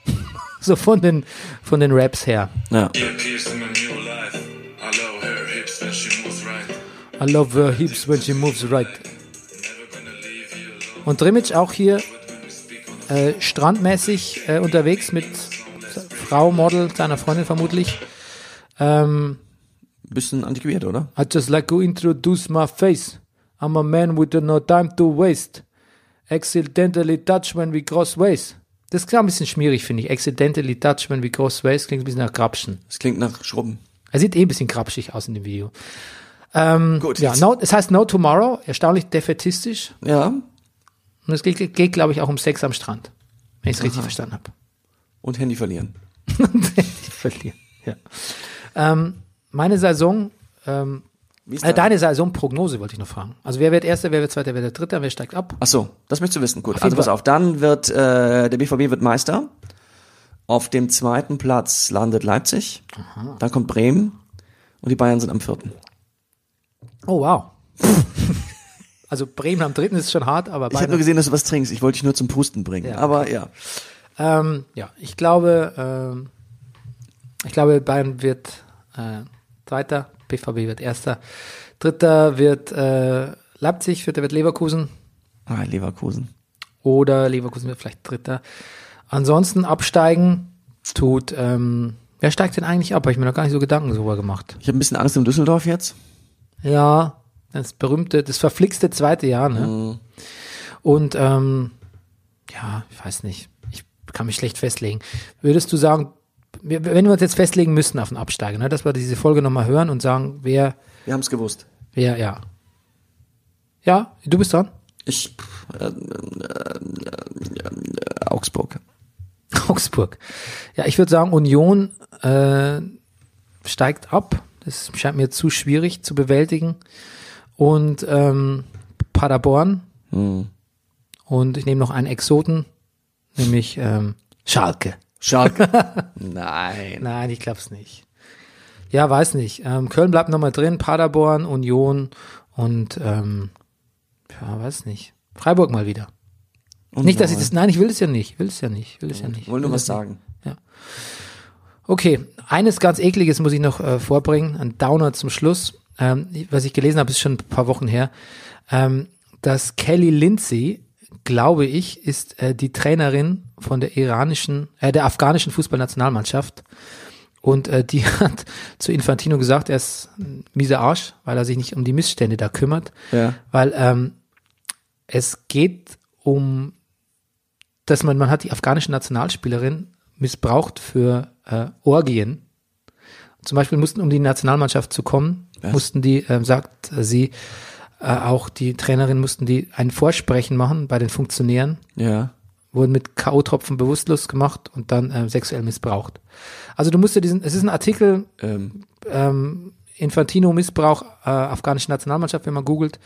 A: [LAUGHS] so von den von den Raps her.
B: Ja.
F: It appears in my new life. I love her hips when she moves right.
A: I love her hips when she moves right.
F: Never gonna leave you alone.
A: Und Drimic auch hier
F: But when we speak on the
A: äh, strandmäßig äh, unterwegs mit Frau, Model, seiner Freundin vermutlich. Ähm,
B: Bisschen antiquiert, oder?
A: I just like to introduce my face. I'm a man with no time to waste. Accidentally touch when we cross ways. Das klingt ein bisschen schwierig, finde ich. Accidentally touch when we cross ways klingt ein bisschen nach Grapschen.
B: Das klingt nach Schrubben.
A: Er sieht eh ein bisschen grapschig aus in dem Video.
B: Gut.
A: Hm. Ja, no, es heißt No Tomorrow, erstaunlich defetistisch.
B: ja.
A: Und es geht, geht glaube ich, auch um Sex am Strand. Wenn ich es richtig verstanden habe.
B: Und Handy verlieren.
A: Ich verliere. Ja. Ähm, meine Saison, ähm,
B: Wie ist
A: äh,
B: dein-
A: deine Saisonprognose wollte ich noch fragen. Also wer wird Erster, wer wird Zweiter, wer wird Dritter, wer steigt ab?
B: Ach so, das möchtest du wissen. Gut,
A: jeden
B: also pass
A: Fall.
B: auf. Dann wird äh, der BVB wird Meister. Auf dem zweiten Platz landet Leipzig, dann kommt Bremen und die Bayern sind am vierten.
A: Oh, wow. [LAUGHS] also Bremen am dritten ist schon hart, aber
B: Ich habe nur
A: beide.
B: gesehen, dass du was trinkst. Ich wollte dich nur zum Pusten bringen. Aber ja,
A: ähm, ja, ich glaube, ähm, ich glaube, Bayern wird äh, Zweiter, BVB wird Erster, Dritter wird äh, Leipzig, Vierter wird Leverkusen
B: ah, Leverkusen.
A: oder Leverkusen wird vielleicht Dritter. Ansonsten absteigen tut, ähm, wer steigt denn eigentlich ab? Habe ich mir noch gar nicht so Gedanken drüber gemacht.
B: Ich habe ein bisschen Angst um Düsseldorf jetzt.
A: Ja, das berühmte, das verflixte zweite Jahr, ne? Und ähm, ja, ich weiß nicht. Ich kann mich schlecht festlegen. Würdest du sagen, wir- wenn wir uns jetzt festlegen müssten auf den Absteiger, ne, dass wir diese Folge nochmal hören und sagen, wer,
B: Wir haben es gewusst.
A: wer, ja. Ja, du bist dran.
B: Ich äh, äh, äh, äh, Augsburg.
A: [LAUGHS] Augsburg. Ja, ich würde sagen, Union äh, steigt ab. Das scheint mir zu schwierig zu bewältigen. Und ähm, Paderborn. Hm. Und ich nehme noch einen Exoten, nämlich ähm, Schalke.
B: Schalke. [LAUGHS] Nein.
A: Nein, ich glaube es nicht. Ja, weiß nicht. Ähm, Köln bleibt nochmal drin, Paderborn, Union und ähm, ja, weiß nicht. Freiburg mal wieder. nicht, dass ich das. Nein, ich will es ja nicht. Ich will es ja nicht. Ich will es ja nicht.
B: Wollen nur
A: Will
B: was
A: es nicht.
B: sagen.
A: Okay, eines ganz ekliges muss ich noch äh, vorbringen, ein Downer zum Schluss. Ähm, was ich gelesen habe, ist schon ein paar Wochen her, ähm, dass Kelly Lindsay, glaube ich, ist äh, die Trainerin von der iranischen, äh, der afghanischen Fußballnationalmannschaft. Und äh, die [LAUGHS] hat zu Infantino gesagt, er ist ein mieser Arsch, weil er sich nicht um die Missstände da kümmert.
B: Ja.
A: Weil ähm, es geht um, dass man, man hat die afghanische Nationalspielerin missbraucht für äh, Orgien. Zum Beispiel mussten, um die Nationalmannschaft zu kommen, mussten die, ähm, sagt sie, äh, auch die Trainerin, mussten die ein Vorsprechen machen bei den Funktionären
B: Ja.
A: wurden mit K.O.-Tropfen bewusstlos gemacht und dann äh, sexuell missbraucht. Also du musst dir diesen, es ist ein Artikel,
B: Ähm,
A: Infantino Missbrauch äh, afghanische Nationalmannschaft, wenn man googelt,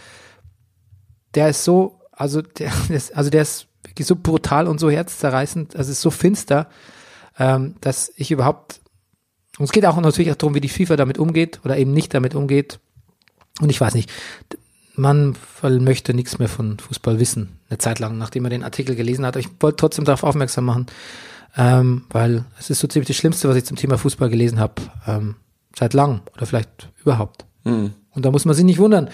A: der ist so, also der, [LAUGHS] der ist, also der ist wirklich so brutal und so herzzerreißend, das ist so finster, ähm, dass ich überhaupt, und es geht auch natürlich auch darum, wie die FIFA damit umgeht oder eben nicht damit umgeht. Und ich weiß nicht, d- man möchte nichts mehr von Fußball wissen, eine Zeit lang, nachdem man den Artikel gelesen hat. Aber Ich wollte trotzdem darauf aufmerksam machen, ähm, weil es ist so ziemlich das Schlimmste, was ich zum Thema Fußball gelesen habe, ähm, seit langem oder vielleicht überhaupt.
B: Hm.
A: Und da muss man sich nicht wundern,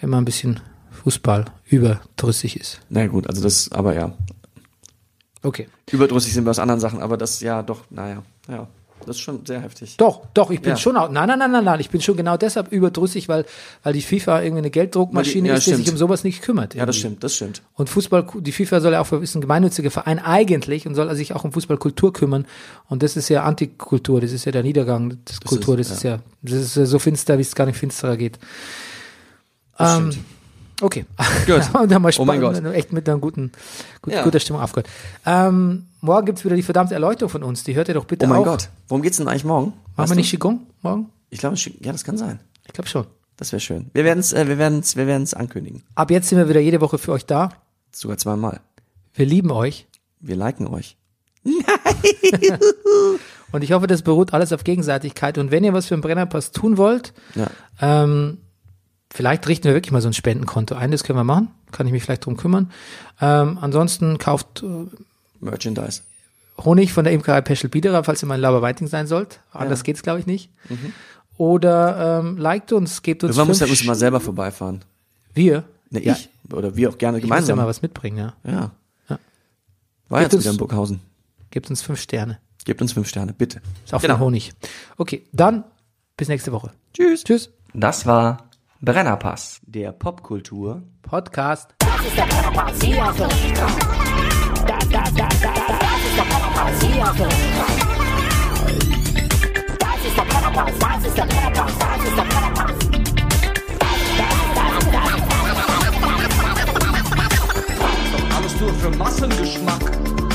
A: wenn man ein bisschen Fußball überdrüssig ist.
B: na gut, also das, aber ja.
A: Okay.
B: Überdrüssig sind wir aus anderen Sachen, aber das, ja, doch, naja. Ja. Das ist schon sehr heftig.
A: Doch, doch, ich bin
B: Ja.
A: schon auch, nein, nein, nein, nein, nein, ich bin schon genau deshalb überdrüssig, weil, weil die FIFA irgendwie eine Gelddruckmaschine
B: Weil die- ja,
A: ist, die sich
B: stimmt.
A: um sowas nicht kümmert.
B: Ja, das
A: irgendwie.
B: stimmt, das stimmt.
A: Und Fußball, die FIFA soll ja auch, ist ein gemeinnütziger Verein eigentlich und soll sich auch um Fußballkultur kümmern. Und das ist ja Antikultur, das ist ja der Niedergang der Kultur, das
B: ist-
A: ist ja, das ist ja so finster, wie es gar nicht finsterer geht.
B: Das
A: Ähm,
B: stimmt.
A: Okay. [LAUGHS]
B: Gut.
A: und haben wir
B: Oh mein
A: spannend- echt mit einer guten, gut,
B: Ja.
A: guter Stimmung aufgehört. Ähm, morgen gibt's wieder die verdammte Erleuchtung von uns, die hört ihr doch bitte
B: Oh mein
A: auch.
B: Gott. Worum geht's denn eigentlich morgen?
A: Machen
B: Weißt
A: wir
B: du?
A: nicht Qigong morgen?
B: Ich glaube, schick- ja, das kann sein.
A: Ich glaube schon.
B: Das wäre schön. Wir werden's, äh, wir werden's, wir werden's ankündigen.
A: Ab jetzt sind wir wieder jede Woche für euch da.
B: Sogar zweimal.
A: Wir lieben euch.
B: Wir liken euch.
A: Und ich hoffe, das beruht alles auf Gegenseitigkeit. Und wenn ihr was für den Brennerpass tun wollt,
B: Ja.
A: Ähm, vielleicht richten wir wirklich mal so ein Spendenkonto ein, das können wir machen. Kann ich mich vielleicht drum kümmern. Ähm, ansonsten kauft äh,
B: Merchandise.
A: Honig von der Imkerei Peschel Biederer, falls ihr mal in Laberweiting sein sollt. Anders geht's, glaube ich, nicht. Oder ähm, liked uns, gebt uns
B: Irgendwann muss ja
A: fünf
B: muss mal selber vorbeifahren.
A: Wir.
B: Ne,
A: ja,
B: ich. Oder wir auch gerne
A: Ich muss ja
B: gemeinsam.
A: mal was mitbringen, ja.
B: Ja.
A: Ja.
B: War
A: Gebt
B: jetzt wieder
A: uns-
B: in Burghausen.
A: Gebt uns fünf Sterne.
B: Gebt uns fünf Sterne, bitte.
A: Ist auch genau. Honig. Okay, dann bis nächste Woche.
B: Tschüss.
A: Tschüss.
C: Das war Brennerpass.
B: Der Popkultur
A: Podcast.
E: Passiert so Das, das, das, das, das, das ist der Brennerpass hier so Das ist der Brennerpass, das ist der Brennerpass, das ist der Brennerpass.
D: Alles nur für Massengeschmack.